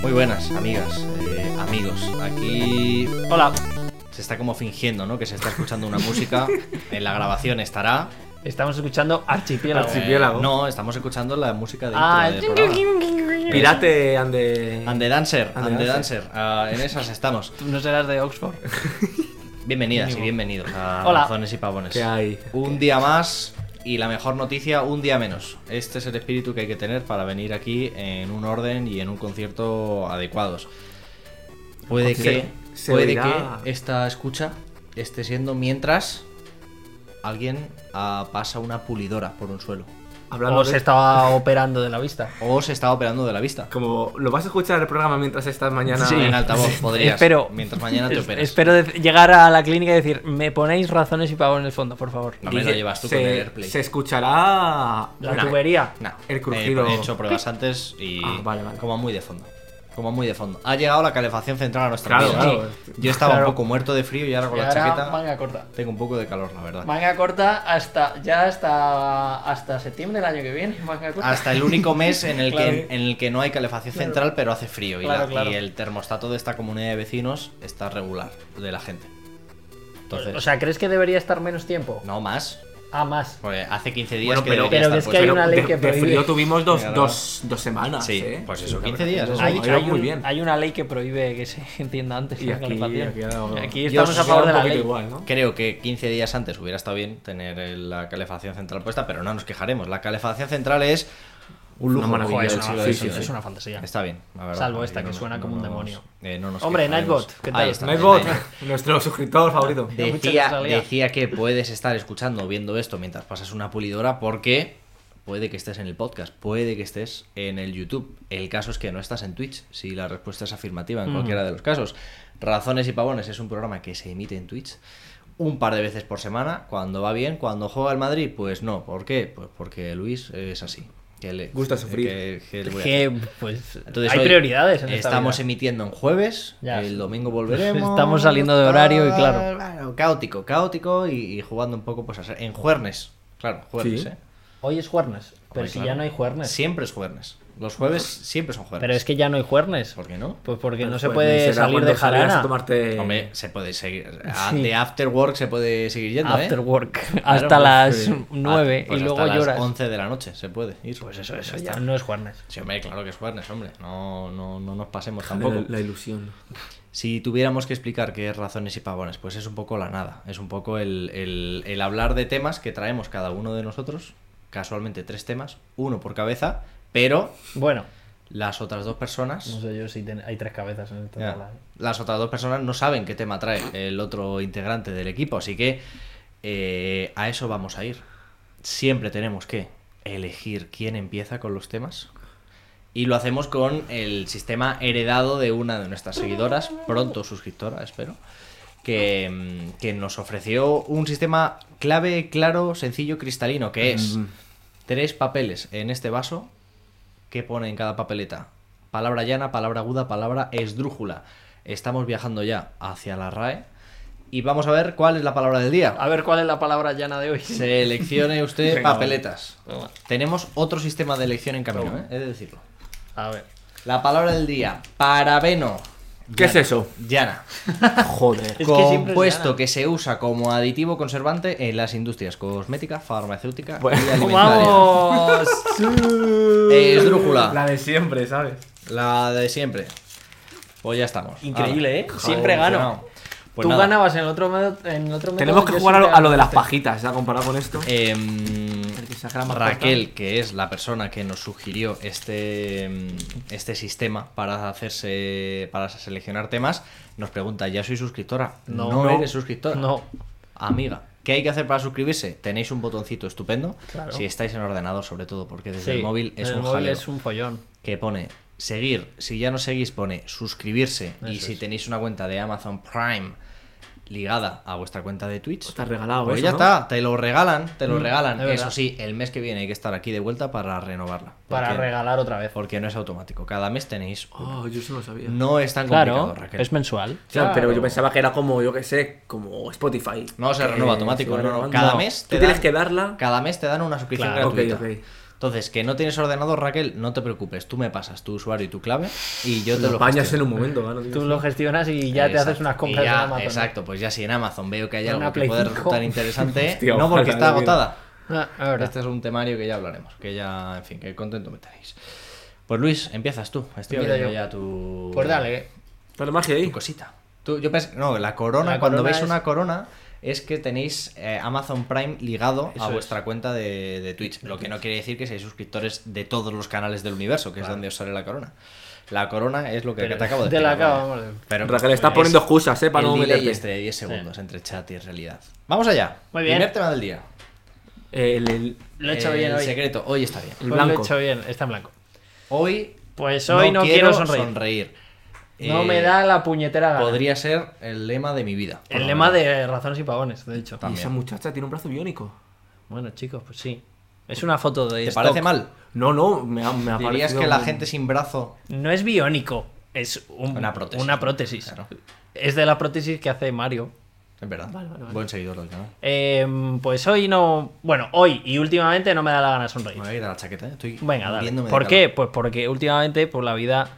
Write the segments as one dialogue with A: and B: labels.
A: Muy buenas, amigas, eh, amigos. Aquí. Hola. Se está como fingiendo, ¿no? Que se está escuchando una música. En la grabación estará.
B: Estamos escuchando Archipiélago.
A: Eh,
C: Archipiélago.
A: no, estamos escuchando la música de
B: Ah,
A: intro del programa.
C: Pirate and the-
A: And the Dancer,
C: And the
A: And the
C: Dancer.
A: Dancer. Ah, en esas estamos.
B: Tú no serás de Oxford.
A: Bienvenidas y bienvenidos a
B: Hola.
A: Razones y Pavones.
C: ¿Qué hay?
A: Un día más y la mejor noticia, un día menos. Este es el espíritu que hay que tener para venir aquí en un orden y en un concierto adecuados. Puede
C: Se-
A: que,
C: se
A: puede
C: oirá.
A: que esta escucha esté siendo mientras alguien ah, pasa una pulidora por un suelo.
C: Hablando
B: O se
C: de-
B: estaba operando de la vista.
A: O se está operando de la vista.
C: Como lo vas a escuchar el programa mientras estás mañana eh,
B: Sí.
A: En altavoz, podrías.
B: Espero.
A: Mientras mañana te
B: Es-
A: operas.
B: Espero de- llegar a la clínica y decir, me ponéis razones y pago en el fondo, por favor.
A: No me lo
C: Dice-
A: llevas tú
C: se,
A: con el AirPlay.
C: Se escuchará.
B: La
C: Bueno,
B: tubería.
A: No,
C: El crujido.
A: eh, he hecho pruebas antes y.
C: Ah, vale, vale.
A: Como muy de fondo. Como muy de fondo. Ha llegado la calefacción central a nuestra
C: Claro,
A: vida.
C: claro.
A: Yo estaba
B: Claro.
A: un poco muerto de frío y ahora con la
B: Llegará
A: chaqueta.
B: manga corta.
A: Tengo un poco de calor, la verdad.
B: Manga corta hasta ya hasta hasta septiembre del año que viene. Manga
C: Ah,
B: corta.
A: Hasta el único mes en el,
B: Claro.
A: que, en el que no hay calefacción central, pero hace frío. Y, la-
B: Claro, claro.
A: y el termostato de esta comunidad de vecinos está regular, de la gente. Entonces,
B: O sea, ¿crees que debería estar menos tiempo?
A: no más.
B: Ah, más.
A: porque hace 15 días
C: Bueno,
A: que
C: pero-
A: debería
B: pero es
A: estar
B: que hay
A: puesto.
B: una
C: de-
B: ley que
C: de
B: prohíbe.
C: frío tuvimos dos,
A: Mira,
C: dos, dos semanas.
A: Sí,
C: ¿eh?
A: pues eso,
C: la
A: 15
C: verdad,
A: días,
C: eso
A: ¿eh?
C: ha
B: Hay,
C: ido
B: hay
C: muy
B: un-
C: bien.
B: hay una ley que prohíbe que se entienda antes
C: Y
B: la
C: aquí-
B: calefacción.
C: aquí ha dado-
B: Aquí
C: Yo
B: estamos
A: sí
B: a favor
C: un
B: de la
C: poquito
B: ley.
C: igual, ¿no?
A: Creo que 15 días antes hubiera estado bien tener eh, la calefacción central puesta, pero no nos quejaremos. La calefacción central es un lujo
C: Una maravilla
A: joder,
C: del
A: del
C: siglo
A: siglo
C: sí, sí,
A: XIX.
C: sí,
B: es una fantasía.
A: Está bien, la verdad.
B: Salvo esta,
A: Ahí
B: que
A: no-
B: suena
A: no
B: como un
A: nos-
B: demonio.
A: eh, no nos
B: Hombre,
A: quejaremos.
B: Nightbot, ¿qué tal?
A: Ahí está,
C: Nightbot,
A: Nightbot.
C: nuestro suscriptor favorito.
B: mucho que
A: Decía,
B: salía.
A: decía que puedes estar escuchando o viendo esto mientras pasas una pulidora porque puede que estés en el podcast, puede que estés en el YouTube. El caso es que no estás en Twitch, si la respuesta es afirmativa en cualquiera de los casos. Razones y Pavones es un programa que se emite en Twitch un par de veces por semana, cuando va bien, cuando juega el Madrid, pues no. ¿Por qué? Pues porque Luis es así. Que le
C: Gusta sufrir.
A: que- que le voy a hacer.
B: Que, pues,
A: Entonces,
B: hay
A: hoy
B: prioridades en esta
A: Estamos
B: vida.
A: emitiendo en jueves,
B: Ya.
A: el domingo volveremos.
B: Estamos saliendo de horario y claro.
A: Claro, Caótico, caótico y, y jugando un poco pues a ser- en juernes. Claro, jueves,
C: Sí.
A: ¿eh?
B: Hoy es jueves, pero
A: Hombre,
B: si
A: claro.
B: ya no hay jueves.
A: Siempre es jueves. Los jueves siempre son jueves.
B: Pero es que ya no hay jueves.
A: ¿Por qué no?
B: Pues porque no
C: Pues
B: se
C: ni
B: puede
C: será
B: salir
C: cuando
B: de
C: salgas
B: jarana.
C: a tomarte-
A: Hombre, se puede seguir. a-
B: Sí.
A: De after work se puede seguir yendo, ¿eh?
B: After work.
A: Claro,
B: hasta
A: pues,
B: las
A: sí.
B: 9
A: Ah, pues
B: y
A: hasta
B: luego
A: las
B: lloras.
A: 11 de la noche se puede ir.
B: Pues eso, eso ya no es jueves.
A: Sí, hombre, claro que es jueves, hombre. No, no, no nos pasemos tampoco.
C: La, la ilusión.
A: Si tuviéramos que explicar qué es razones y pavones, pues es un poco la nada. Es un poco el, el- el hablar de temas que traemos cada uno de nosotros, casualmente tres temas, uno por cabeza, pero
B: Bueno,
A: las otras dos personas.
B: no sé yo si ten- hay tres cabezas en esta ¿eh?
A: Ya,
B: sala.
A: las otras dos personas no saben qué tema trae el otro integrante del equipo, así que eh, a eso vamos a ir. Siempre tenemos que elegir quién empieza con los temas. Y lo hacemos con el sistema heredado de una de nuestras seguidoras, pronto suscriptora, espero, que, mm, que nos ofreció un sistema clave, claro, sencillo, cristalino, que es
C: Mm.
A: tres papeles en este vaso ¿Qué pone en cada papeleta? Palabra llana, palabra aguda, palabra esdrújula. Estamos viajando ya hacia la RAE y vamos a ver cuál es la palabra del día.
B: A ver cuál es la palabra llana de hoy.
A: Seleccione usted
C: Venga,
A: papeletas.
B: Toma.
A: Tenemos otro sistema de elección en camino,
B: Toma.
A: ¿eh? he de decirlo.
B: A ver.
A: La palabra del día, parabeno.
C: ¿Qué es
A: Llana.
C: eso?
A: Llana.
C: Joder.
B: Es que siempre es
A: Compuesto
B: llana.
A: que se usa como aditivo conservante en las industrias cosmética, farmacéutica
C: Bueno,
A: y alimentaria.
B: ¡Vamos! Eh,
A: Esdrújula.
C: La de siempre, ¿sabes?
A: La de siempre. Pues ya estamos.
B: Increíble, ¿eh?
A: Joder,
B: Siempre gano.
A: emocionado. Pues
B: Tú
A: nada.
B: ganabas en el otro método. En otro método,
C: Tenemos que
B: yo
C: jugar a lo,
B: siempre
C: a lo de las
B: ganaste.
C: pajitas, ¿ya? Comparado con esto.
A: Em,
C: que saca la más
A: Raquel, que es la persona que nos sugirió este, em, este sistema para hacerse para seleccionar temas, nos pregunta, ¿ya soy suscriptora?
B: No.
A: no,
B: No.
A: eres suscriptora.
B: No.
A: Amiga, ¿qué hay que hacer para suscribirse? Tenéis un botoncito estupendo
B: Claro.
A: si estáis en ordenador, sobre todo, porque desde
B: Sí,
A: el móvil es
B: desde
A: un
B: el móvil
A: jaleo.
B: es un follón.
A: que pone seguir, si ya no seguís pone suscribirse y
B: Eso
A: si
B: es.
A: tenéis una cuenta de Amazon Prime ligada a vuestra cuenta de Twitch,
C: Está regalado,
A: pues
C: eso,
A: ya
C: ¿no?
A: está, te lo regalan, te lo
B: Mm,
A: regalan.
B: es
A: Eso
B: verdad.
A: sí, el mes que viene hay que estar aquí de vuelta para renovarla.
B: Para
A: Porque-
B: regalar otra vez.
A: Porque no es automático, cada mes tenéis... una.
C: Oh, yo eso no lo sabía.
A: No es tan complicado,
B: Claro,
A: Raquel.
B: es mensual.
C: Claro, pero
A: Claro.
C: yo pensaba que era como, yo qué sé, como Spotify.
A: No, se
C: Que
A: renueva automático,
C: Eh, se va
A: no, no,
C: renovando.
A: cada
C: No,
A: mes
C: Tú
A: te
C: tienes
A: dan-
C: que darla.
A: Cada mes te dan una suscripción
B: Claro.
C: Ok,
A: gratuita.
C: ok.
A: Entonces, que no tienes ordenador, Raquel, no te preocupes. Tú me pasas tu usuario y tu clave y yo te
C: Lo
A: lo
C: apañas
A: gestiono.
C: en un momento, ¿vale?
B: Tú lo gestionas y ya te
A: Exacto.
B: haces unas
A: Y
B: compras
A: ya,
B: en Amazon. ¿no?
A: Exacto, pues ya si en Amazon veo que hay
B: Una
A: algo que
B: Play
A: puede
B: 5.
A: resultar interesante,
C: Hostia,
A: no porque
C: ojalá,
A: está
C: Dios mío.
A: agotada.
B: Ah, ahora.
A: Este es un temario que ya hablaremos, que ya, en fin, que contento me tenéis. Pues Luis, empiezas tú. Estoy
B: Empiezo
A: abriendo
B: yo.
A: ya tu,
B: Pues dale.
C: Dale magia
A: tu
C: ahí.
A: cosita. Tú- yo pens- no, la corona,
B: La
A: cuando
B: corona
A: veis
B: es-
A: una corona, es que tenéis eh, Amazon Prime ligado
C: Eso
A: a
C: es.
A: vuestra cuenta de, de Twitch. Lo que no quiere decir que seáis suscriptores de todos los canales del universo, que es donde os sale la corona. La corona es lo que
B: Pero-
A: te acabo de
B: te la
A: explicar, ¿vale?
B: acabamos de-
A: Pero
C: Raquel, estás
A: es-
C: poniendo excusas, ¿eh? Para
A: el
C: no
A: delay
C: meterte.
A: es de 10 segundos entre chat y realidad. Vamos allá.
B: Muy bien.
A: Primer tema del día.
C: Eh,
A: Eh,
C: El, el-
B: Lo he hecho
A: El
B: bien hoy.
A: secreto. Hoy Pues está bien.
C: en
B: Hoy Lo he
C: blanco.
B: hecho bien, está en blanco.
A: Hoy,
B: Pues hoy no, quiero, sonreír. No
A: Eh,
B: me da la puñetera gana.
A: Podría ser el lema de mi vida.
B: El lema de razones y pavones, de hecho.
C: Y
A: También.
C: esa muchacha tiene un brazo biónico.
B: Bueno, chicos, pues sí. Es una foto de
A: ¿Te
B: stock.
A: parece mal?
C: No, no, me ha, me ha
A: ¿Dirías
C: parecido
A: que la
C: un-
A: gente sin brazo
B: No es biónico, es un-
A: Una prótesis.
B: una prótesis.
A: Claro.
B: Es de la prótesis que hace Mario.
A: Es verdad.
C: Vale, vale, vale.
A: Buen seguidor del canal.
B: Eh, pues hoy no. Bueno, hoy y últimamente no me da la gana
A: Me
B: sonreír.
A: voy a quitar la chaqueta, ¿eh? estoy
B: Venga, dale.
A: muriéndome de
B: ¿Por
A: calor.
B: qué? Pues porque últimamente por la vida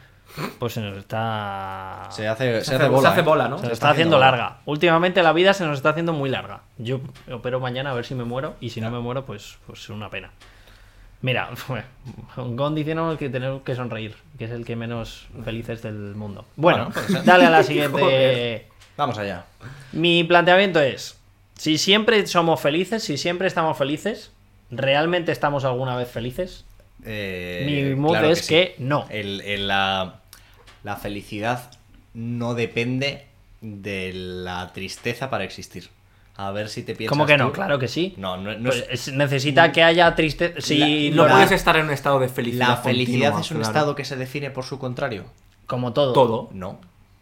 B: pues se nos está
A: Se hace, se
C: hace-
A: hace bola.
C: se hace
A: ¿eh?
C: bola, ¿no?
B: se nos está haciendo larga. Últimamente la vida se nos está haciendo muy larga. Yo opero mañana a ver si me muero y si no me muero pues pues es una pena. Mira, Gon diciéndonos que tenemos que sonreír, que es el que menos felices del mundo.
A: Bueno,
B: Bueno,
A: pues, puede ser.
B: dale a la siguiente.
A: Vamos allá.
B: Mi planteamiento es, si siempre somos felices, si siempre estamos felices, ¿realmente estamos alguna vez felices?
A: Eh,
B: Mi mood es que no.
A: El- el- la, la felicidad no depende de la tristeza para existir. A ver si te piensas.
B: ¿Cómo que no?
A: tú-
B: Claro que sí.
A: No, no, no
B: Pues
A: es-
B: es- necesita que haya tristeza. Si
C: No
B: la-
C: puedes estar en un estado de felicidad.
A: La felicidad
C: continua,
A: es un
C: claro.
A: estado que se define por su contrario.
B: Como todo.
C: Todo.
A: No.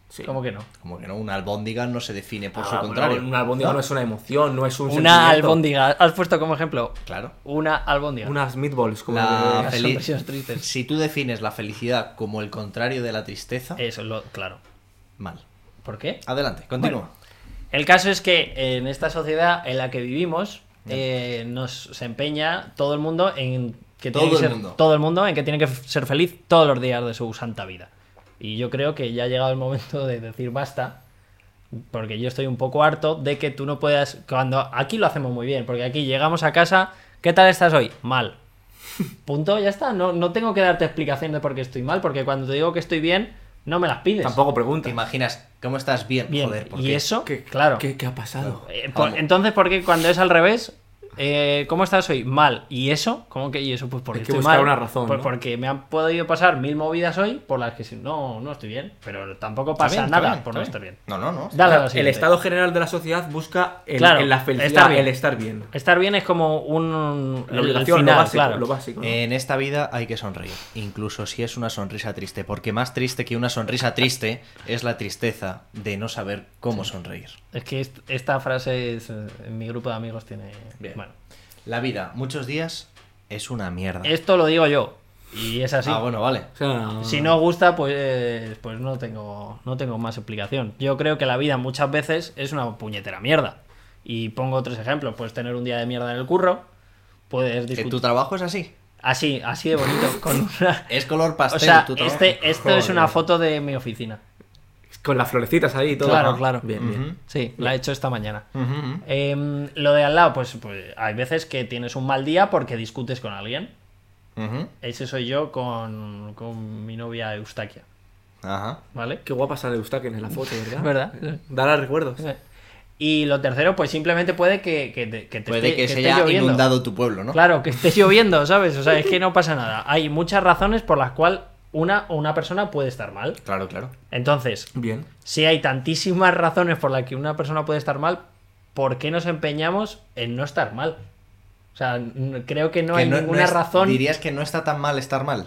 C: Sí.
B: ¿Cómo que no?
A: Como que no, una albóndiga no se define por
C: Ah,
A: su
C: bueno,
A: contrario.
C: Una albóndiga no. es una emoción, no es un
B: Una
C: sentimiento.
B: albóndiga. Has puesto como ejemplo
A: Claro.
B: una albóndiga.
C: Unas meatballs, como
A: La
B: Las
C: que-
A: feli-
B: sonrisas tristes.
A: Si tú defines la felicidad como el contrario de la tristeza,
B: Eso es lo claro.
A: mal.
B: ¿Por qué?
A: Adelante, continúa.
B: El caso es que en esta sociedad en la que vivimos eh, nos se empeña todo el mundo en que
A: Todo
B: tiene que
A: el
B: ser-
A: mundo.
B: todo el mundo en que tiene que f- ser feliz todos los días de su santa vida. Y yo creo que ya ha llegado el momento de decir basta. Porque yo estoy un poco harto de que tú no puedas. Cuando aquí lo hacemos muy bien, porque aquí llegamos a casa. ¿Qué tal estás hoy? Mal. Punto, ya está. No, no tengo que darte explicación de por qué estoy mal, porque cuando te digo que estoy bien, no me las pides.
C: Tampoco
A: ¿Te
C: pregunta.
A: imaginas cómo estás bien?
B: Bien.
A: Joder, ¿por
B: y
A: qué?
B: eso,
C: ¿Qué,
B: claro.
C: ¿Qué, qué ha pasado?
B: Eh, por-
A: Vamos.
B: entonces, ¿por qué cuando es al revés? eh, ¿Cómo estás hoy? Mal. ¿Y eso? ¿Cómo que y eso? Pues porque
C: Hay que
B: estoy
C: buscar
B: mal.
C: una razón,
B: Pues
C: ¿no?
B: porque me han podido pasar mil movidas hoy por las que si- no, no estoy bien. Pero tampoco
A: Está
B: pasa
A: bien, está
B: nada
A: bien,
B: por
A: está
B: no estar bien.
A: No, no, no.
B: Dale a la
C: el
B: siguiente.
C: estado general de la sociedad busca el,
B: Claro,
C: en la felicidad,
B: estar bien.
C: el estar bien.
B: Estar bien es como un.
C: La
B: el
C: obligación,
B: final,
C: lo básico.
B: claro.
C: Lo básico ¿no?
A: En esta vida hay que sonreír, incluso si es una sonrisa triste, porque más triste que una sonrisa triste es la tristeza de no saber cómo sonreír.
B: Es que est- esta frase es, eh, en mi grupo de amigos tiene.
A: Bien.
B: Bueno,
A: La vida, muchos días, es una
C: Ah.
A: mierda.
B: esto lo digo yo. Y es así.
A: Ah, bueno, vale.
C: O sea,
B: Si no gusta, pues, pues no, tengo, no tengo más explicación. Yo creo que la vida muchas veces es una puñetera mierda. Y pongo tres ejemplos. Puedes tener un día de mierda en el curro, puedes
A: Eh, ¿Tu
B: discutir...
A: trabajo es así?
B: Así, así de bonito. con una-
A: Es color
B: O
A: pastel
B: sea,
A: tu trabajo.
B: este, esto es una
C: Joder.
B: foto de mi oficina.
C: Con las florecitas ahí y todo.
B: Claro,
C: ¿no?
B: claro.
C: Bien, bien.
A: Ujú.
B: Sí, la he hecho esta mañana.
A: Ujú, ujú.
B: Em, lo de al lado, pues, pues hay veces que tienes un mal día porque discutes con alguien.
A: Ujú.
B: Ese soy yo con, con mi novia Eustaquia,
A: Ajá.
B: ¿vale?
C: Qué guapa sale Eustaquio en la foto, ¿verdad?
B: ¿Verdad?
C: Dará recuerdos.
B: Y lo tercero, pues simplemente puede que, que te, que te
A: Puede
B: esté-
A: que
B: Este que
A: se
B: esté
A: haya
B: lloviendo.
A: inundado tu pueblo, ¿no?
B: Claro, que esté lloviendo, ¿sabes? O sea, es que no pasa nada. Hay muchas razones por las cuales una o una persona puede estar mal.
A: Claro, claro.
B: Entonces,
C: Bien.
B: si hay tantísimas razones por las que una persona puede estar mal, ¿por qué nos empeñamos en no estar mal? O sea, n- creo que no
A: Que
B: hay ninguna
A: es-
B: razón.
A: Dirías que no está tan mal estar mal.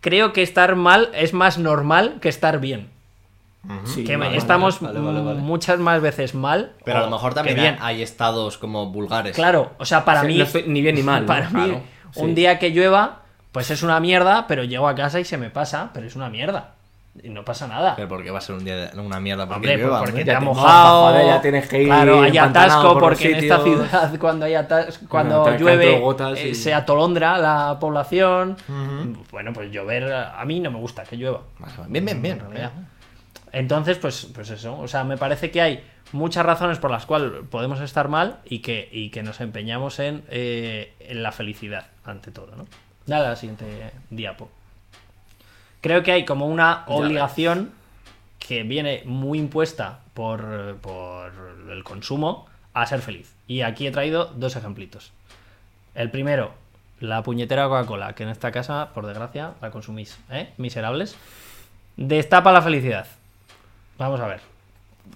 B: Creo que estar mal es más normal que estar bien.
C: Sí,
B: que
C: vale, vale,
B: estamos
A: vale, vale,
B: mm,
A: vale.
B: muchas más veces mal.
A: Pero a
B: o
A: lo mejor
B: que
A: también
B: bien.
A: hay estados como vulgares.
B: Claro, o sea, para
C: O sea,
B: mí.
C: no estoy ni bien ni mal, ¿no?
B: Para mí,
A: Claro,
B: un
C: sí.
B: día que llueva, pues es una mierda, pero llego a casa y se me pasa, pero es una mierda. Y no pasa nada.
A: Pero porque va a ser un día de una mierda porque
B: Hombre, pues
A: llueva,
B: porque
A: ¿no?
B: te
C: Ya
B: ha
C: te
B: mojado.
C: mojas, joder, ya tienes que ir
B: Claro, hay
C: empantanado
B: atasco
C: por
B: porque en esta
C: sitios.
B: ciudad, cuando hay atas- cuando
C: te caen
B: llueve,
C: todo gotas
B: eh,
C: y-
B: se atolondra la población. Bueno, pues llover, a mí no me gusta que llueva.
A: Bien, bien, bien.
B: Ya. Entonces, pues, pues eso. O sea, me parece que hay muchas razones por las cuales podemos estar mal y que, y que nos empeñamos en, eh, en la felicidad, ante todo, ¿no? Dale a la siguiente diapo. Creo que hay como una obligación que viene muy impuesta por, por el consumo a ser feliz. Y aquí he traído dos ejemplitos. El primero, la puñetera Coca-Cola, que en esta casa, por desgracia, la consumís, ¿eh? Miserables. Destapa la felicidad. Vamos a ver.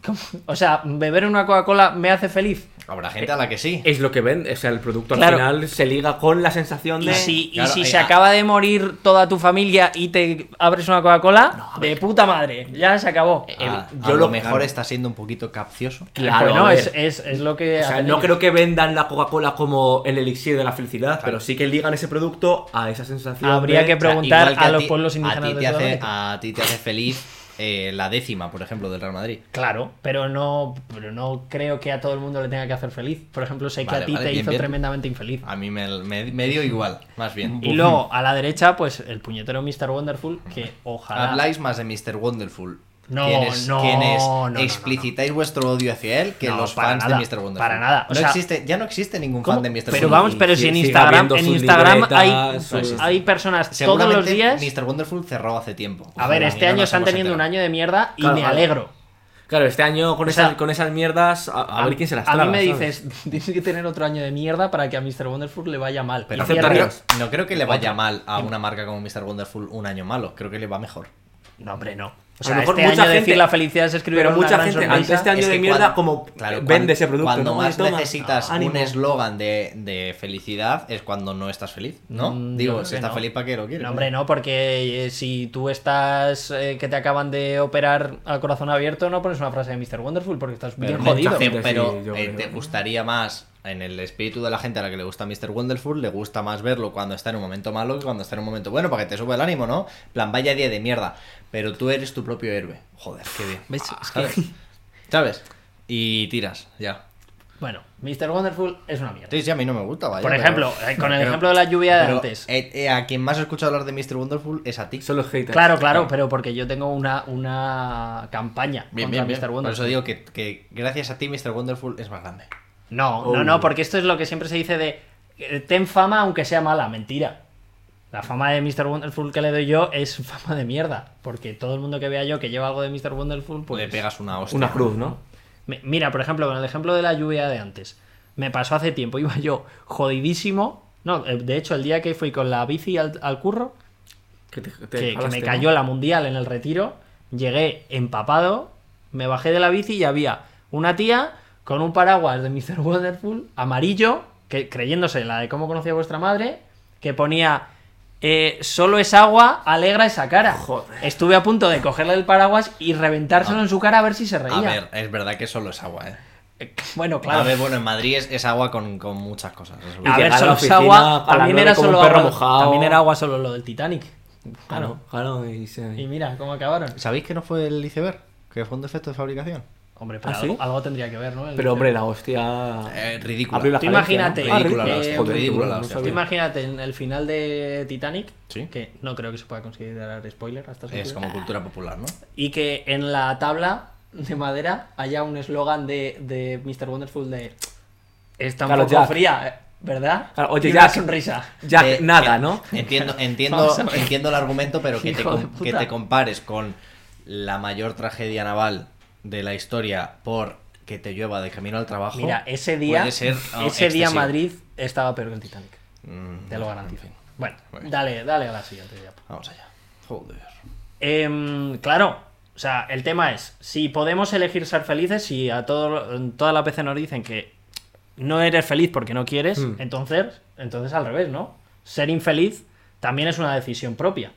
B: ¿Cómo? O sea, beber una Coca-Cola me hace feliz.
A: Habrá gente a la que
B: Eh,
A: sí.
C: Es lo que ven, o sea, el producto al
B: Claro.
C: final se liga con la sensación
B: Y
C: de.
B: si, y
A: claro,
B: si
A: eh,
B: se
A: ah.
B: acaba de morir toda tu familia y te abres una Coca-Cola, de puta madre, ya se acabó.
A: A,
C: el-
A: Ah, a
C: yo
A: lo
C: lo-
A: mejor
C: claro.
A: está siendo un poquito capcioso.
C: Claro,
B: bueno,
C: a ver.
B: es, es- es lo que...
C: O sea, no
B: hacen
C: creo que vendan la Coca-Cola como el elixir de la felicidad, pero sí que ligan ese producto a esa sensación.
B: Habría
C: de-
B: que preguntar
A: igual que
B: a los
A: ti-
B: pueblos
A: a
B: indígenas
A: ti
B: de
A: te hace-
B: Sudamérica.
A: A ti te hace feliz eh, la décima, por ejemplo, del Real Madrid.
B: Claro, pero no, pero no creo que a todo el mundo le tenga que hacer feliz. Por ejemplo, sé que
A: Vale,
B: a ti
A: vale,
B: te
A: bien,
B: hizo
A: bien.
B: tremendamente infeliz.
C: Ah,
A: A mí me, me- me dio igual, más bien.
B: Y luego, a la derecha, pues el puñetero Mr. Wonderful, que ojalá...
A: Habláis más de Mr. Wonderful.
B: No,
A: Quienes-
B: no,
A: quienes
B: no, no, no,
A: explicitáis vuestro odio hacia él que
B: No,
A: los
B: para
A: fans
B: nada,
A: de Mr. Wonderful.
B: para nada, o
A: No
B: sea-
A: existe, ya no existe ningún
B: ¿Cómo?
A: fan de Mr.
B: Pero
A: Wonderful.
B: vamos, pero
C: Sí,
B: si en
C: sigue
B: Instagram,
C: habiendo
B: en
C: sus
B: Instagram
C: libretas,
B: hay, pues,
C: sus-
B: hay personas todos
A: Seguramente
B: los días.
A: Mr. Wonderful cerró hace tiempo.
B: A ver,
A: Ojalá,
B: este
A: y no
B: año
A: nos
B: están
A: hemos
B: teniendo un
A: enterado.
B: año de mierda y
C: Claro,
B: me
C: claro.
B: alegro.
C: Claro, este año con,
B: O
C: esas,
B: sea,
C: con esas mierdas, a, a ver quién se las traga.
B: mí me
C: ¿sabes?
B: dices, tienes que tener otro año de mierda para que a Mr. Wonderful le vaya mal.
A: Pero
B: Y
A: no creo-
C: aceptarías.
A: no creo que le vaya mal a una marca como Mr. Wonderful un año malo. Creo que le va mejor.
B: cierra- No, hombre, no. O sea,
C: lo mejor
B: este año
C: mucha gente-
B: decir la felicidad es escribir
C: pero
B: una
C: mucha
B: gran
C: gente
B: sonrisa.
C: ante este año
A: Es
C: de
A: que
C: mierda
A: cuan-
C: como
A: claro,
C: vende
A: cuan-
C: ese producto.
A: Cuando
C: ¿no?
A: más
C: Toma,
A: necesitas
C: ánimo.
A: un eslogan de, de felicidad es cuando no estás feliz, ¿no?
B: Mm, yo
A: Digo,
B: creo
A: si
B: que
A: estás
B: no.
A: feliz, ¿para qué lo quieres?
B: No, hombre, no, porque eh, si tú estás eh, que te acaban de operar a corazón abierto, no pones una frase de Mr. Wonderful porque estás
A: Pero,
B: bien
A: me-
B: jodido.
A: te-
C: gente sí,
A: pero,
C: yo
A: eh,
C: creo.
A: te gustaría más, en el espíritu de la gente a la que le gusta Mr. Wonderful, le gusta más verlo cuando está en un momento malo que cuando está en un momento bueno, para que te suba el ánimo, ¿no? En plan, vaya día de mierda. Pero tú eres tu propio héroe. Joder, qué bien. Ah,
B: ¿Ves? Es que-
A: ¿Sabes? ¿Sabes? Y tiras, ya.
B: Bueno, Mr. Wonderful es una mierda.
A: Entonces ya a mí no me gusta, vaya.
B: Por
A: pero-
B: ejemplo, eh, con el
A: pero-
B: ejemplo de la lluvia de
A: pero,
B: antes.
A: eh, eh, a quien más he escuchado hablar de Mr. Wonderful es a ti.
C: Son los haters.
B: Claro, claro, pero porque yo tengo una, una campaña
A: Bien,
B: contra
A: bien, bien.
B: Mr.
A: Por eso
B: Wonderful.
A: digo que, que gracias a ti Mr. Wonderful es más grande.
B: No, no,
C: Oh.
B: no, porque esto es lo que siempre se dice de eh, ten fama aunque sea mala, mentira. La fama de Mr. Wonderful que le doy yo es fama de mierda, porque todo el mundo que vea yo que lleva algo de Mr. Wonderful, pues
A: le pegas una hostia.
C: Una cruz, ¿no?
B: Mi- Mira, por ejemplo, con el ejemplo de la lluvia de antes. Me pasó hace tiempo, iba yo jodidísimo. No, eh, de hecho, el día que fui con la bici al, al curro,
C: Que, te- te
B: que- que,
C: jalaste,
B: me
C: ¿no?
B: cayó la mundial en el retiro, llegué empapado, me bajé de la bici y había una tía con un paraguas de Mr. Wonderful amarillo, que, creyéndose la de cómo conocía vuestra madre, que ponía eh, solo es agua, alegra esa cara.
C: Joder.
B: Estuve a punto de cogerle el paraguas y reventárselo
A: Ah.
B: en su cara a ver si se reía.
A: A ver, es verdad que solo es agua, ¿eh?
B: Eh, Bueno, claro.
A: A ver, bueno, en Madrid es, es agua con, con muchas cosas. eso es
B: A
C: Y
B: ver,
C: llegar a
B: solo
C: la
B: es
C: oficina
B: agua.
C: a las
B: También
C: nueve
B: era
C: como un
B: solo
C: perro
B: agua.
C: mojado.
B: También era agua solo lo del Titanic. Claro.
C: Claro, claro. Y se...
B: Y mira cómo acabaron.
A: ¿Sabéis que no fue el iceberg? ¿Que fue un defecto de fabricación?
B: Hombre, pero
C: ¿Ah,
B: algo,
C: sí?
B: algo tendría que ver, ¿no? El-
C: Pero hombre, la hostia.
A: Eh, ridícula.
C: Abrió la
B: Tú
C: galaxia,
B: imagínate,
C: ¿no? Ah, ridícula
B: eh,
C: la hostia,
B: joder,
A: ridícula la
C: no
A: hostia.
B: Tú
C: sabía.
B: imagínate en el final de Titanic,
A: Sí.
B: que no creo que se pueda considerar spoiler hasta
A: Es como cultura popular, ¿no?
B: Y que en la tabla de madera haya un eslogan de, de Mr. Wonderful de está un
C: Claro,
B: poco
C: Jack.
B: fría, eh, ¿verdad?
C: Claro, oye,
B: y una
C: Jack.
B: sonrisa.
C: Ya,
A: Eh,
C: nada,
A: eh,
C: ¿no?
A: Entiendo, entiendo,
B: Vamos a ver.
A: entiendo el argumento, pero que te,
B: Hijo de
A: com-
B: puta.
A: que te compares con la mayor tragedia naval de la historia por que te llueva de camino al trabajo.
B: Mira, ese día,
A: puede ser,
B: ese
A: oh,
B: día
A: excesivo.
B: Madrid estaba peor que el Titanic.
A: Mm,
B: Te lo garantizo.
A: en fin.
B: Bueno,
A: Muy bien.
B: dale, dale a la siguiente diapo.
A: Vamos allá. Joder.
B: Em, claro, o sea, el tema es, si podemos elegir ser felices, si a todo, en toda la PC nos dicen que no eres feliz porque no quieres,
C: Mm.
B: entonces, entonces al revés, ¿no? Ser infeliz también es una decisión propia.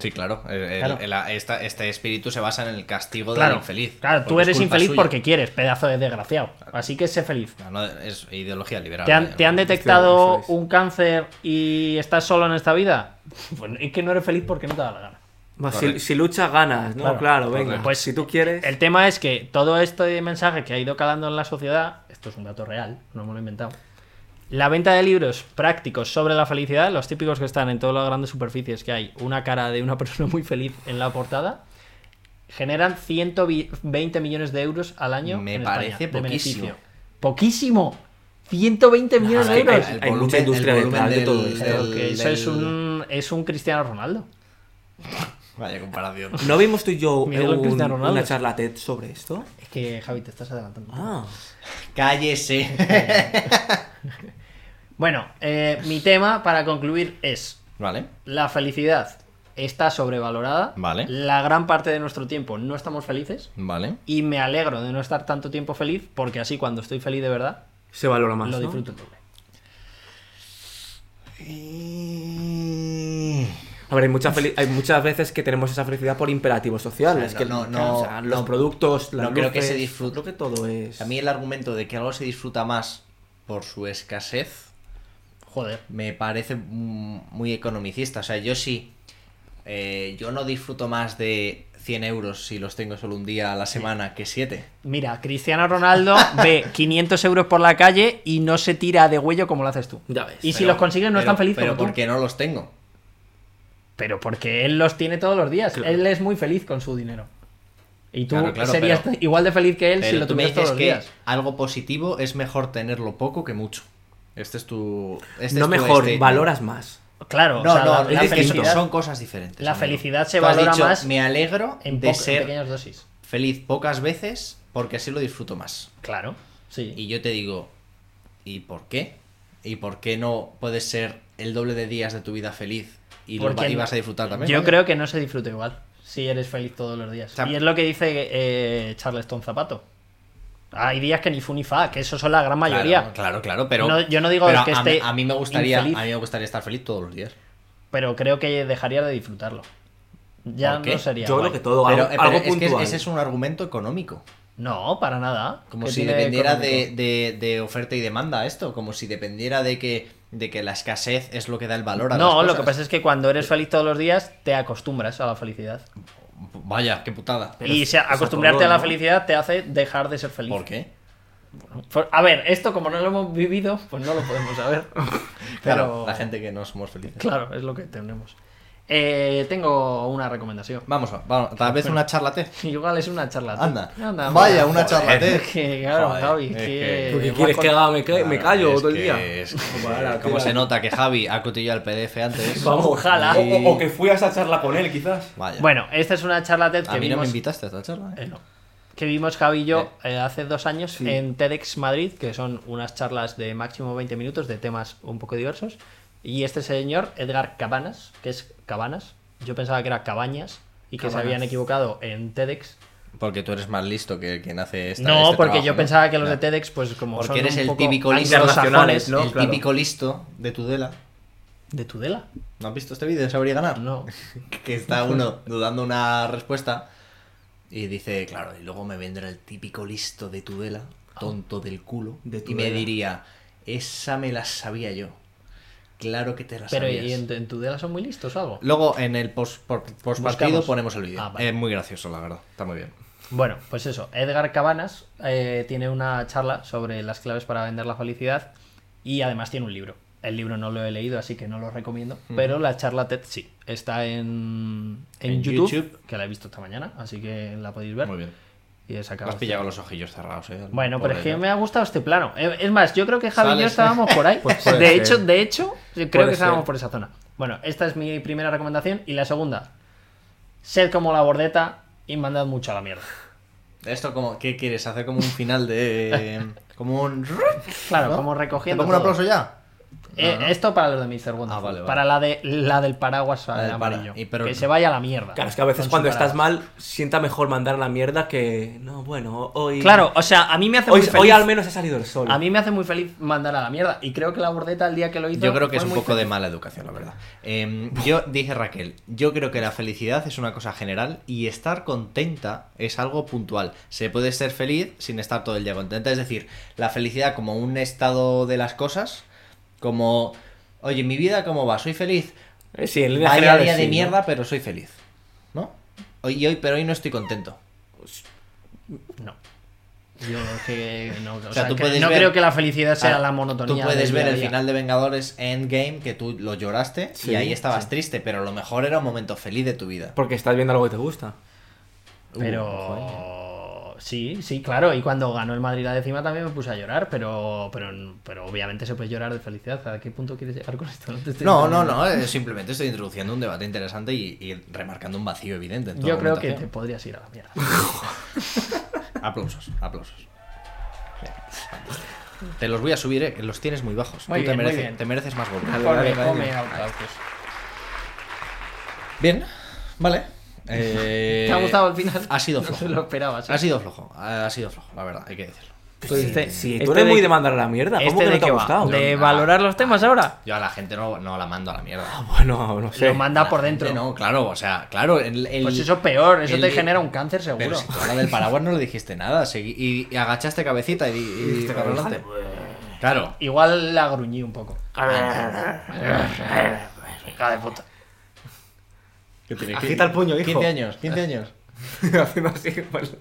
A: Sí, claro. el- el-
B: Claro.
A: el- la- esta- este espíritu se basa en el castigo
B: Claro,
A: del infeliz.
B: claro, tú
A: porque es
B: eres
A: culpa
B: infeliz
A: suya.
B: porque quieres, pedazo de desgraciado. Así que sé feliz.
A: No, no, es ideología liberal.
B: ¿Te
A: eh,
B: han, te han
A: no.
B: detectado
C: eso es.
B: un cáncer y estás solo en esta vida? Pues es que no eres feliz porque no te da la gana.
C: Va, Si,
A: Correcto.
C: si luchas, ganas, ¿no? Claro,
B: Claro.
C: venga.
B: Pues,
C: si tú quieres.
B: El tema es que todo este mensaje que ha ido calando en la sociedad, esto es un dato real, no me lo he inventado. La venta de libros prácticos sobre la felicidad, los típicos que están en todas las grandes superficies, que hay una cara de una persona muy feliz en la portada, generan 120 millones de euros al año.
A: Me
B: en
A: parece
B: España, de
A: poquísimo.
B: beneficio. Poquísimo. 120
A: Ah,
B: millones de
C: es que
B: euros.
C: hay mucha industria detrás de todo esto.
B: Pero que eso es un es un Cristiano Ronaldo.
A: Vaya comparación.
C: ¿No vimos tú y yo
B: Mi ídolo
C: un-
B: Cristiano Ronaldo.
C: una charla TED sobre esto?
B: Es que Javi te estás adelantando.
C: Ah,
A: Cállese.
B: Bueno, eh, mi tema para concluir es
A: Vale.
B: La felicidad está sobrevalorada.
A: Vale.
B: La gran parte de nuestro tiempo no estamos felices.
A: Vale.
B: Y me alegro de no estar tanto tiempo feliz porque así cuando estoy feliz de verdad
C: se valora más.
B: lo
C: ¿no?
B: disfruto el doble.
C: A ver, hay, mucha feli- hay muchas veces que tenemos esa felicidad por imperativos sociales.
A: O sea,
C: que
A: no- no-
C: o sea, los
A: no-
C: productos, las
A: no creo que
C: luces,
A: se disfrute.
C: Creo que todo es.
A: A mí el argumento de que algo se disfruta más por su escasez
B: Joder.
A: me parece mm, muy economicista. O sea, yo sí. eh, yo no disfruto más de 100 euros si los tengo solo un día a la semana que 7.
B: Mira, Cristiano Ronaldo ve 500 euros por la calle y no se tira de huello como lo haces tú.
C: Ya ves.
B: Y si los consigues no están felices
A: Pero
B: como tú.
A: porque no los tengo.
B: Pero porque él los tiene todos los días.
C: Claro.
B: Él es muy feliz con su dinero. Y tú
A: Claro, claro,
B: serías
A: pero-
B: igual de feliz que él si
A: Pero
B: lo
A: tú me
B: tuvieras todos
A: dices
B: los
A: que
B: días.
A: algo positivo es mejor tenerlo poco que mucho. Este es tu. este
C: no
A: es tu
C: mejor,
A: statement.
C: valoras más.
B: Claro,
A: No,
B: o sea,
A: no,
B: la,
A: es
B: la
A: distinto,
B: felicidad
A: son cosas diferentes.
B: la
A: amigo.
B: felicidad se
A: Tú has
B: valora
A: dicho,
B: más
A: Me alegro
B: en,
A: de
B: poca- en
A: ser
B: pequeñas dosis.
A: feliz pocas veces porque así lo disfruto más.
B: Claro, sí.
A: Y yo te digo, ¿y por qué? ¿Y por qué no puedes ser el doble de días de tu vida feliz y, lo,
B: Porque
A: va- y vas a disfrutar también?
B: Yo
A: vaya?
B: creo que no se disfruta igual si eres feliz todos los días.
A: O sea-
B: y es lo que dice eh, Charleston Zapato. Hay días que ni fu ni fa, que eso son la gran
A: Claro,
B: mayoría.
A: Claro, claro, pero.
B: No, yo no digo
A: pero
B: que
A: a mí-
B: esté
A: a, mí me gustaría,
B: infeliz.
A: a mí me gustaría estar feliz todos los días.
B: Pero creo que dejaría de disfrutarlo. Ya
A: ¿Por qué?
B: no sería.
C: Yo
B: guay.
C: creo que todo,
A: Pero,
C: algo,
A: eh, pero
C: algo
A: es
C: puntual.
A: que ese es un argumento económico.
B: No, para nada.
A: Como
B: ¿Qué
A: si
B: tiene
A: dependiera de,
B: económico?
A: de- de oferta y demanda esto, como si dependiera de que, de que la escasez es lo que da el valor a
B: No,
A: las
B: lo
A: cosas.
B: que pasa es que cuando eres feliz todos los días, te acostumbras a la felicidad.
A: Vaya, qué putada.
C: Pero
B: y
C: es-
B: se-
C: es a
B: acostumbrarte
C: todo,
B: a la
C: ¿no?
B: felicidad te hace dejar de ser feliz.
A: ¿Por qué?
B: Por- A ver, esto como no lo hemos vivido, pues no lo podemos saber.
A: Claro,
B: Pero-
A: la gente que no somos felices.
B: Claro, es lo que tenemos. Eh, tengo una recomendación.
A: Vamos, a- vamos, tal vez una charla té.
B: Igual es una charla.
A: Anda. Vaya, una charla té.
B: Que, claro,
A: Joder,
B: Javi,
A: es
B: que-
A: que-
C: ¿Tú qué
B: más
C: quieres
B: con-
C: que haga? Me, ca- me
A: Eh, Claro,
C: callo
A: es
C: todo el
A: que-
C: día.
A: es que-
C: Vale,
A: ¿Cómo
C: tira.
A: se nota que Javi ha cotillado el PDF antes?
B: Vamos, ojalá.
C: O, o- o que fui a esa charla con él, quizás.
A: Vaya.
B: Bueno, esta es una charla TED
A: a
B: que
A: mí no me
B: vimos,
A: invitaste a esta charla. ¿eh?
B: eh, no. que vimos Javi y yo eh, hace dos años en TEDx Madrid, que son unas charlas de máximo 20 minutos de temas un poco diversos. Y este señor, Edgar Cabanas, que es Cabanas, yo pensaba que era Cabañas y que
C: Cabanas.
B: se habían equivocado en TEDx.
A: Porque tú eres más listo que quien hace esta
B: no,
A: este
B: porque
A: trabajo,
B: yo
A: ¿no?
B: pensaba que los
A: Ya.
B: de TEDx, pues como son
A: Porque eres
B: un
A: el
B: poco
A: típico listo,
B: anglosajones,
C: ¿no?
A: el
C: Claro.
A: típico listo de Tudela.
B: ¿De Tudela?
A: ¿No has visto este vídeo de Saber y Ganar?
B: No.
A: Que está uno dudando una respuesta y dice, claro, y luego me vendrá el típico listo de Tudela, tonto
B: Ah,
A: del culo,
C: De
A: y me
C: Tudela.
A: diría, esa me la sabía yo. Claro que te la
B: Pero
A: sabías.
B: ¿y en, en Tudela son muy listos o algo?
A: Luego en el post, por- post partido
B: Buscamos.
A: ponemos el vídeo.
B: Ah, vale.
A: Es muy gracioso, la verdad. Está muy bien.
B: Bueno, pues eso. Edgar Cabanas eh, tiene una charla sobre las claves para vender la felicidad y además tiene un libro. El libro no lo he leído, así que no lo recomiendo. Pero la charla TED sí. Está en, en,
A: En
B: YouTube,
A: YouTube.
B: que la he visto esta mañana, así que la podéis ver.
A: Muy bien.
B: Y es
A: Me has pillado con los ojillos cerrados, eh.
B: Bueno, pero es
A: Pobre
B: que
A: yo.
B: me ha gustado este plano. Eh, Es más, yo creo que Javi y yo
A: Sales.
B: estábamos por ahí.
C: Pues puede
B: de
C: ser.
B: hecho, de hecho, yo creo
C: Puede
B: que estábamos
C: ser.
B: por esa zona. Bueno, esta es mi primera recomendación. Y la segunda, sed como la bordeta y mandad mucho a la mierda.
A: Esto como, ¿qué quieres? ¿Hacer como un final de... como un...
B: Claro,
A: ¿No?
B: como
A: ¿Te
B: recogiendo.
A: pongo un
B: todo.
A: aplauso ya?
B: Eh, Esto para los de Mr. Wonderful.
A: Ah, vale, vale.
B: Para la de la del paraguas
A: La del para-
B: amarillo.
A: y pero-
B: Que se vaya a la mierda.
C: Claro, es que a veces
B: Con
C: cuando
B: su
C: estás
B: paraguas.
C: mal, sienta mejor mandar a la mierda que. No, bueno, hoy.
B: Claro, o sea, a mí me hace
C: hoy,
B: muy feliz.
C: hoy al menos ha salido el sol.
B: A mí me hace muy feliz mandar a la mierda. Y creo que la bordeta el día que lo hizo.
A: Yo creo que
B: fue
A: es un
B: muy
A: poco de mala educación, la verdad. Em, yo dije Raquel, yo creo que la felicidad es una cosa general y estar contenta es algo puntual. Se puede ser feliz sin estar todo el día contenta. Es decir, la felicidad como un estado de las cosas, como, oye, mi vida cómo va, soy feliz.
C: Eh, sí, en líneas
A: Vaya
C: generales
A: día de
C: sí, ¿no?
A: mierda, pero soy feliz. ¿No? Hoy, y hoy, pero hoy no estoy contento.
B: No. Yo es que no, o
A: sea,
B: sea,
A: tú
B: que
A: puedes
B: no
A: ver-
B: creo que la felicidad sea
A: Ah,
B: la monotonía.
A: Tú puedes
B: del
A: ver
B: día a
A: el
B: día.
A: final de Vengadores Endgame, que tú lo lloraste
C: Sí,
A: y ahí estabas
C: sí.
A: triste, pero a lo mejor era un momento feliz de tu vida.
C: Porque estás viendo algo que te gusta.
B: Uh, Pero sí, sí, claro. Y cuando ganó el Madrid la décima también me puse a llorar, pero, pero, pero obviamente se puede llorar de felicidad. ¿A qué punto quieres llegar con esto? No, te estoy
A: No, no,
B: entendiendo.
A: no, eh, simplemente estoy introduciendo un debate interesante y, y remarcando un vacío evidente. en tu
B: Yo creo que te
A: argumentación.
B: podrías ir a la mierda.
A: Aplausos, aplausos. Bien. Te los voy a subir, eh, que los tienes muy bajos.
B: Muy
A: Tú te,
B: bien, muy
A: mereces,
B: bien.
A: te mereces más golpes.
B: Come, come aplausos.
A: Bien, vale. Eh, ah,
B: ¿Te ha gustado el final?
A: Ha sido
B: No
A: flojo.
B: se lo esperaba. sí.
A: Ha sido flojo, ha sido flojo, la verdad, hay que decirlo.
B: Tú este-
C: Si
B: este
C: tú eres muy
B: de
C: de mandar a la mierda, ¿cómo
B: este
C: que
B: de
C: no te
B: qué
C: ha
B: va?
C: gustado?
B: ¿De
A: Yo-
B: valorar los temas ahora?
A: Yo a la gente no, no la mando a la mierda.
C: Bueno, no sé.
B: Lo manda por
A: La gente
B: dentro.
A: No, claro, o sea, claro. el- el-
B: Pues eso es peor, eso
A: el-
B: te genera un cáncer seguro.
A: Pero si tú a la del paraguas no le dijiste nada, segui- y, y agachaste cabecita y, y- y
C: Este
A: para adelante.
C: pues,
A: Claro.
B: Igual la gruñí un poco. Hija de puta.
C: Agita el puño, hijo.
A: 15 años, 15 años.
C: Haciendo así, pues.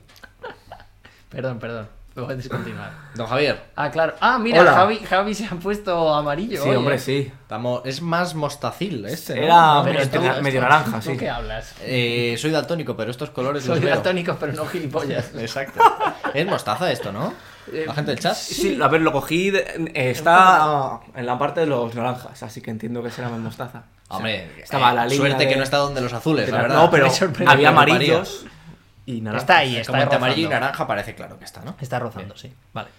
B: Perdón, perdón. Puedes continuar.
A: Don Javier,
B: Ah, claro. Ah, mira,
C: Hola.
B: Javi, Javi se ha puesto amarillo.
C: Sí,
B: oye.
C: hombre, sí.
A: estamos- es más mostacil este. ¿no?
C: Era
B: Pero
C: medio-
B: tú-
C: medio
B: tú-
C: naranja,
B: ¿tú
C: sí.
B: qué hablas?
A: Eh, soy daltónico, pero estos colores
B: Soy
A: los veo.
B: daltónico, pero no gilipollas.
A: Exacto. Es mostaza esto, ¿no? La gente del chat.
C: Eh, Sí, a ver, lo cogí. de- eh, está en la parte de los naranjas, así que entiendo que será más mostaza.
A: Hombre,
C: estaba
A: eh,
C: la línea
A: suerte que
C: de-
A: no está donde los azules, la verdad.
C: no, pero
B: Me sorprende.
C: había
A: Me preocuparía.
C: amarillos y naranjas.
B: Está ahí, está
A: Como entre amarillo y
B: rozando.
A: naranja parece claro que está, ¿no?
B: Está rozando, sí. Vale.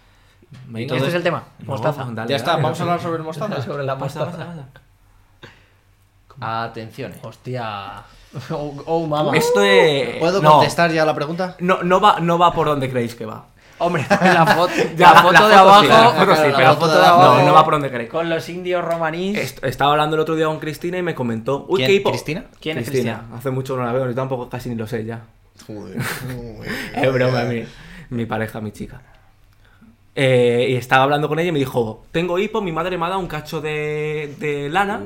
C: Me-
B: Este es el tema,
C: No,
B: mostaza.
C: dale,
A: ya
C: dale,
A: está,
C: dale.
A: vamos a hablar sobre el mostaza.
B: Sobre la
C: Pasa,
B: mostaza.
C: pasa, pasa.
A: Atención. eh.
B: Hostia. Oh, oh, mamá.
C: Esto es.
A: ¿Puedo
C: no,
A: contestar ya la pregunta?
C: No, no, va, no va por donde creéis que va.
B: Hombre, la foto,
C: Ya,
B: la foto
C: la
B: de
C: foto
B: abajo.
C: sí, la foto
A: claro,
C: sí, pero
A: la foto de
C: no,
A: abajo.
C: No, va por donde creéis.
B: Con los indios romaníes.
C: Est- Estaba hablando el otro día con Cristina y me comentó. Uy,
A: ¿Quién?
C: qué hipo.
A: ¿Cristina?
B: ¿Quién es
C: Cristina.
B: Cristina?
C: Hace mucho no la veo, yo tampoco casi ni lo sé ya.
A: Joder.
C: Es broma, mi, mi pareja, mi chica. Eh, y estaba hablando con ella y me dijo: Tengo hipo, mi madre me ha dado un cacho de, de lana.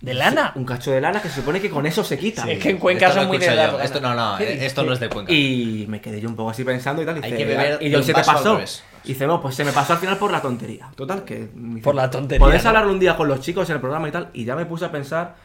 B: ¿De lana?
C: Un cacho de lana que se supone que con eso se quita.
B: Es que en Cuenca
A: Eh, Esto
B: son
A: lo
B: muy de
A: escucho
B: dar
A: yo.
B: ganas.
A: Esto no, no,
B: ¿Qué
A: eh, esto no es de Cuenca.
C: Y me quedé yo un poco así pensando y tal. Y
A: Hay
C: dice,
A: que beber
C: y yo,
A: del
C: se te
A: vaso al
C: pasó.
A: revés.
C: Y dice, no, pues se me pasó al final por la tontería. Total, que. me dice,
B: Por la tontería,
C: Podés
B: ¿no?
C: hablar un día con los chicos en el programa y tal. Y ya me puse a pensar.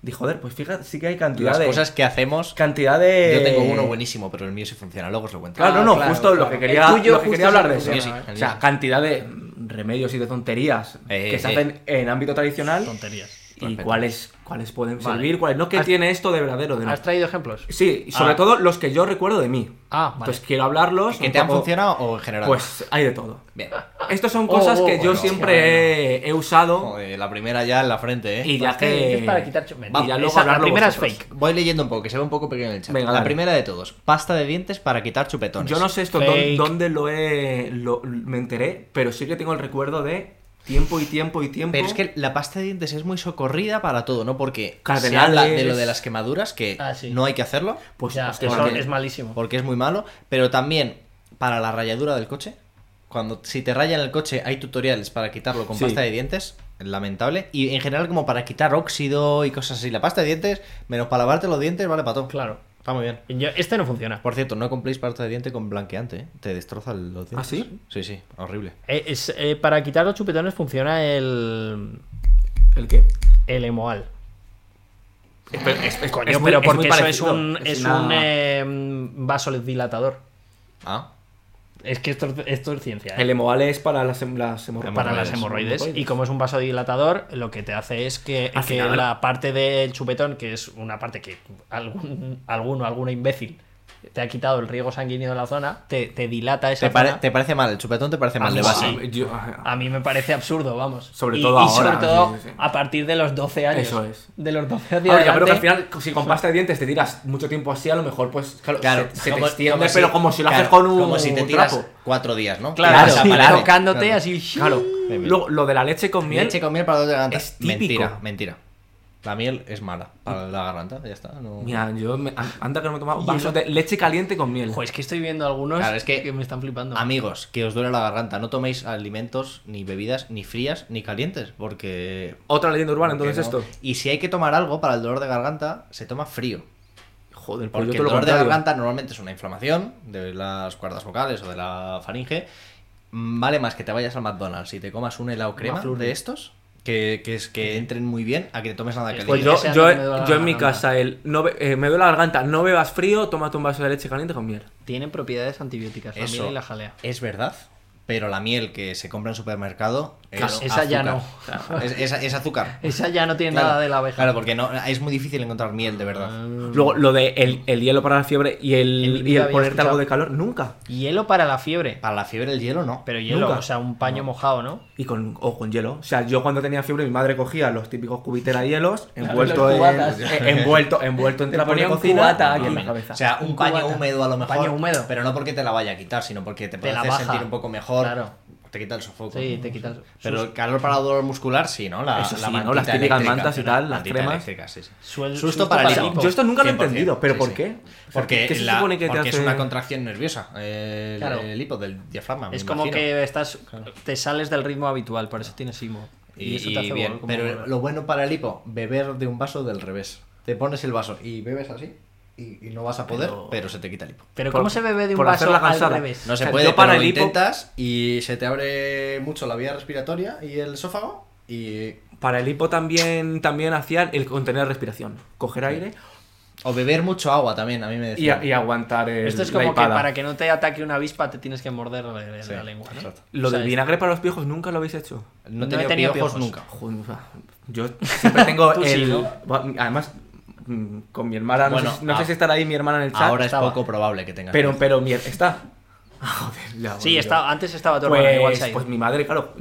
C: Dije, joder, pues fíjate, sí que hay cantidad
A: Las
C: de.
A: cosas que hacemos.
C: Cantidad de.
A: Yo tengo uno buenísimo, pero el mío sí funciona, luego os lo cuento.
C: Eh. Claro,
B: Ah,
C: no, no,
B: claro,
C: justo
B: claro.
C: lo que quería,
B: El tuyo
C: lo que
B: justo es
C: quería hablar
B: el
C: de
B: que
C: eso.
A: funciona, ¿eh?
C: O sea, cantidad de mm, remedios y de tonterías
A: Eh,
C: que se
A: eh.
C: hacen en ámbito tradicional.
B: Tonterías.
C: Y cuáles, cuáles pueden
B: Vale.
C: servir, cuáles no. ¿Qué
B: Has-
C: tiene esto de verdadero? De no?
B: ¿Has traído ejemplos?
C: Sí, y sobre
B: Ah.
C: todo los que yo recuerdo de mí.
B: Ah, vale.
C: Entonces quiero hablarlos.
A: ¿Que
C: un
A: te han
C: poco-
A: funcionado o en general?
C: Pues hay de todo.
A: Bien.
C: Estas son
B: Oh,
C: cosas
B: oh,
C: que yo
B: bueno,
C: siempre he, he usado
A: Joder, eh, la primera ya en la frente, ¿eh?
C: y ya
B: Este
C: que...
B: es para quitar chum-
C: y ya
B: Esa-
C: luego
B: La
C: hablarlo
B: primera es
C: vosotros.
B: fake.
A: Voy leyendo un poco, que se ve un poco pequeño en el chat.
C: Venga,
A: la
C: dale.
A: primera de todos, pasta de dientes para quitar chupetones.
C: Yo no sé esto dó-
B: Fake.
C: dónde lo he... lo- me enteré, pero sí que tengo el recuerdo de tiempo y tiempo y tiempo.
A: Pero es que la pasta de dientes es muy socorrida para todo, ¿no? Porque se
C: Cardenales.
A: habla de lo de las quemaduras, que
B: Ah, sí.
A: no hay que hacerlo,
C: Pues
B: Ya,
C: hostia,
B: eso
C: porque-
B: es malísimo.
A: porque es muy malo, pero también para la rayadura del coche. Cuando si te rayan el coche hay tutoriales para quitarlo con
C: Sí.
A: pasta de dientes, lamentable. Y en general como para quitar óxido y cosas así. La pasta de dientes, menos para lavarte los dientes, vale para todo.
B: Claro.
A: Está muy bien.
B: Yo- este no funciona.
A: Por cierto, no compréis pasta de diente con blanqueante, ¿eh? te destroza los dientes.
C: ¿Ah, sí?
A: Sí, sí, horrible.
B: Eh, es, eh, para quitar los chupetones funciona el.
C: ¿El qué?
B: El emoal.
C: Pero, es, es-
B: Coño,
C: es muy-
B: pero
C: es muy
B: porque eso es
C: parecido.
B: un, es
C: una-
B: un eh, vasodilatador.
A: Ah,
B: Es que esto, esto es ciencia. ¿eh?
C: El hemoval es para las, hem- las hemorroides.
B: para las hemorroides. Y como es un vasodilatador, lo que te hace es que,
C: Al
B: que
C: final-
B: la parte del chupetón, que es una parte que algún, alguno, alguna imbécil te ha quitado el riego sanguíneo de la zona, te, te dilata esa
A: ¿Te, pare-
B: zona.
A: te parece mal? ¿El chupetón te parece
C: Ah,
A: mal de base?
C: sí, yo-
B: A mí me parece absurdo, vamos.
C: Sobre
B: y,
C: todo
B: y sobre
C: ahora,
B: todo
C: sí, sí, sí.
B: a partir de los 12 años.
C: Eso es.
B: De los 12 años.
C: A ver, yo creo que al final, si con pasta de dientes te tiras mucho tiempo así, a lo mejor, pues, claro,
A: Claro,
C: se, se
A: como-
C: te extiende,
A: como si-
C: pero como si lo haces
A: claro,
C: con un,
A: Como si te
C: un
A: tiras
C: trapo.
A: cuatro días, ¿no?
B: Claro,
A: Y
B: sí,
A: desaparece.
B: tocándote
A: Claro.
B: así.
C: Claro.
A: Bien, bien.
C: Luego, lo de la leche con miel,
A: Leche con miel para dos garganta.
C: es típico.
A: Mentira, mentira. La miel es mala para la garganta, ya está. no-
C: mira, yo, me, an- antes que no me tomaba
B: Y
C: vasos
B: lo-
C: de leche caliente con miel.
B: Ojo, es que estoy viendo algunos
A: Claro, es que-
B: me están flipando.
A: Amigos, que os duele la garganta, no toméis alimentos ni bebidas ni frías ni calientes, porque...
C: Otra leyenda urbana, entonces
A: porque no.
C: esto.
A: Y si hay que tomar algo para el dolor de garganta, se toma frío.
C: Joder, pues
A: Porque
C: yo
A: el
C: todo lo
A: dolor de
C: contrario.
A: garganta normalmente es una inflamación de las cuerdas vocales o de la faringe. Mm, Vale más que te vayas al McDonald's y te comas un helado crema de estos, que, que es que entren muy bien, a que te tomes nada caliente.
C: Pues
B: Que
C: yo,
B: sea
C: yo,
B: lo que me duela la
C: yo en mi
B: garganta.
C: casa, el no be- eh, me duele la garganta, no bebas frío, tómate un vaso de leche caliente con miel.
B: Tienen propiedades antibióticas, la
A: Eso
B: miel y la jalea.
A: es verdad, pero la miel que se compra en supermercado es
B: Claro, esa ya no.
A: Claro, Es, es- es azúcar.
B: Esa ya no tiene
A: Claro,
B: nada de la abeja. Ah.
A: Claro, porque no, es muy difícil encontrar miel, de verdad.
C: Luego, lo de el, el hielo para la fiebre y
B: Mm. En mi
C: el,
B: vida
C: y el
B: había
C: ponerte algo
B: escuchado.
C: de calor, nunca.
B: Hielo para la fiebre.
A: Para la fiebre del hielo, no.
B: Pero hielo,
C: Nunca.
B: o sea, un paño mojado, ¿no?
C: Y con, o con hielo. O sea, yo cuando tenía fiebre, mi madre cogía los típicos cubiteras de hielos, envuelto
B: los
C: en,
B: cubatas.
C: en- envuelto, envuelto en
B: Te
C: tela
B: ponía
C: de
B: un
C: cocina,
B: cubata
C: y en
B: aquí.
C: la cabeza.
A: O sea, un,
B: Un
A: paño
B: cubata.
A: húmedo a lo mejor.
B: Paño húmedo.
A: Pero no porque te la vaya a quitar, sino porque te puede
B: la
A: hacer
B: baja.
A: sentir un poco mejor.
B: Claro.
A: Te quita el sofoco.
B: Sí, te quita el-
A: Pero
B: sus-
A: el calor para dolor muscular, sí, ¿no? La,
C: Eso
A: la
C: sí, ¿no?
A: mantita
C: Las típicas
A: eléctrica.
C: mantas y tal, las
A: Mantita
C: cremas.
A: eléctrica, sí, sí.
B: Suel-
A: susto,
B: susto
A: para,
B: para
A: el
B: el
A: hipo.
B: hipo. Yo
C: esto nunca lo he
A: 100%,
C: entendido, pero
A: sí,
C: ¿por
A: sí.
C: qué? O sea,
A: Porque,
C: ¿qué se
A: la-
C: supone que te
A: porque es
C: hace-
A: una contracción nerviosa. El,
B: Claro.
A: el hipo del diafragma. me
B: Es como
A: imagino.
B: que estás, te sales del ritmo habitual, por eso tienes simo.
A: Y,
B: Y, eso te
A: y
B: hace
A: bien,
B: volver como-
A: pero lo bueno para el hipo, beber de un vaso del revés. Te pones el vaso y bebes así y, y no vas a poder, pero... se te quita el hipo.
B: Pero
C: por-
B: ¿cómo se bebe de un
C: por hacer
B: vaso
C: la
B: al
C: cansada.
B: revés?
A: No se
C: O sea,
A: puede,
C: yo para
A: pero lo
C: el hipo-
A: intentas y se te abre mucho la vía respiratoria y el esófago y...
C: Para el hipo también, también hacían el contener respiración. Coger aire
A: O beber mucho agua también, a mí me
C: y,
A: decían.
C: y aguantar el,
B: Esto es
C: la
B: como que
C: hipada.
B: para que no te ataque una avispa te tienes que morder la, la
A: Sí,
B: lengua, ¿no?
A: exacto.
C: Lo
B: O sea,
C: del
B: es-
C: vinagre para los piojos nunca lo habéis hecho.
A: No,
B: no he
A: tenía
B: tenido
A: piojos,
B: piojos.
A: nunca.
C: Joder, o sea, yo siempre tengo
B: Tú
C: el.
B: sí, ¿no?
C: va- Además, mm, con mi hermana, no,
A: Bueno,
C: sé, si- no sé
A: ah-
C: si estará ahí mi hermana en el chat.
A: Ahora es
C: estaba.
A: poco probable que tengas
C: Pero,
A: piojos.
C: pero mi. Está. Ah, Joder, la
B: Sí,
C: boludo.
B: estaba- antes estaba tu
C: Pues,
B: hermana, igual se ha ido.
C: pues mi madre, claro.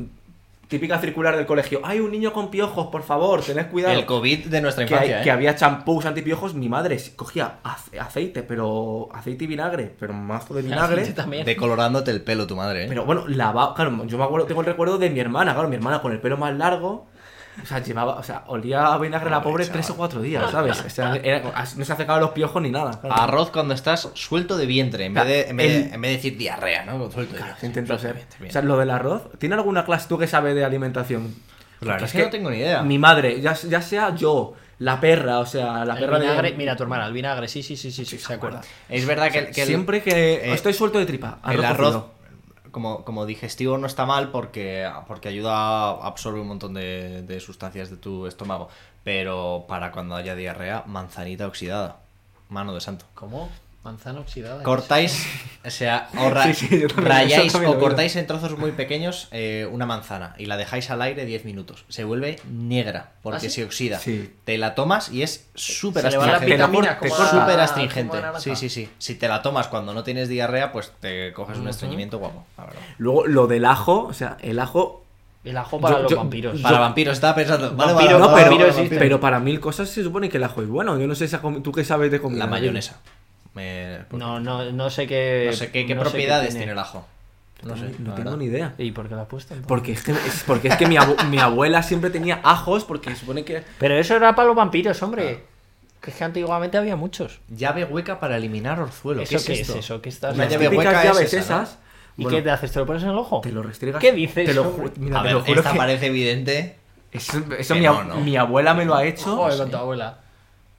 C: Típica circular del colegio. Hay un niño con piojos, por favor, tened cuidado.
A: El COVID de nuestra
C: que, hay-
A: infancia,
C: que
A: ¿eh?
C: había champús antipiojos, mi madre cogía ace- aceite, pero aceite y vinagre, pero mazo de vinagre.
B: Aceite también.
A: Decolorándote el pelo tu madre, ¿eh?
C: Pero bueno, lavaba. Claro, yo me acuerdo, tengo el recuerdo de mi hermana, claro, mi hermana con el pelo más largo. O sea, llevaba, o sea, olía a vinagre la
A: Pobre
C: pobre
A: chaval.
C: tres o cuatro días, ¿sabes? O sea, era- así no se acercaban los piojos ni nada. claro.
A: Arroz cuando estás suelto de vientre, en vez
C: Claro,
A: de, en vez de-
C: el-
A: en vez de decir diarrea, ¿no? Suelto de
C: Claro,
A: vientre,
C: intento
A: suelto de
C: ser.
A: vientre, bien.
C: O sea, lo del arroz, ¿tiene alguna clase tú que sabe de alimentación?
A: La verdad es que no tengo ni idea.
C: Mi madre, ya, ya sea yo, la perra, o sea, la
B: El
C: perra
B: vinagre,
C: de.
B: mira tu hermana, el vinagre, sí, sí, sí, sí, sí, se acuerda.
A: Es verdad que, el- que el-
C: Siempre que
A: eh,
C: estoy suelto de tripa, arroz
A: el arroz,
C: cocido.
A: como, como digestivo, no está mal porque, porque ayuda a absorber un montón de, de sustancias de tu estómago. Pero para cuando haya diarrea, manzanita oxidada. Mano de santo.
B: ¿Cómo? Manzana oxidada.
A: Cortáis, o sea, o ra-
C: Sí, sí, yo también-
A: rayáis
C: yo también lo
A: o
C: veo.
A: cortáis en trozos muy pequeños eh, una manzana y la dejáis al aire 10 minutos. Se vuelve negra porque
B: ¿Ah, sí?
A: se oxida.
C: Sí.
A: Te la tomas y es súper
B: Se le va la
A: astringente.
B: vitamina como
C: Te corta.
B: a-
A: Súper
B: como a
A: astringente.
B: naranja.
A: Sí, sí, sí. Si te la tomas cuando no tienes diarrea, pues te coges un estreñimiento guapo. la verdad.
C: Luego, lo del ajo, o sea, el ajo
B: El ajo para
C: Yo-
B: los
C: yo-
B: vampiros.
A: Para vampiros, estaba pensando. Vale, vale,
B: Vampiro,
A: vale,
C: no, pero,
A: vale,
B: vampiros
A: vale,
B: existen.
C: pero para mil cosas se supone que el ajo es bueno. Yo no sé, esa comi- ¿tú qué sabes de comida?
A: La mayonesa. Me- porque-
B: No, no, no sé qué.
A: no sé qué, qué
B: no sé
A: propiedades
B: tiene.
A: tiene el ajo. No sé.
C: No
A: la
C: tengo
A: verdad.
C: ni idea.
B: ¿Y por qué lo has puesto? entonces?
C: Porque es que, es- porque es que mi, abu- mi abuela siempre tenía ajos porque se supone que...
B: Pero eso era para los vampiros, hombre. Que es que antiguamente había muchos.
A: Llave hueca para eliminar orzuelo.
B: ¿Eso
A: ¿Qué es
B: qué
A: esto?
B: es eso? ¿Qué estás-
A: Una
C: Las
A: llave
C: típicas
A: hueca es
C: llaves
A: esa, ¿no?
C: esas...
B: ¿Y
C: bueno,
B: qué te haces? ¿Te lo pones en el ojo?
C: te lo restriegas.
B: ¿Qué dices,
C: Te lo
B: hombre?
C: ju- mira,
A: a
C: te
A: ver,
C: lo juro
A: esta
C: que-
A: parece evidente.
C: Eso, eso
A: Que
C: mi, ab-
A: no, no.
C: mi abuela me lo ha hecho.
B: Joder, con tu abuela.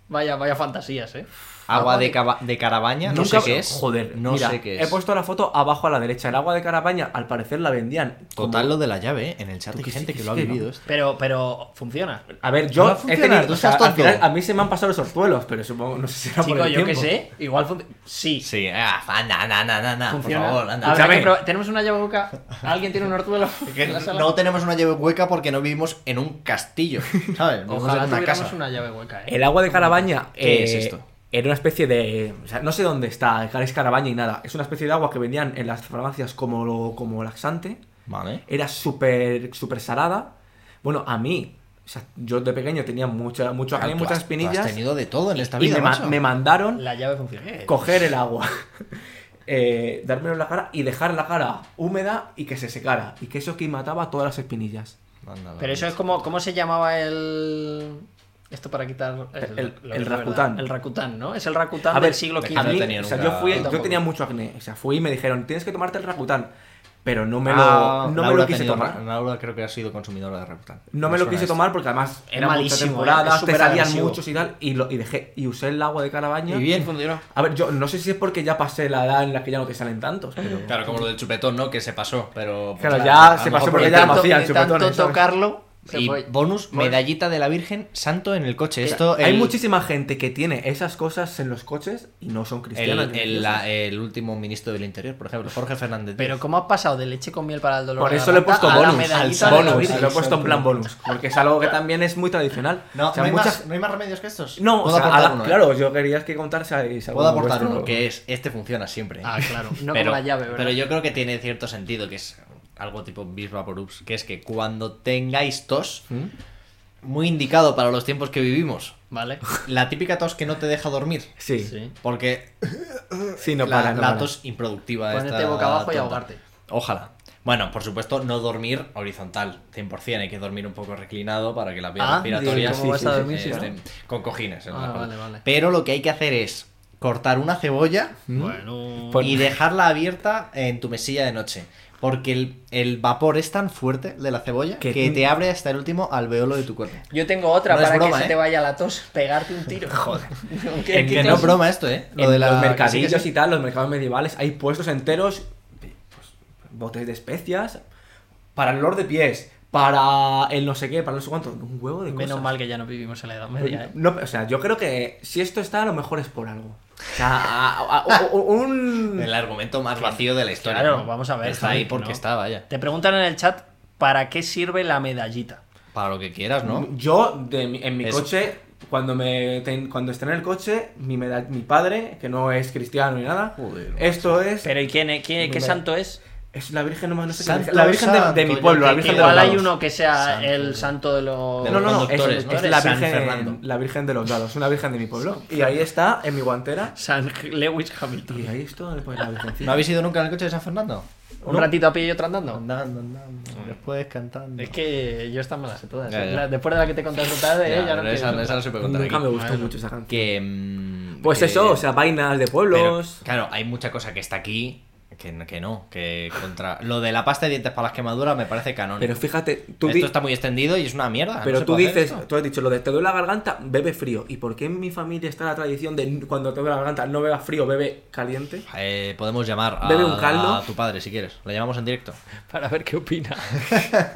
B: Vaya, vaya fantasías, eh.
A: Agua de, cava- de carabaña, no sé
C: Nunca-
A: qué es.
C: Joder,
A: no
C: mira,
A: sé qué
C: He
A: es.
C: puesto la foto abajo a la derecha. El agua de carabaña, al parecer la vendían. como-
A: Total lo de la llave, ¿eh? En el chat
C: Tú
A: hay
C: que sí,
A: gente
C: que
A: que
C: sí,
A: lo ha
C: que no.
A: vivido esto.
B: Pero, pero funciona.
C: A ver, yo
A: No va a
C: he
A: funcionar,
C: tenido.
A: tú
C: o sea,
A: estás
C: al
A: tonto.
C: final a mí se me han pasado los orzuelos, pero supongo, no sé si era por
B: Chico,
C: el
B: yo qué
C: tiempo.
B: sé. Igual funciona. Sí.
A: Sí, ah, anda, anda, anda, anda, por
B: Funciona.
A: favor, anda.
B: Habrá
C: Escúchame.
B: que probar- Tenemos una llave boca. ¿Alguien tiene un orzuelo?
A: Es que
B: en la sala?
A: no tenemos una llave hueca porque no vivimos en un castillo, ¿sabes? Vivimos
B: Ojalá
A: en una
B: tuviéramos
A: casa.
B: una llave hueca, eh.
C: El agua de carabaña.
A: ¿Qué
C: eh,
A: es esto?
C: Era una especie de. O sea, no sé dónde está, es carabaña y nada. Es una especie de agua que vendían en las farmacias como, lo- como laxante.
A: Vale.
C: Era súper súper salada. Bueno, a mí, o sea, yo de pequeño tenía mucha, mucho acné,
A: Claro, tú has-
C: muchas
A: tú
C: espinillas.
A: Has tenido de todo en esta
C: y
A: vida,
C: me, ma-
A: macho.
C: me mandaron
B: La llave funciona. Eh,
C: coger el agua, eh, dármelo en la cara y dejar la cara húmeda y que se secara. Y que eso que mataba todas las espinillas.
A: Anda, la
B: Pero eso
A: leche.
B: es como. ¿Cómo se llamaba el. Esto para quitar.
C: El- el
B: lo que es
C: Rakután.
B: verdad. El Rakután, ¿no? Es el Rakután
C: A ver,
B: del siglo
A: de
B: XV.
C: A
A: no
C: mí,
A: tenía
C: o sea,
A: nunca-
C: yo, fui, yo
B: Tampoco.
C: tenía mucho acné. O sea, fui y me dijeron, tienes que tomarte el Rakután. pero no me lo,
A: Ah,
C: no me
A: Laura
C: lo
A: ha
C: quise
A: tenido-
C: tomar.
A: Laura creo que ha sido consumidora de Reputan.
C: No me lo quise tomar porque además eran muchas
D: malísimo,
C: temporadas,
D: era
C: te
D: súper
C: salían
D: agresivo.
C: muchos y tal, y, lo, y dejé, y usé el agua de Carabaña.
A: Y bien.
B: funcionó.
C: A ver, yo no sé si es porque ya pasé la edad en la que ya no te salen tantos, pero...
A: Claro, como lo del chupetón, ¿no? Que se pasó, pero...
C: Claro,
A: pues,
C: ya
A: a lo
C: se
A: mejor
C: pasó
A: por
C: porque
A: el
C: ya
A: tanto.
C: no hacían
B: de
C: chupetones,
B: tanto
C: ¿sabes?
B: tocarlo, se
A: Y
B: fue.
A: bonus, medallita de la Virgen, santo en el coche. Esto
C: Hay
A: el-
C: muchísima gente que tiene esas cosas en los coches y no son
A: El,
C: cristianos.
A: el- la- el último ministro del Interior, por ejemplo, Jorge Fernández.
B: Pero ¿cómo has pasado de leche con miel para el dolor?
C: Por
B: de
C: eso
B: garganta
C: le he
B: a
C: puesto
B: la
C: bonus,
B: medallita
A: al
B: de la
A: bonus,
B: Virgen?
C: lo he puesto en plan bonus, porque es algo que también es muy tradicional.
A: no,
C: O sea,
A: no hay
C: muchas-
A: más, no hay más remedios que estos.
C: No, o
A: Puedo
C: sea,
A: aportar
C: ala-
A: uno, ¿eh?
C: claro, yo quería que contarse
A: Puedo aportar uno, que es, este funciona siempre.
B: Ah, claro. No
A: pero,
B: con la llave, ¿verdad?
A: pero yo creo que tiene cierto sentido, que es algo tipo Bis Vaporubs, que es que cuando tengáis tos, muy indicado para los tiempos que vivimos,
B: Vale.
A: la típica tos que no te deja dormir,
C: Sí, sí,
B: Sí.
A: porque
C: no
A: la,
C: para, no
A: la
C: para.
A: tos improductiva.
B: Ponerte
A: esta
B: boca abajo y
A: tonta.
B: ahogarte.
A: Ojalá. Bueno, por supuesto, no dormir horizontal, 100%. Hay que dormir un poco reclinado para que las vías
B: Ah,
A: respiratorias
B: ¿y cómo vas a
A: eh,
B: dormir si no?
A: estén con cojines. en
B: Ah,
A: una cama.
B: vale, vale.
A: Pero lo que hay que hacer es cortar una cebolla
B: Bueno.
C: Pues-
A: y dejarla abierta en tu mesilla de noche. Porque el, el vapor es tan fuerte de la cebolla
C: Que-
A: que te abre hasta el último alveolo de tu cuerpo.
B: Yo tengo otra
A: No es
B: para
A: broma,
B: que se
A: ¿eh?
B: te vaya la tos, pegarte un tiro. Joder.
C: En que
A: Que no es broma esto, ¿eh? Lo
C: en
A: de la-
C: los
A: que sí, que
C: mercadillos
A: sí.
C: y tal, los mercados medievales, hay puestos enteros, pues, botes de especias, para el olor de pies, para el no sé qué, para el no sé cuánto, un huevo de cosas.
B: Menos mal que ya no vivimos en la Edad Media, ¿eh?
C: No, o sea, yo creo que si esto está, a lo mejor es por algo. O sea, a- a- a- o- o- un...
A: El argumento más vacío de la historia.
B: Claro,
A: ¿no?
B: vamos a ver,
A: Está
B: Javi,
A: ahí porque
B: ¿no?
A: está, vaya.
B: Te preguntan en el chat para qué sirve la medallita.
A: Para lo que quieras, ¿no?
C: Yo, de mi- en mi
A: Es-
C: coche, cuando me ten- cuando esté en el coche, mi, meda- mi padre, que no es cristiano ni nada,
A: Joder,
C: esto es,
B: Pero ¿y quién, quién- qué
C: Mira.
B: santo es?
C: es la Virgen, no, me- no sé qué
A: Santo,
C: virgen- la Virgen de- de,
A: santo,
C: mi
A: yo
C: pueblo,
A: que-
C: la Virgen de
B: Igual
C: los
B: hay
C: dados.
B: uno que sea
A: Santo.
B: el santo de los... Este
A: De
C: No, no, no, es,
A: conductores, ¿no?
C: Este es la,
A: San
C: virgen,
A: Fernando.
C: la Virgen de los Dados, una Virgen de mi pueblo. Y ahí está, en mi guantera.
B: San Lewis Hamilton.
C: Y ahí esto le pone la Virgencita.
A: ¿No habéis ido nunca en el coche de San Fernando?
B: Un ratito a pie y otro andando.
A: Andando, andando, después cantando.
B: Es que yo estas me las sé todas.
A: Ya,
B: ¿eh?
A: ya.
B: La- después de la que te conté otra tarde, ¿eh? ya no
A: esa,
B: quiero.
A: esa no se puede contar
C: Nunca
A: aquí.
C: me gustó
B: Bueno.
C: mucho esa canción.
A: Que, mm,
C: Pues
A: que-
C: eso, o sea, vainas de
A: pero,
C: pueblos.
A: claro, hay mucha cosa que está aquí que, no- que no, que contra... Lo de la pasta de dientes para las quemaduras me parece canónico.
C: Pero fíjate, tú, di-
A: Esto está muy extendido y es una mierda. no
C: pero
A: se
C: tú
A: puede hacer
C: dices,
A: esto.
C: tú has dicho lo de te duele la garganta, bebe frío. ¿Y por qué en mi familia está la tradición de n- cuando te duele la garganta no beba frío, bebe caliente?
A: Eh, podemos llamar a,
C: Bebe un caldo.
A: a tu padre si quieres. Le llamamos en directo.
B: Para ver qué opina.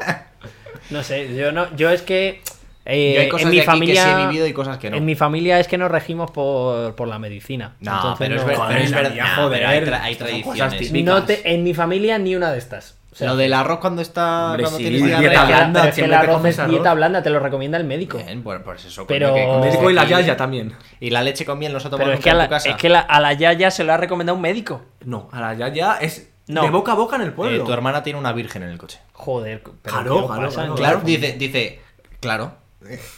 B: no sé, yo no, yo es que eh,
A: Yo hay cosas
B: en mi
A: de aquí
B: familia
A: que sí he vivido y cosas que no.
B: En mi familia es que nos regimos por, por la medicina.
A: No,
B: Entonces,
A: pero es
B: no-
A: ver- pero es
C: Joder,
A: verdad.
C: la
A: no,
C: mía,
A: pero hay,
C: joder.
A: tra- hay
C: Estas son cosas
A: tradiciones.
C: típicas.
B: No te- en mi familia ni una de estas. O sea,
A: lo del arroz cuando está.
C: Hombre,
A: cuando
C: sí,
A: tienes
C: dieta
A: diarrea.
B: pero es que-
C: blanda,
B: pero es que el
C: siempre te
B: arroz
C: comes
B: es
C: arroz.
B: dieta blanda, te lo recomienda el médico.
A: Bien, bueno, pues eso. coño,
B: Pero-
A: que comes
C: Me digo, y la
A: aquí.
C: yaya también.
A: Y la leche con miel no se ha tomado
B: Pero es
A: nunca
B: que, a
A: en
B: la,
A: tu casa.
B: es que la- a la Yaya se lo ha recomendado un médico.
C: No, a la yaya es
B: No.
C: de boca a boca en el
A: Eh,
C: pueblo.
A: tu hermana tiene una virgen en el coche.
B: Joder, pero
C: Claro,
B: ¿qué os
C: claro,
B: pasa?
C: claro.
A: Claro, dice, dice, claro.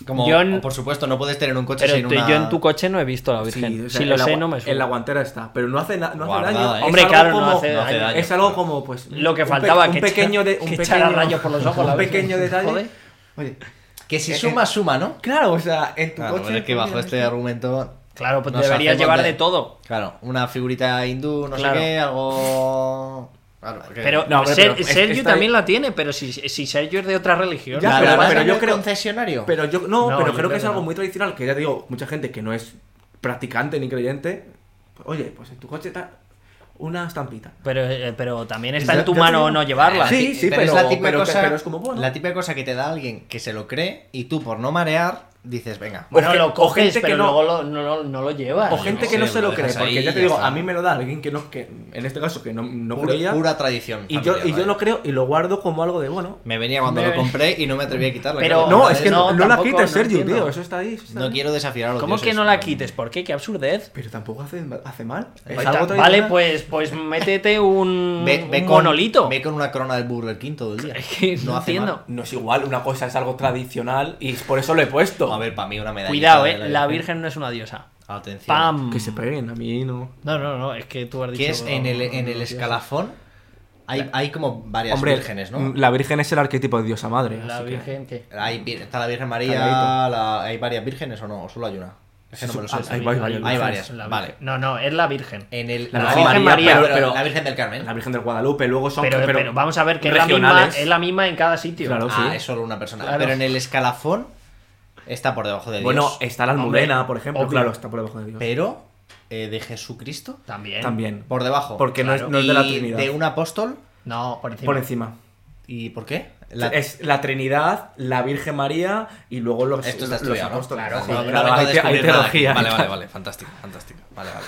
A: Como,
B: Yo en-
A: o por supuesto, no puedes tener un coche
B: Pero
A: sin
B: tú-
A: una...
B: yo en tu coche no he visto a la
C: Sí,
B: Virgen.
C: o sea,
B: si lo
C: en la
B: sé,
C: gua-
B: no me suena.
C: En la guantera está, pero no hace, na- no hace
A: Guardada,
C: daño.
A: ¿eh?
C: Es
B: Hombre,
C: algo
B: claro, no
C: como-
B: hace-
A: no hace daño.
C: Es algo como, pues.
B: Lo que
C: un pe-
B: faltaba,
C: Un
B: que
C: pequeño.
B: echara-
C: de- un
B: que echara
C: pequeño-
B: rayos por los ojos, la
C: Un
B: Virgen.
C: pequeño detalle.
B: Joder.
C: Oye,
A: Que si
C: Eh,
A: suma, suma, ¿no?
C: Claro, o sea, en tu
A: Claro,
C: coche.
A: pero es que bajo este argumento...
B: Claro, pues
A: nos
B: deberías
A: hacemos
B: llevar de todo.
A: Claro, una figurita hindú, no
B: Claro.
A: sé qué, algo... Claro, que-
B: Pero,
C: Eh, No, hombre,
B: Ser-
C: pero es-
B: Sergio
C: está-
B: también la tiene, pero si, si Sergio es de otra religión.
C: Ya,
A: ¿La-
C: pero-
A: la vas
C: pero
A: a
C: yo
A: ver
C: creo-
A: concesionario?
C: Pero yo. No,
B: No, yo
C: pero creo que
B: creo
C: es
B: que
C: algo
B: no.
C: muy tradicional. Que ya te digo, mucha gente que no es practicante ni creyente. pues, Oye, pues en tu coche está una estampita.
B: Pero, eh, pero también está
C: Yo-
B: en tu
C: yo te
B: mano
C: digo-
B: no llevarla.
C: Sí,
A: ti-
C: sí,
A: es
C: pero-
A: la típica
C: pero-
A: cosa,
C: pero es como, bueno.
A: La típica cosa que te da alguien que se lo cree y tú, por no marear, dices, venga.
B: Bueno,
C: O gen-
B: lo
C: o
B: coges,
C: gente que
B: pero
C: no-
B: luego lo- no, lo- no lo llevas.
C: O gente
A: no
C: que no
A: sé,
C: se
A: lo
C: lo cree,
A: dejas ahí
C: porque
A: y
C: ya te
A: ya
C: digo,
A: está.
C: a mí me lo da alguien que no. que En este caso, que no, no
A: pura,
C: creía.
A: pura tradición.
C: Y yo, y
A: familiar,
C: yo lo
A: vaya.
C: creo y lo guardo como algo de bueno.
A: Me venía cuando
B: Me
A: lo
B: venía.
A: compré y no me atreví a quitarla.
B: Pero-
A: claro.
C: No,
B: Joder,
C: es que no,
B: no,
C: no la
B: tampoco,
C: quites,
B: no
C: Sergio,
B: entiendo.
C: tío. Eso está ahí. eso está
A: No
C: ahí.
A: quiero desafiar a los
B: ¿Cómo
A: dioses,
B: que no la
A: pero-
B: quites? ¿Por qué? ¿Qué absurdez?
C: Pero tampoco hace, hace mal. Es
B: Ahí
C: algo
B: está. Vale,
C: tradicional.
B: pues, pues métete un,
A: Ve, ve
B: un
A: con,
B: monolito.
A: Ve con una corona del Burger King todo el día.
B: Es que no entiendo.
A: mal.
C: No es igual, una cosa es algo tradicional y por eso lo he puesto.
A: A ver, para mí una medalla.
B: Cuidado, eh. La Virgen no es una diosa.
A: Atención.
B: ¡Pam!
C: Que se peguen, a mí no.
B: No, no, no, es que tú has dicho.
A: Que es en el, en el escalafón. Hay, hay como varias
C: Hombre, mm,
A: vírgenes, ¿no?
C: La virgen es el arquetipo de diosa madre.
B: La
C: así que-
B: Virgen, ¿qué?
A: Hay vir- está la Virgen María,
C: Calladito.
A: la- hay varias vírgenes o no, o solo hay una. Es que no me lo sé.
C: Ah,
A: esa
C: hay
A: Virgen.
C: varias
A: Hay
C: vírgenes.
A: varias,
B: La
A: vale.
B: Virgen. No, no, es la Virgen.
A: En el,
C: La
A: no,
C: Virgen María, pero- pero-
A: la Virgen del Carmen.
C: La Virgen del Guadalupe, luego son.
B: Pero, pero, vamos a ver que es la, misma,
C: regionales.
B: es la misma en cada sitio.
C: Claro.
A: ah,
C: sí.
A: es solo una persona.
B: Claro.
A: Pero en el escalafón está por debajo de Dios.
C: Bueno, está la Almudena,
B: Hombre,
C: por ejemplo.
B: obvio.
C: Claro, está por debajo de Dios.
A: pero eh, de Jesucristo
B: También.
C: También.
A: por debajo.
C: Porque no es- no es de la
A: Y
C: Trinidad.
A: De un apóstol.
B: No, por encima.
C: Por encima.
A: ¿Y por qué? La-
C: Es la Trinidad, la Virgen María y luego los,
A: Esto está
C: los
A: estudiado. ¿no?
C: apóstoles.
A: Claro,
C: Sí,
A: no,
C: claro,
A: no vengo a
C: hay, te- hay
A: descubrir nada aquí.
C: teología.
A: Vale, vale, vale. Fantástico, fantástico. Vale, vale.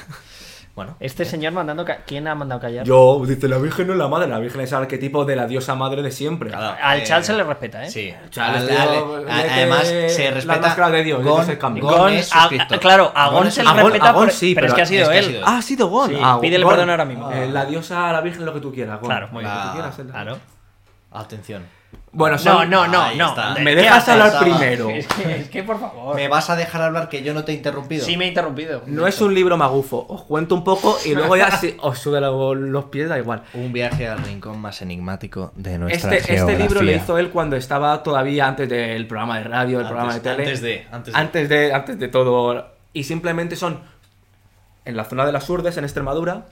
A: Bueno,
C: Eh,
B: Este señor mandando. ca- ¿Quién ha mandado callar?
C: Yo, dice, la Virgen no es la madre, la Virgen es el arquetipo de la diosa madre de siempre.
A: Claro.
B: Al
A: Eh,
B: Charles se le respeta, ¿eh?
A: Sí.
C: Charles,
A: Al-
C: tío,
A: al-
C: mete
A: a- además, se
C: la
A: respeta.
C: máscara de Dios,
A: Gon-
C: ese es el cambio.
A: Gon
B: Gon-
A: es
B: a-
A: suscriptor.
B: a- claro, a Gon se le
C: a Gon-
B: respeta,
C: a Gon
B: por-
C: sí,
B: pero es
C: pero
B: que ha sido
A: es que ha
B: él.
A: sido
C: Ah, ha sido Gon.
B: Sí,
C: Ah,
B: pídele
C: Gon.
B: perdón ahora mismo.
C: Eh, la diosa, la Virgen, lo que tú quieras. Gon.
B: Claro, muy
C: Lo
A: bien.
C: que tú quieras, Zelda.
B: Claro.
A: Atención.
C: Bueno,
B: No,
C: son-
B: no, no,
A: Ahí
B: no.
A: está.
B: ¿Qué
C: Me dejas
B: haces?
C: hablar
A: Pensaba.
C: primero.
B: Es que, es que, por favor.
A: ¿Me vas a dejar hablar que yo no te he interrumpido?
B: Sí, me he interrumpido.
C: No es un libro magufo. Os cuento un poco y luego ya si os sube lo- los pies, da igual.
A: Un viaje al rincón más enigmático de nuestra
C: Este, este libro lo
A: le
C: hizo él cuando estaba todavía antes del programa de radio, del programa de tele.
A: Antes de. Antes de.
C: antes de, antes de todo. Y simplemente son, en la zona de las Urdes, en Extremadura,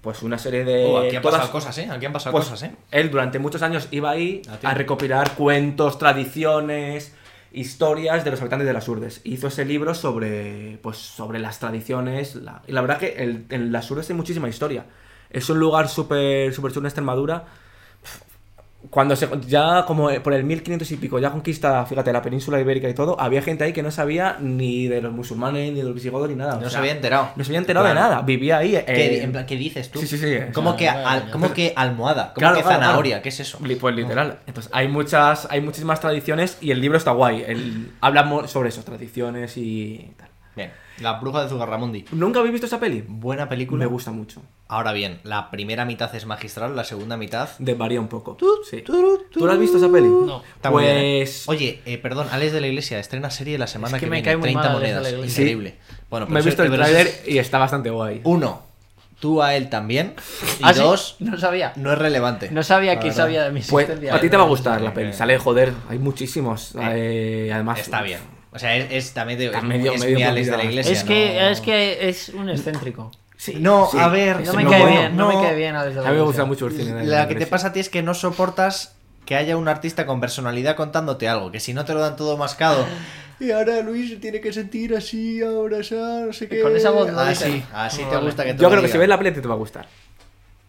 C: pues una serie de...
A: Oh, aquí han
C: todas-
A: pasado cosas, ¿eh? Aquí han pasado
C: pues,
A: cosas, ¿eh?
C: Él durante muchos años iba ahí
A: Ah, tío.
C: a recopilar cuentos, tradiciones, historias de los habitantes de las Urdes. Hizo ese libro sobre, pues, sobre las tradiciones. la- Y la verdad que el- en las Urdes hay muchísima historia. Es un lugar súper súper chulo en Extremadura. Cuando se, ya como eh, por el 1500 y pico, ya conquista, fíjate, la península ibérica y todo, había gente ahí que no sabía ni de los musulmanes, ni de los visigodos, ni nada.
A: No
C: O
A: se
C: sea,
A: había enterado.
C: No se había enterado de
A: Claro.
C: nada, vivía ahí.
A: ¿Qué,
C: eh,
A: en plan, ¿qué dices tú?
C: Sí, sí, sí.
A: ¿Cómo,
B: Ah,
A: que,
B: vale,
A: al-
B: ya.
A: ¿Cómo que almohada? ¿Cómo
C: Claro,
A: que
C: claro,
A: zanahoria?
C: claro.
A: ¿Qué es eso? Ah.
C: Li- Pues literal. Entonces hay muchas, hay muchísimas tradiciones y el libro está guay. El, hablamos sobre eso, tradiciones y tal.
A: Bien, La bruja de Zugarramundi.
C: ¿Nunca habéis visto esa peli?
A: Buena película.
C: Me gusta mucho.
A: Ahora bien, la primera mitad es magistral, la segunda mitad.
C: Desvaría un poco. Sí. ¿Tú
A: Turu, turu.
C: la has visto esa peli?
B: No.
A: Está muy bien, ¿eh?
C: Pues.
A: Oye, eh, perdón, Alex de la Iglesia estrena serie la semana
B: Es que
A: que,
B: me
A: viene.
B: cae muy
A: 30
B: mal Alex de la
A: monedas.
B: Iglesia.
A: Increíble. Bueno,
C: me he
A: pero eso-
C: visto el
A: pero eso
C: tráiler
A: es-
C: y está bastante guay.
A: Uno, tú a él también. Y
B: Ah, ¿sí?
A: dos,
B: No sabía.
A: no es relevante.
B: No sabía que
A: La
B: sabía
A: verdad.
B: de mi
C: Pues,
B: existencia.
C: a ti te va a gustar la peli.
A: Sí.
C: Sale, joder, hay muchísimos. eh, además.
A: Está bien. O sea, es, es- también te digo,
C: Está
A: es, muy-
C: medio-
A: es
C: medio
A: muy Alex de la
C: complicado.
A: Iglesia.
B: Es que,
A: no-
B: es que es un excéntrico.
C: Sí,
A: No,
C: sí.
A: a ver,
B: No
C: Sí,
B: me
A: no
B: cae
A: puedo,
B: bien, no,
A: no.
B: me cae bien Alex de la
C: A mí
B: Iglesia.
C: me gusta mucho el cine. de
A: La que te
C: Grecia.
A: pasa a ti es que no soportas que haya un artista con personalidad contándote algo, que si no te lo dan todo mascado. Y ahora Luis se tiene que sentir así, ahora esa, no sé qué.
B: Con esa voz no
A: así,
B: dice.
A: así
B: No,
A: ah, te
B: vale.
A: gusta que te
C: Yo
A: lo
C: creo que
A: diga.
C: si ves la peli te va a gustar.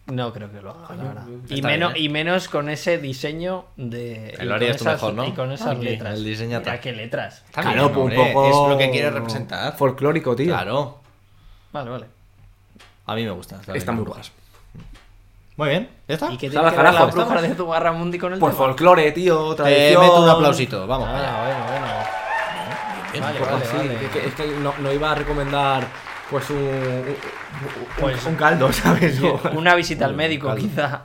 B: No creo que lo haga, la verdad. Y
A: Está
B: menos,
A: bien, ¿eh?
B: y menos con ese diseño de.
A: Lo
B: y con
A: harías tú
B: esas-
A: mejor, ¿no? Ah,
B: Y con esas
A: Ok.
B: letras.
A: El diseño
B: Mira
A: tal.
B: qué letras.
A: Está
C: claro,
A: bien,
C: un
A: hombre,
C: poco.
A: Es lo que quiere representar.
C: Folclórico, tío.
A: Claro.
B: Vale, vale.
A: A mí me gusta.
C: Está muy
A: guapas. Muy bien, ¿ya está?
B: ¿Y qué tiene
C: Estaba
B: que ver la
C: carajo,
B: bruja
C: estaba-
B: de tu barra mundi con el
C: Por
B: tema?
C: folclore, tío,
A: Te
C: tradición.
A: meto Eh, un aplausito, vamos. allá.
B: Ah, bueno, bueno.
A: Bien,
B: vale,
A: por-
C: Pues sí,
B: vale.
C: Es que, es que no, no iba a recomendar pues un, un-
B: Pues-
C: un caldo, ¿sabes? No,
B: Una visita al
A: Uy,
B: médico,
A: caldo.
B: quizá.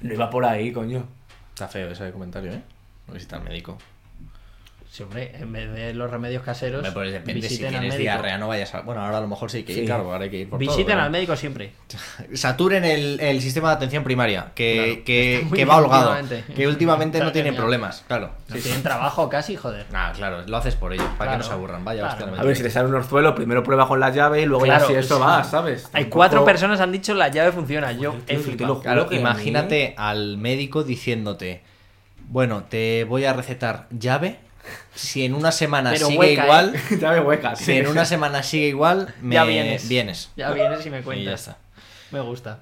C: No iba por ahí, coño.
A: Está feo ese comentario, ¿eh? Visita al médico.
B: Sí, hombre, en vez de los remedios caseros.
A: Hombre, pues depende si
B: visiten al
A: tienes
B: médico.
A: diarrea, no vayas a. Bueno, ahora a lo mejor sí que
C: Sí.
A: ir, claro, ahora hay que ir por todo,
B: Visiten
A: pero-
B: al médico siempre.
A: saturen el, el sistema de atención primaria, que, que-
B: Está muy
A: que va
B: bien
A: holgado,
B: últimamente.
A: que últimamente
B: Está
A: no tienen
B: genial.
A: problemas, claro.
B: No tienen trabajo casi, joder.
A: Ah, claro, lo haces por ellos, para que
B: Claro.
A: no se aburran, vaya,
B: Claro.
A: hostia, la
C: A ver, si te sale un orzuelo, primero prueba con la llave y luego
B: Claro,
C: ya si eso
B: sí.
C: va, ¿sabes?
B: Hay
C: Tampoco-
B: cuatro personas han dicho la llave funciona. Yo
C: tío,
B: he
C: yo te
B: flipado.
C: lo juro.
A: Claro,
C: que a mí-
A: imagínate al médico diciéndote, bueno, te voy a recetar llave, si en una semana
B: Pero
A: sigue
B: hueca, ¿eh?
A: igual,
C: Llave hueca,
A: si en una semana sigue igual, me
B: Ya vienes.
A: vienes.
B: Ya vienes y me cuentas.
A: Y ya está.
B: Me gusta.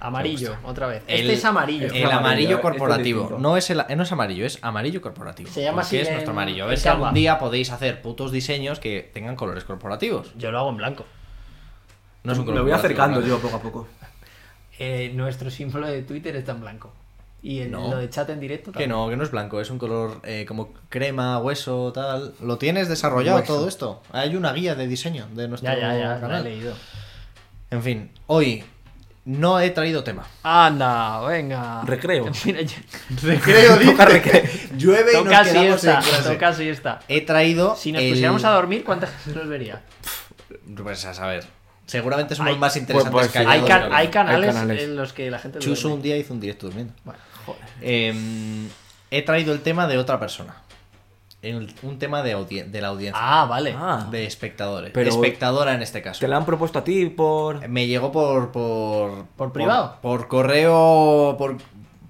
B: Amarillo, otra vez.
A: El-
B: este es amarillo.
A: El
C: Este es
A: amarillo,
C: amarillo, este es
A: corporativo.
C: distinto.
A: no, es el, no es amarillo, es amarillo corporativo.
B: Se llama
A: Porque
B: así
A: es
B: en-
A: nuestro amarillo. A ver
B: en
A: si algún
B: Canva.
A: día podéis hacer putos diseños que tengan colores corporativos.
B: Yo lo hago en blanco.
A: No es un color
C: Me voy
A: corporativo,
C: acercando
A: ¿no?
C: yo poco a poco.
B: Eh, nuestro símbolo de Twitter está en blanco. Y el,
A: No.
B: lo de chat en directo
A: Que
B: también.
A: no, que no es blanco, es un color eh, como crema, hueso, tal. ¿Lo tienes desarrollado
C: Hueso.
A: todo esto? Hay una guía de diseño de nuestro
B: Ya, ya, ya. Lo he
A: canal.
B: leído.
A: En fin, hoy no he traído tema.
B: Anda, venga.
C: Recreo.
B: Mira, ya-
A: Recreo,
C: Toca recreo.
A: Llueve
B: toca siesta. Toca siesta.
A: He traído.
B: Si nos
A: el-
B: pusiéramos a dormir, ¿cuánta gente nos vería?
A: Pues a saber. Seguramente somos
B: Hay-
A: más interesantes
C: pues,
A: que
C: sí.
B: Hay,
A: hallados,
B: can-
A: pero
B: hay
A: bueno.
B: canales,
C: Hay canales.
B: en los que la gente.
A: Chuso un
B: duerme.
A: día Em, hizo un directo durmiendo.
B: Bueno, joder.
A: Eh, he traído el tema de otra persona. el- un tema de, audi- de la audiencia,
B: Ah, vale.
C: Ah.
A: de espectadores.
C: Pero-
A: Espectadora en este caso.
C: Te la han propuesto a ti por.
A: Me llegó por. ¿Por,
B: ¿Por privado?
A: Por, correo. Por,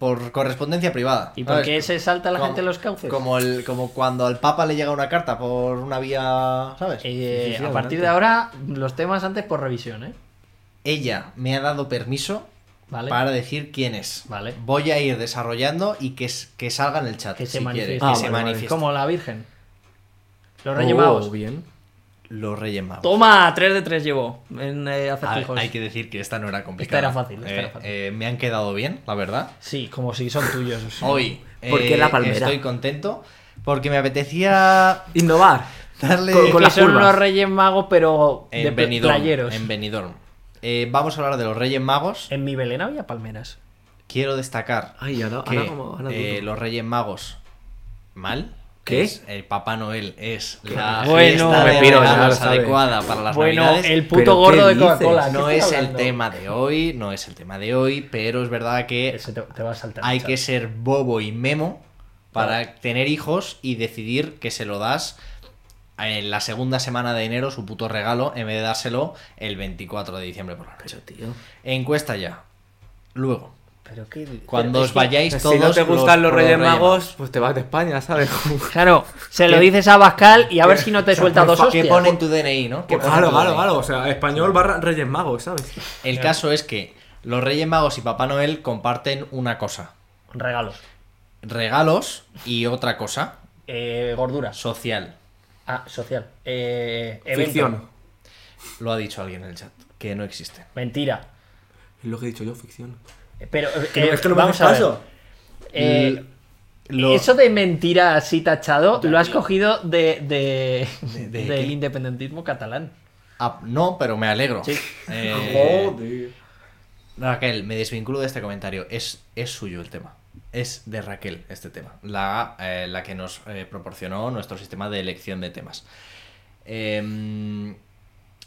A: por correspondencia privada.
B: ¿Y por
A: ¿sabes?
B: qué se salta la
A: Como-
B: gente los cauces?
A: Como, el, como cuando al Papa le llega una carta por una vía. ¿Sabes?
B: Eh,
C: Sí, sí, sí,
B: a partir
C: adelante.
B: de ahora, los temas antes por revisión, ¿eh?
A: Ella me ha dado permiso
B: Vale.
A: para decir quién es.
B: Vale.
A: Voy a ir desarrollando y que, s- que salga en el chat.
B: Que
A: si
B: se
A: quiere,
B: manifieste.
A: que
C: Ah,
A: se
C: vale, vale.
A: manifieste.
B: Como la Virgen. Los Reyes Magos.
C: Oh, bien.
A: Los Reyes Magos.
B: Toma, 3 de 3 llevo en eh,
A: A ver,
B: acertijos.
A: hay que decir que esta no era complicada.
B: Esta era fácil, esta
A: Eh,
B: era fácil.
A: eh, me han quedado bien, la verdad.
B: Sí, como si son tuyos.
A: Hoy
C: ¿Por qué
A: eh,
C: la palmera?
A: estoy contento porque me apetecía
C: Innovar.
A: darle
C: Con-
B: Es
C: con
B: que
C: las
B: son
C: curvas.
B: unos Reyes Magos, pero de
A: en
B: pla-
A: Benidorm,
B: playeros. Eh.
A: en Benidorm. Eh, vamos a hablar de los Reyes Magos.
B: En mi Belén había palmeras.
A: Quiero destacar
B: Ah,
C: Ay, ahora,
A: que
C: ahora como. Ahora
A: eh,
C: dudo.
A: los Reyes Magos mal.
C: ¿Qué?
A: Es- el Papá Noel es la
B: Bueno,
A: fiesta de
C: me piro, ya
A: regalos
C: lo sabes.
A: adecuada para las
B: bueno,
A: Navidades.
B: el
C: ¿Pero
B: puto gordo
C: qué
B: de Coca-Cola.
C: dices?
B: ¿qué
A: No
B: estoy
A: es el
B: hablando?
A: tema de hoy, no es el tema de hoy, pero es verdad que
B: Ese te, te va a saltar.
A: hay que
B: chaval.
A: ser bobo y memo para tener hijos y decidir que se lo das en la segunda semana de enero su puto regalo en vez de dárselo el 24 de diciembre por la noche.
C: Pero, tío.
A: Encuesta ya. Luego,
B: Pero qué-
A: cuando
B: pero
A: os
B: es que-
A: vayáis todos
C: Si no te gustan los,
A: por
C: Reyes Magos, pues te vas de España, ¿sabes?
B: Claro, se lo dices a Bascal y a ver si no te suelta dos
A: ¿Qué
B: hostias.
A: pone en tu DNI, no? ¿Qué pone en
C: Claro,
A: tu
C: claro,
A: DNI?
C: claro. O sea, español barra Reyes Magos, ¿sabes?
A: El caso es que los Reyes Magos y Papá Noel comparten una cosa.
B: Regalos.
A: Regalos y otra cosa
B: Eh, gorduras.
A: social.
B: Ah, social. Eh, evento.
C: Ficción.
A: Lo ha dicho alguien en el chat, que no existe.
B: Mentira.
C: Es lo que he dicho yo, ficción.
B: Pero eh,
C: Que no- es que no me
B: vamos
C: haces
B: a ver.
C: caso.
B: Eh,
A: L- lo-
B: Eso de mentira así tachado lo has
A: y-
B: cogido de, de-
A: ¿De- de
B: del
A: qué?
B: independentismo catalán.
A: Ah, no, pero me alegro.
B: Sí.
A: Eh, Raquel, me desvinculo de este comentario. Es, es suyo el tema. Es de Raquel este tema. La, eh, la que nos eh, proporcionó nuestro sistema de elección de temas. Em,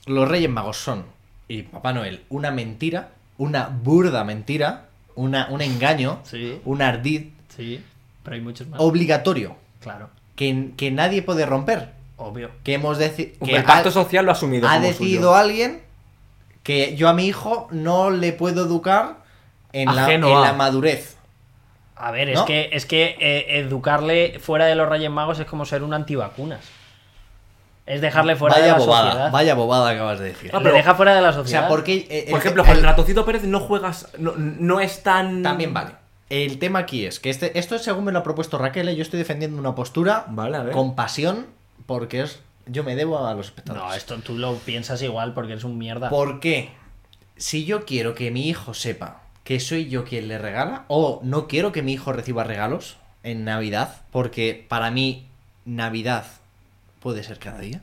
A: los Reyes Magos son, y Papá Noel, una mentira, una burda mentira, una, un engaño,
B: Sí.
A: un ardid
B: Sí, pero hay muchos más.
A: obligatorio
B: Claro,
A: que, que nadie puede romper.
B: obvio.
A: Que hemos decidido.
C: El pacto social lo ha asumido.
A: ha
C: como
A: decidido
C: suyo.
A: alguien que yo a mi hijo no le puedo educar en, la,
C: Ajeno
A: en
C: a.
A: la madurez.
B: A ver,
A: ¿No?
B: es que, es que eh, educarle fuera de los Reyes Magos es como ser un antivacunas. Es dejarle fuera
A: vaya
B: de la
A: bobada,
B: sociedad.
A: vaya bobada acabas de decir.
C: Ah,
B: Le
C: pero-
B: deja fuera de la
A: o
B: sociedad.
A: sea, porque eh,
C: Por
A: el-
C: ejemplo,
A: el-
C: con Ratocito Pérez no juegas. No, no es tan.
A: también vale. El tema aquí es que este, esto es según me lo ha propuesto Raquel, eh, yo estoy defendiendo una postura
C: Vale, a ver.
A: con pasión porque es yo me debo a los espectadores.
B: No, esto tú lo piensas igual porque eres un mierda.
A: ¿Por qué? Si yo quiero que mi hijo sepa que soy yo quien le regala, o no quiero que mi hijo reciba regalos en Navidad, porque para mí Navidad puede ser cada día.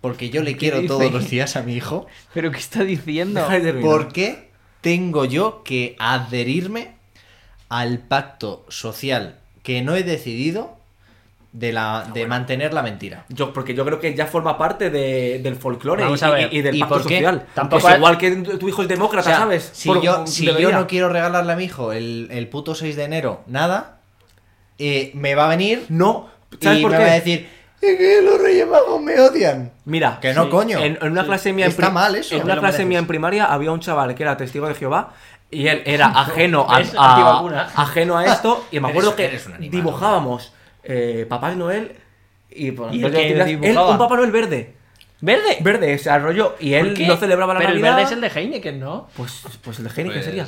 A: Porque yo le quiero
B: dice?
A: todos los días a mi hijo.
B: ¿Pero qué está diciendo?
C: Deja de terminar.
A: ¿Por qué tengo yo que adherirme al pacto social que no he decidido de, la, de mantener la mentira?
C: Yo, porque yo creo que ya forma parte de- del folclore y,
B: Vamos a ver.
C: y- y del
A: ¿Y
C: pacto
A: por qué?
C: social.
B: Tampoco
C: Pues
B: hay-
C: igual que tu tu hijo es demócrata,
A: O sea,
C: ¿sabes?
A: Si,
C: Por-
A: yo, si yo
C: debería.
A: no quiero regalarle a mi hijo el, el puto 6 de enero nada, eh, me va a venir
C: No,
A: y
C: ¿sabes
A: me
C: por qué?
A: va a decir "Es que los Reyes Magos me odian.
C: Mira,
A: Que no, coño.
C: En, en una clase mía en
A: Está
C: pri-
A: mal eso.
C: En
A: Te
C: una
B: lo
C: clase mía
B: mereces.
C: en primaria había un chaval que era testigo de Jehová y él era ajeno a,
B: Es
C: a-
B: antivacuna.
C: ajeno a esto y me
A: Eres-
C: acuerdo que
A: eres un animal,
C: dibujábamos eh, Papá Noel y por
B: ¿Y
C: las
B: el que
C: tiras- él,
B: dibujaba?
C: un Papá Noel verde.
B: ¿Verde?
C: Verde, ese rollo y él
B: ¿Por qué?
C: no celebraba la
B: Pero
C: Navidad.
B: el verde es el de Heineken, ¿no?
C: Pues, pues el de Heineken
A: Pues-
C: sería.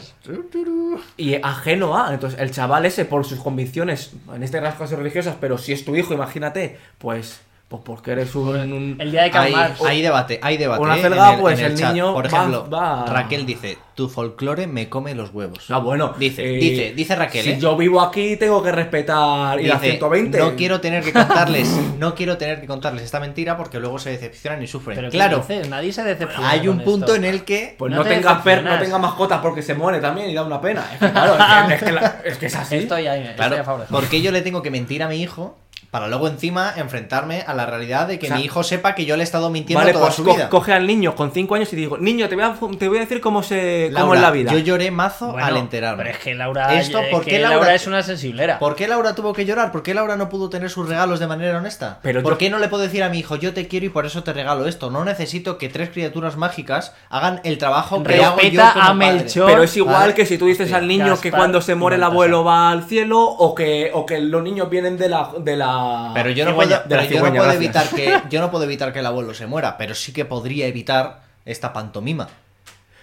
C: Y ajeno a. Entonces, el chaval ese, por sus convicciones, en este caso cosas religiosas, pero si es tu hijo, imagínate, pues. Pues porque eres un. un-
B: El día de
A: Hay,
B: Calamar.
A: hay debate, hay debate.
C: Una
A: eh,
C: celga,
A: en el-
C: pues,
A: en
C: el
A: chat.
C: niño
A: Por
C: va-
A: ejemplo,
C: va-
A: Raquel dice: Tu folclore me come los huevos.
C: Ah, bueno.
A: Dice,
C: eh,
A: dice, dice Raquel.
C: Si
A: eh.
C: yo vivo aquí, tengo que respetar. y la
A: Dice,
C: 120.
A: No quiero tener que contarles, no quiero tener que contarles esta mentira porque luego se decepcionan y sufren.
B: Pero ¿qué
A: claro,
B: dices? Nadie se decepciona.
A: hay un
B: con
A: punto
B: esto.
A: en el que
C: Pues
B: No
C: no,
B: te
C: tengas per, no
B: decepcionas.
C: tengas mascotas porque se muere también y da una pena. Es que, claro, es que, es, que la- es que es así.
B: Estoy ahí, estoy a
A: Claro,
B: favor de
A: porque yo le tengo que mentir a mi hijo Para luego encima enfrentarme a la realidad de que
C: O sea,
A: mi hijo sepa que yo le he estado mintiendo
C: vale,
A: toda
C: pues
A: su
C: co-
A: vida.
C: coge al niño con 5 años y digo, niño, te voy a, te voy a decir cómo, se, cómo
A: Laura,
C: es la vida.
A: Yo lloré mazo
B: Bueno,
A: al enterarme.
B: Pero es que Laura.
A: Esto,
B: es
A: ¿por
B: que
A: qué
B: Laura...
A: Laura-
B: es una sensiblera.
A: ¿Por qué Laura tuvo que llorar? ¿Por qué Laura no pudo tener sus regalos de manera honesta?
C: Pero
A: ¿Por
C: yo-
A: qué no le puedo decir a mi hijo, yo te quiero y por eso te regalo esto? No necesito que tres criaturas mágicas hagan el trabajo que hago yo
B: Respeta
A: como
B: a
A: padre.
B: Melchor.
C: Pero es igual
A: Vale.
C: que si tú dices al niño que
B: Gaspar
C: cuando se muere el
B: Baltasar.
C: abuelo va al cielo o que, o que los niños vienen de la. De la
A: Pero yo no
C: cigüeña-
A: puedo,
C: de la
A: pero yo no
C: cigüeña,
A: puedo
C: gracias.
A: evitar que yo no puedo evitar que el abuelo se muera, pero sí que podría evitar esta pantomima.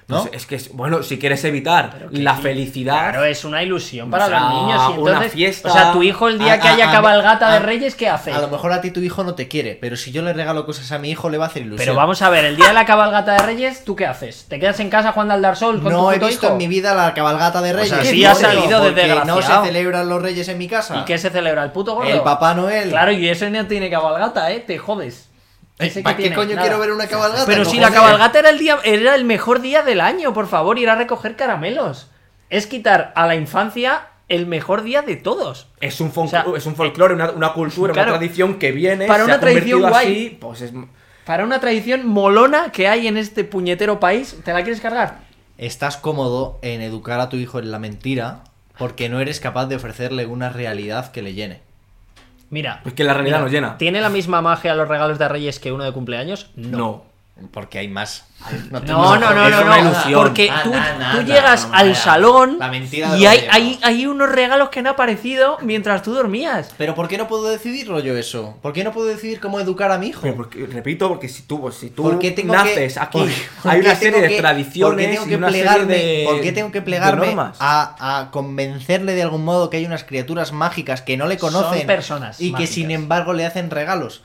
A: ¿No?
C: Pues es que, es- bueno, si quieres evitar la felicidad.
B: Claro, es una ilusión para
C: O sea,
B: los niños. Y
C: una
B: entonces,
C: fiesta.
B: O sea, tu hijo el día
A: A-
B: que
A: a-
B: haya
A: a-
B: cabalgata
A: a-
B: de Reyes, ¿qué hace?
A: a lo mejor a ti tu hijo no te quiere, pero si yo le regalo cosas a mi hijo le va a hacer ilusión.
B: Pero vamos a ver, el día de la cabalgata de Reyes, ¿tú qué haces? ¿Te quedas en casa jugando al Dark Souls con
A: no
B: tu
A: he
B: puto
A: visto
B: hijo?
A: en mi vida la cabalgata de reyes.
B: sea,
A: ¿Qué
B: sí ha
A: dices?
B: salido de
A: Porque No se
B: desgraciado.
A: celebran los reyes en mi casa.
B: ¿Y qué se celebra? ¿El puto gordo?
A: El Papá Noel.
B: Claro, y ese no tiene cabalgata, ¿eh? Te jodes.
A: Eh,
B: Ese que
A: ¿Para qué
B: tiene,
A: coño
B: nada.
A: quiero ver una cabalgata?
B: Pero
A: No
B: si la
A: joder.
B: cabalgata era el día, era el mejor día del año, por favor, ir a recoger caramelos. Es quitar a la infancia el mejor día de todos.
C: Es un, fol-
B: O sea,
C: es un folclore, una, una cultura,
B: claro.
C: una tradición que viene.
B: Para
C: se
B: una
C: ha convertido
B: tradición guay.
C: así, pues es-
B: Para una tradición molona que hay en este puñetero país, ¿te la quieres cargar?
A: Estás cómodo en educar a tu hijo en la mentira porque no eres capaz de ofrecerle una realidad que le llene.
B: Mira,
C: Es que la realidad nos llena.
B: ¿tiene la misma magia los regalos de Reyes que uno de cumpleaños?
C: No.
A: Porque hay más.
B: No, no, no,
C: es
B: no, no,
C: una ilusión.
B: porque
A: Ah,
B: tú,
A: na, na,
B: tú
A: na,
B: llegas
A: no,
B: al
A: vaya.
B: salón
A: La mentira de
B: y
A: los
B: hay,
A: reyes
B: hay,
A: magos.
B: hay unos regalos que han aparecido mientras tú dormías.
A: Pero ¿por qué no puedo decidirlo yo eso? ¿Por qué no puedo decidir cómo educar a mi hijo?
C: Pero porque- repito, porque si tú, pues si tú
A: ¿Por qué tengo
C: naces
A: que-
C: aquí,
A: por- por
C: hay
A: qué
C: una
A: tengo
C: serie de
A: que-
C: tradiciones
A: por qué tengo
C: y
A: que
C: una serie
A: plegarme,
C: de-
A: por qué tengo que
C: de
A: plegarme
C: normas?
A: a, a convencerle de algún modo que hay unas criaturas mágicas que no le
B: Son
A: conocen
B: personas
A: y
B: mágicas.
A: que sin embargo le hacen regalos?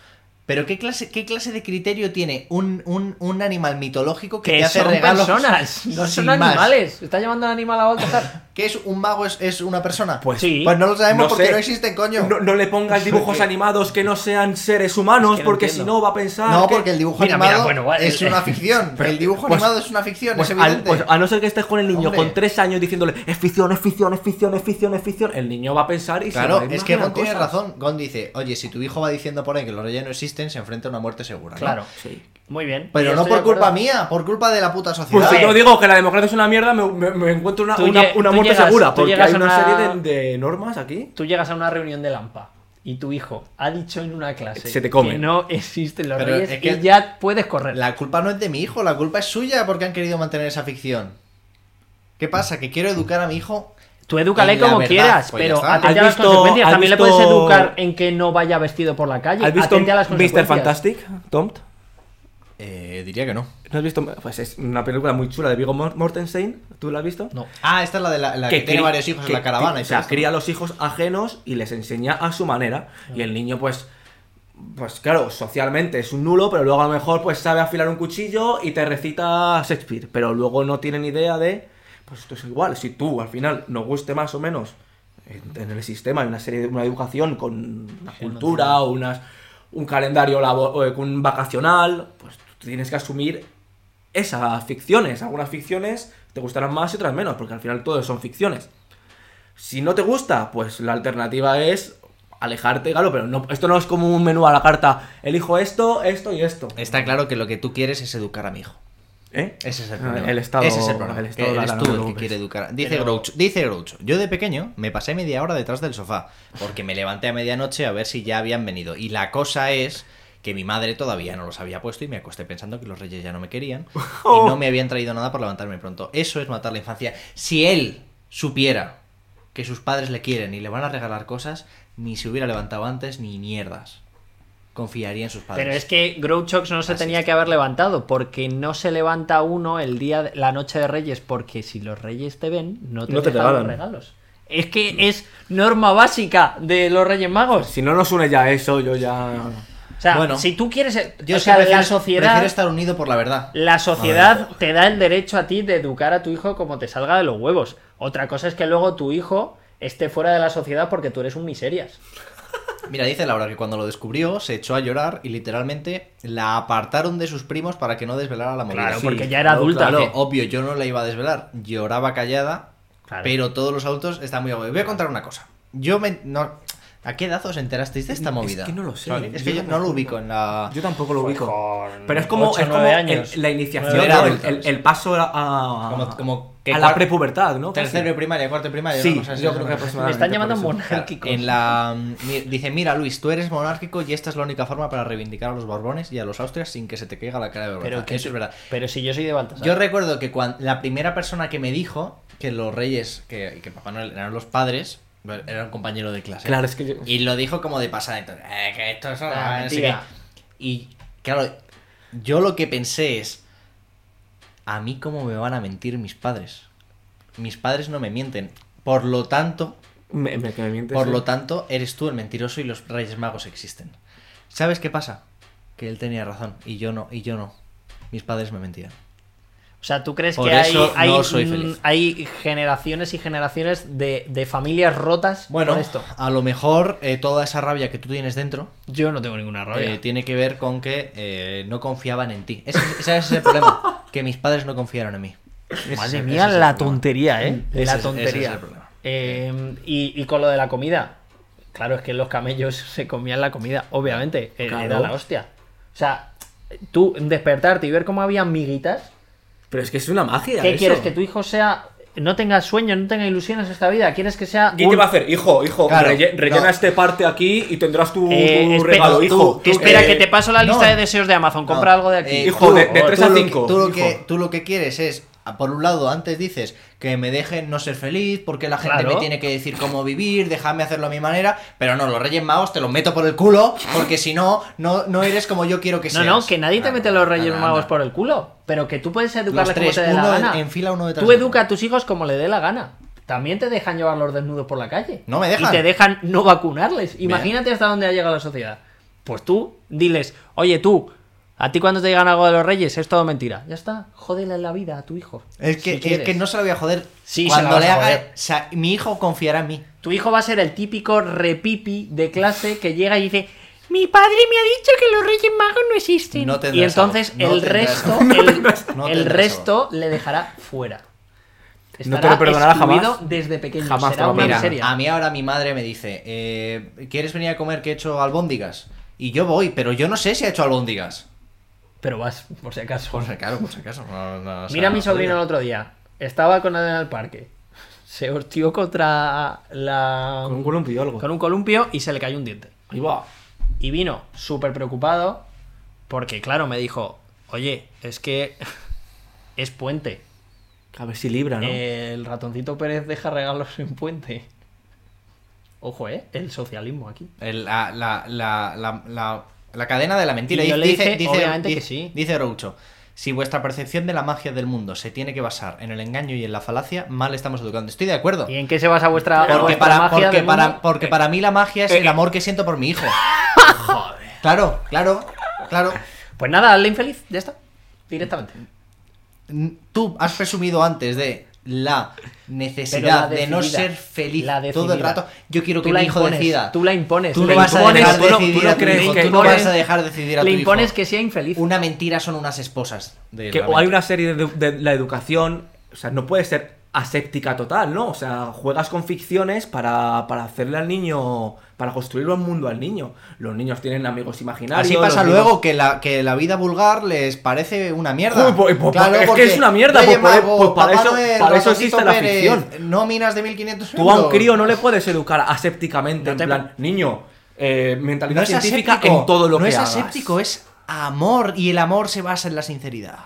A: Pero ¿qué clase, qué clase de criterio tiene un, un- un animal mitológico que,
B: Que
A: te hace
B: son
A: regalos?
B: personas, no
A: sin
B: son
A: más?
B: animales. Está llamando al animal a Baltasar.
A: ¿Qué es un mago? ¿Es, es una persona?
C: Pues
B: sí.
A: Pues no lo sabemos
C: No
A: porque
C: sé.
A: no existen, coño.
C: No, no le pongas dibujos animados que no sean seres humanos,
B: Es que no
C: porque si
B: entiendo.
C: no va a pensar.
A: No,
C: que-
A: porque el dibujo
B: Mira, mira,
A: animado
B: bueno, va,
A: es
B: el-
A: una ficción. el dibujo
C: pues-
A: animado es una ficción,
C: Pues
A: es
C: al-
A: evidente.
C: pues a no ser que estés con el niño
A: Hombre.
C: con tres años diciéndole es ficción, es ficción, es ficción, es ficción, es ficción, el niño va a pensar y se
A: Claro,
C: va a
A: es que
C: no
A: Gon tiene razón. Gon dice, oye, si tu hijo va diciendo por ahí que los reyes no existen, se enfrenta a una muerte segura. ¿no?
B: Claro.
C: Sí.
B: Muy bien.
A: Pero
B: Yo
A: no
B: estoy
A: por
B: de acuerdo.
A: culpa mía, por culpa de la puta
C: Pues
A: sociedad.
C: si
B: Cuidado.
C: yo digo que la democracia es una mierda, me, me- me encuentro una,
B: Tú
C: una,
B: lle-
C: una
B: tú
C: muerte
B: llegas-
C: segura,
B: tú
C: porque
B: llegas
C: hay
B: a
C: una,
B: una-
C: serie de, de normas aquí.
B: Tú llegas a una reunión de Lampa y tu hijo ha dicho en una clase
C: Se te come.
B: que no existen los
A: Pero
B: reyes
A: es que-
B: y ya puedes correr.
A: La culpa no es de mi hijo, la culpa es suya porque han querido mantener esa ficción. ¿Qué pasa? ¿Que quiero educar a mi hijo?
B: Tú edúcale
A: Y la
B: como
A: verdad,
B: quieras,
A: pues ya
B: pero
A: está.
B: atente a
C: ¿Has
B: las
C: visto-
B: consecuencias.
C: has
B: También le
C: visto-
B: puedes educar en que no vaya vestido por la calle.
C: ¿Has visto
B: atente a las
C: Mr.
B: consecuencias.
C: Fantastic, Tom?
A: Eh, diría que no.
C: ¿No has visto? Pues es una película muy chula de Viggo Mor- Mortensen, ¿tú la has visto?
B: No.
A: Ah, esta es la de la, la que, tiene
C: cri-
A: varios hijos
C: que
A: en la caravana.
C: cri-
A: y
C: O sea,
A: todo esto.
C: cría a los hijos ajenos y les enseña a su manera. Y el niño, pues. Pues claro, socialmente es un nulo, pero luego a lo mejor pues sabe afilar un cuchillo y te recita Shakespeare. Pero luego no tienen idea de. Pues esto es igual. Si tú al final nos guste más o menos en, en el sistema, hay una serie de una educación con una cultura o unas, un calendario labo- o, eh, con vacacional, pues tú tienes que asumir esas ficciones. Algunas ficciones te gustarán más y otras menos, porque al final todas son ficciones. Si no te gusta, pues la alternativa es alejarte, claro, pero no, esto no es como un menú a la carta. Elijo esto, esto y esto.
A: Está claro que lo que tú quieres es educar a mi hijo.
C: ¿Eh?
A: Ese
B: Ah,
A: es el problema.
C: El Estado-
A: Ese es el problema.
C: el
A: que
C: Estado
A: eres
C: da la
A: tú el
C: nube.
A: que quiere educar. Dice
B: Pero-
A: Groucho. Dice Groucho. Yo de pequeño me pasé media hora detrás del sofá porque me levanté a medianoche a ver si ya habían venido. Y la cosa es que mi madre todavía no los había puesto y me acosté pensando que los reyes ya no me querían y no me habían traído nada para levantarme pronto. Eso es matar la infancia. Si él supiera que sus padres le quieren y le van a regalar cosas, ni se hubiera levantado antes ni mierdas. Confiaría en sus padres.
B: Pero es que Grouchox no se
A: Así
B: tenía
A: es.
B: que haber levantado, porque no se levanta uno el día de- la noche de Reyes, porque si los Reyes te ven, no te,
C: No te
B: dejan los
C: regalan.
B: regalos. Es que es norma básica de los Reyes Magos.
C: Si no nos une ya eso, yo ya.
B: O sea,
A: Bueno,
B: si tú quieres,
A: Yo
B: o
A: sí
B: sea,
A: prefiero-
B: la sociedad,
A: prefiero estar unido por la verdad.
B: la sociedad te da el derecho a ti de educar a tu hijo como te salga de los huevos. Otra cosa es que luego tu hijo esté fuera de la sociedad porque tú eres un miserias.
A: Mira, dice Laura que cuando lo descubrió se echó a llorar y literalmente la apartaron de sus primos para que no desvelara la movida.
B: Claro,
A: Sí,
B: porque ya era
C: no,
B: adulta.
A: claro,
C: claro.
A: obvio, yo no la iba a desvelar. Lloraba callada,
B: Claro.
A: pero todos los adultos están muy agobiados. Voy a contar una cosa. Yo me. No, ¿A qué edad os enterasteis de esta movida?
C: que no lo sé.
A: Es que
C: Yo
A: yo no lo ubico en la.
C: Yo tampoco lo
B: Fue
C: ubico.
B: con
C: Pero es como,
B: ocho,
C: es como
B: nueve
C: el-
B: años.
C: la iniciación,
A: Nueve
C: ¿no?
A: años.
C: el, el paso a, a-
A: Como- como que
C: a la
A: cuar-
C: prepubertad, ¿no? Casi.
A: Tercero de primaria, cuarto de primaria.
C: Sí,
A: una cosa así,
C: yo
A: más o
C: creo
A: menos.
C: que
B: Me
C: aproximadamente.
B: están llamando
C: por eso.
B: monárquicos.
A: En la mi- dice, mira Luis, tú eres monárquico y esta es la única forma para reivindicar a los Borbones y a los Austrias sin que se te caiga la cara de vergüenza.
B: Pero que-
A: Eso es verdad.
B: Pero si yo soy de Baltasar.
A: Yo recuerdo que cuando la primera persona que me dijo que los reyes que, y que Papá Noel eran los padres bueno, era un compañero de clase.
C: Claro, es que yo-
A: Y lo dijo como de pasada, entonces, "Eh, que esto es una
B: Ah,
A: no sé
B: mentira.
A: qué". Y claro, yo lo que pensé es, a mí cómo me van a mentir mis padres. Mis padres no me mienten. Por lo tanto,
C: me, me- que me mientes,
A: por
C: ¿eh?
A: lo tanto, eres tú el mentiroso y los Reyes Magos existen. ¿Sabes qué pasa? Que él tenía razón y yo no, y yo no. Mis padres me mentían.
B: O sea, ¿tú crees
A: Por
B: que hay,
A: eso
B: hay,
A: no soy
B: mm,
A: feliz.
B: hay generaciones y generaciones de, de familias rotas
A: Bueno,
B: por esto?
A: a lo mejor eh, toda esa rabia que tú tienes dentro
B: Yo no tengo ninguna rabia.
A: eh, tiene que ver con que eh, no confiaban en ti. Ese, ese es el problema, que mis padres no confiaron en mí.
B: Madre
A: Ese-
B: mía,
A: ese es
B: la
A: el problema.
B: tontería, ¿eh?
A: Ese es-
B: la
A: ese es
B: tontería.
A: el problema.
B: Eh, y, y con lo de la comida. Claro, es que los camellos se comían la comida, obviamente. Eh,
C: Claro.
B: Era la hostia. O sea, tú despertarte y ver cómo había amiguitas.
C: Pero es que es una magia.
B: ¿Qué
C: eso.
B: quieres? Que tu hijo sea. No tenga sueños, no tenga ilusiones esta vida. ¿Quieres que sea.?
C: ¿Quién
B: un-
C: te va a hacer? Hijo, hijo,
A: Claro,
C: relle-
A: no.
C: rellena este parte aquí y tendrás tu,
B: Eh,
C: tu
B: espe-
C: regalo,
B: tú-
C: hijo.
B: tú espera
C: Eh,
B: que te paso la
A: no.
B: lista de deseos de Amazon.
A: No,
B: Compra algo de aquí.
A: eh,
C: Hijo,
A: tú-
C: de- de
A: tú
C: tres a
A: lo que-
C: cinco,
A: Tú lo, que,
C: hijo.
A: tú lo que quieres es, a- por un lado, antes dices que me dejen no ser feliz, porque la gente
B: Claro.
A: me tiene que decir cómo vivir, déjame hacerlo a mi manera, pero no, los Reyes Magos te los meto por el culo, porque si no, no, no eres como yo quiero que
B: No,
A: seas.
B: no, que nadie te
A: Anda,
B: mete los Reyes
A: anda,
B: Magos
A: anda.
B: por el culo. Pero que tú puedes educarles
A: Los
B: como
A: tres,
B: te dé
A: uno
B: la
A: en-
B: gana.
A: en fila, uno detrás
B: Tú
A: del otro.
B: educa a tus hijos como le dé la gana. También te dejan llevarlos desnudos por la calle.
A: No me dejan.
B: Y te dejan no vacunarles. Imagínate hasta dónde ha llegado la sociedad. Pues tú diles, oye tú, a ti cuando te digan algo de los Reyes es todo mentira. Ya está, jódele la vida a tu hijo.
A: Es que,
B: si
A: es
B: quieres.
A: que no se lo voy a joder.
B: Sí, se
A: Cuando
B: la vas
A: le
B: a
A: haga.
B: joder.
A: o sea, mi hijo confiará en mí.
B: Tu hijo va a ser el típico repipi de clase que llega y dice: Mi padre me ha dicho que los Reyes Magos no existen.
A: No tendrá
B: y entonces
A: sabor, no
B: el
A: tendrá
B: resto,
A: sabor.
B: el,
A: no
B: el
A: tendrá
B: resto le dejará fuera.
C: No te lo perdonará
B: excluido
C: jamás.
B: Desde pequeño.
C: Jamás te
B: Será
C: lo
B: una
A: Mira,
C: perdonará.
B: miseria.
A: a mí ahora mi madre me dice: eh, ¿Quieres venir a comer que he hecho albóndigas? Y yo voy, pero yo no sé si ha hecho albóndigas.
B: Pero vas, por si acaso.
A: Por si acaso, Pues por si acaso. No, no, o sea,
B: Mira a mi sobrino el
A: joder.
B: otro día. Estaba con él en el parque. Se hostió contra la.
C: Con un columpio y algo.
B: con un columpio y se le cayó un diente.
C: Ahí va.
B: Y vino súper preocupado porque, claro, me dijo, oye, es que es puente.
C: A ver si libra, ¿no?
B: El ratoncito Pérez deja regalos en puente. Ojo, ¿eh? El socialismo aquí.
A: El- la, la, la, la, la- la cadena de la mentira.
B: Y yo
A: Dice,
B: le dije,
A: dice, dice-
B: obviamente
A: di-
B: que sí.
A: dice Roucho. Si vuestra percepción de la magia del mundo se tiene que basar en el engaño y en la falacia, mal estamos educando. Estoy de acuerdo.
B: ¿Y en qué se basa vuestra,
A: Porque
B: vuestra
A: para,
B: magia
A: porque,
B: del
A: para,
B: mundo? Eh,
A: porque para mí la magia es el amor que siento por mi hijo. Claro, claro, claro.
B: Pues nada, hazle infeliz, ya está. Directamente.
A: N- Tú has presumido antes de la
B: Pero la
A: necesidad de no
B: decidida,
A: ser feliz
B: la
A: todo el
B: decidida.
A: rato. Yo quiero que
B: Tú la
A: mi hijo
B: impones,
A: decida.
B: tú la impones,
A: Tú
B: le
A: no vas a
B: impones,
A: dejar
C: tú no-
A: decidir
C: tú no
A: a tu
C: crees
A: hijo,
C: que-
A: tú no vas
B: impones-
A: a dejar decidir a tu
B: Le
A: hijo.
B: impones que sea infeliz.
A: Una mentira son unas esposas. de
C: Que
A: la
C: o hay
A: mentira.
C: una serie de, de la educación, o sea, no puede ser aséptica total, ¿no? O sea, juegas con ficciones para, para hacerle al niño, para construirle un mundo al niño. Los niños tienen amigos imaginarios.
A: Así pasa
C: los niños-
A: luego que la, que la vida vulgar les parece una mierda.
C: Uy, pues- pues- es que es una mierda,
A: Reyes
C: pues, pues,
A: Magos,
C: pues, para
A: Papá
C: eso-
A: Noel,
C: para
A: Ratoncito
C: eso existe la
A: Pérez,
C: ficción.
A: Nóminas de 1500
C: Tú a un
A: euros.
C: crío no le puedes educar asépticamente, en
B: te-
C: plan, niño, eh, mentalidad
A: No es
C: científica
A: aséptico.
C: en todo lo
A: no
C: que
A: es
C: hagas.
A: aséptico, eh. es amor. Y el amor se basa en la sinceridad.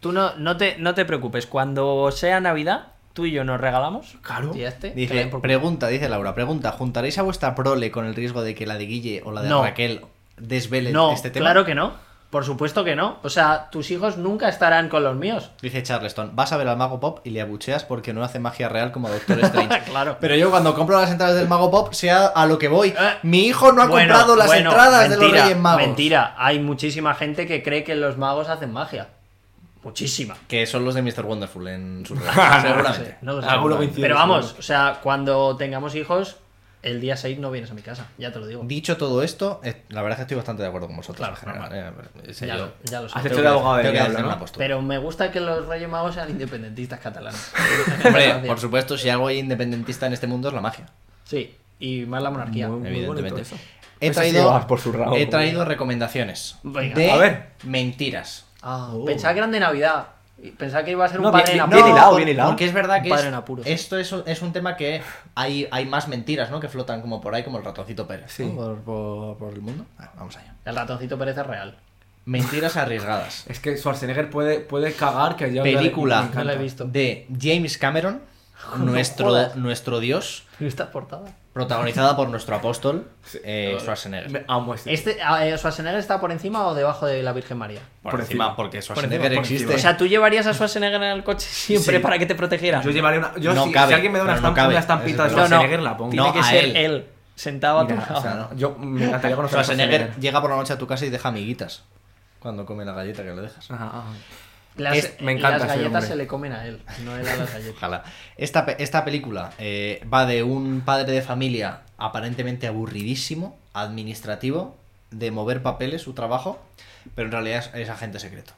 B: Tú no, no, te, no te preocupes, cuando sea Navidad, tú y yo nos regalamos.
C: Claro.
B: Y ya esté, que le
A: Dice,
B: den por culo.
A: pregunta, dice Laura, pregunta, ¿juntaréis a vuestra prole con el riesgo de que la de Guille o la de
B: No.
A: Raquel desvelen
B: No,
A: este tema?
B: claro que no. Por supuesto que no. O sea, tus hijos nunca estarán con los míos.
A: Dice Charleston, vas a ver al Mago Pop y le abucheas porque no hace magia real como Doctor Strange.
B: Claro.
A: Pero yo cuando compro las entradas del Mago Pop, sea a lo que voy.
B: Eh.
A: Mi hijo no ha
B: Bueno,
A: comprado las
B: bueno,
A: entradas de los
B: mentira,
A: Reyes Magos.
B: Mentira, hay muchísima gente que cree que los magos hacen magia. Muchísima.
A: Que son los de Mr. Wonderful en su seguramente.
B: Ah, No lo sé.
C: Alguno coincide,
B: Pero vamos,
C: seguro.
B: o sea, cuando tengamos hijos, el día 6 no vienes a mi casa, ya te lo digo.
A: Dicho todo esto, eh, la verdad es que estoy bastante de acuerdo con vosotros.
B: Claro,
A: en general, eh, en serio.
B: Ya lo, ya lo sé.
A: Tengo
C: Acepto de
A: que-
C: abogado del
A: tengo que
C: diablo,
A: hacer
C: ¿no?
A: una postura.
B: Pero me gusta que los Reyes Magos sean independentistas catalanes.
A: Hombre, por supuesto, si algo hay independentista en este mundo es la magia.
B: Sí, y más la monarquía.
C: Muy-
A: evidentemente.
C: bonito eso.
A: He
C: Eso sí
A: traído,
C: vas por su rabo.
A: he traído recomendaciones
B: Venga,
A: de
C: a ver.
A: mentiras.
B: Ah,
C: Oh.
B: Pensaba que eran de Navidad. Y Pensaba que iba a ser un
C: No,
B: padre
C: bien-
B: en
C: bien
B: apuros.
C: hilado,
A: por-
C: bien hilado.
A: Porque es verdad que
B: Padre
A: es-
B: en apuros.
A: esto es, un- es un tema que hay, hay más mentiras, ¿no? Que flotan como por ahí, como el ratoncito Pérez.
C: Sí.
A: ¿no? Por, por- por el mundo. Ah, vamos allá.
B: El ratoncito Pérez es real.
A: Mentiras arriesgadas.
C: Es que Schwarzenegger puede, puede cagar que yo...
A: Película
C: me encanta.
B: No la he visto.
A: de James Cameron,
B: No
A: nuestro,
B: jodas.
A: nuestro dios,
B: Pero Esta portada.
A: protagonizada por nuestro apóstol, eh, Schwarzenegger.
C: Me amo este.
B: Este, ah, eh, ¿Schwarzenegger está por encima o debajo de la Virgen María?
A: Por,
C: por
A: encima,
C: encima.
A: porque Schwarzenegger
C: encima, por
A: existe.
C: encima.
B: O sea, ¿tú llevarías a Schwarzenegger en el coche siempre
C: Sí.
B: para que te protegiera?
C: Yo llevaré una... Yo
A: No
C: si,
A: cabe,
C: si alguien me da una,
A: pero no
C: estamp-
A: cabe.
C: una estampita de
A: Es verdad.
C: Schwarzenegger,
B: No, no.
C: la pongo.
B: Tiene
A: No,
B: que
A: a
B: ser
A: él.
B: él. sentado a tu
C: Mira,
B: lado.
C: o sea,
A: no.
C: Yo me encantaría conocer a
A: Schwarzenegger llega por la noche a tu casa y deja amiguitas cuando come la galleta que le dejas.
C: Ajá, ajá.
B: Las,
C: Es- me encanta
B: las
C: ese
B: galletas
C: hombre.
B: se le comen a él, no él a las galletas.
A: Ojalá. Esta, pe- esta película eh, va de un padre de familia aparentemente aburridísimo, administrativo, de mover papeles, su trabajo, pero en realidad es, es agente secreto.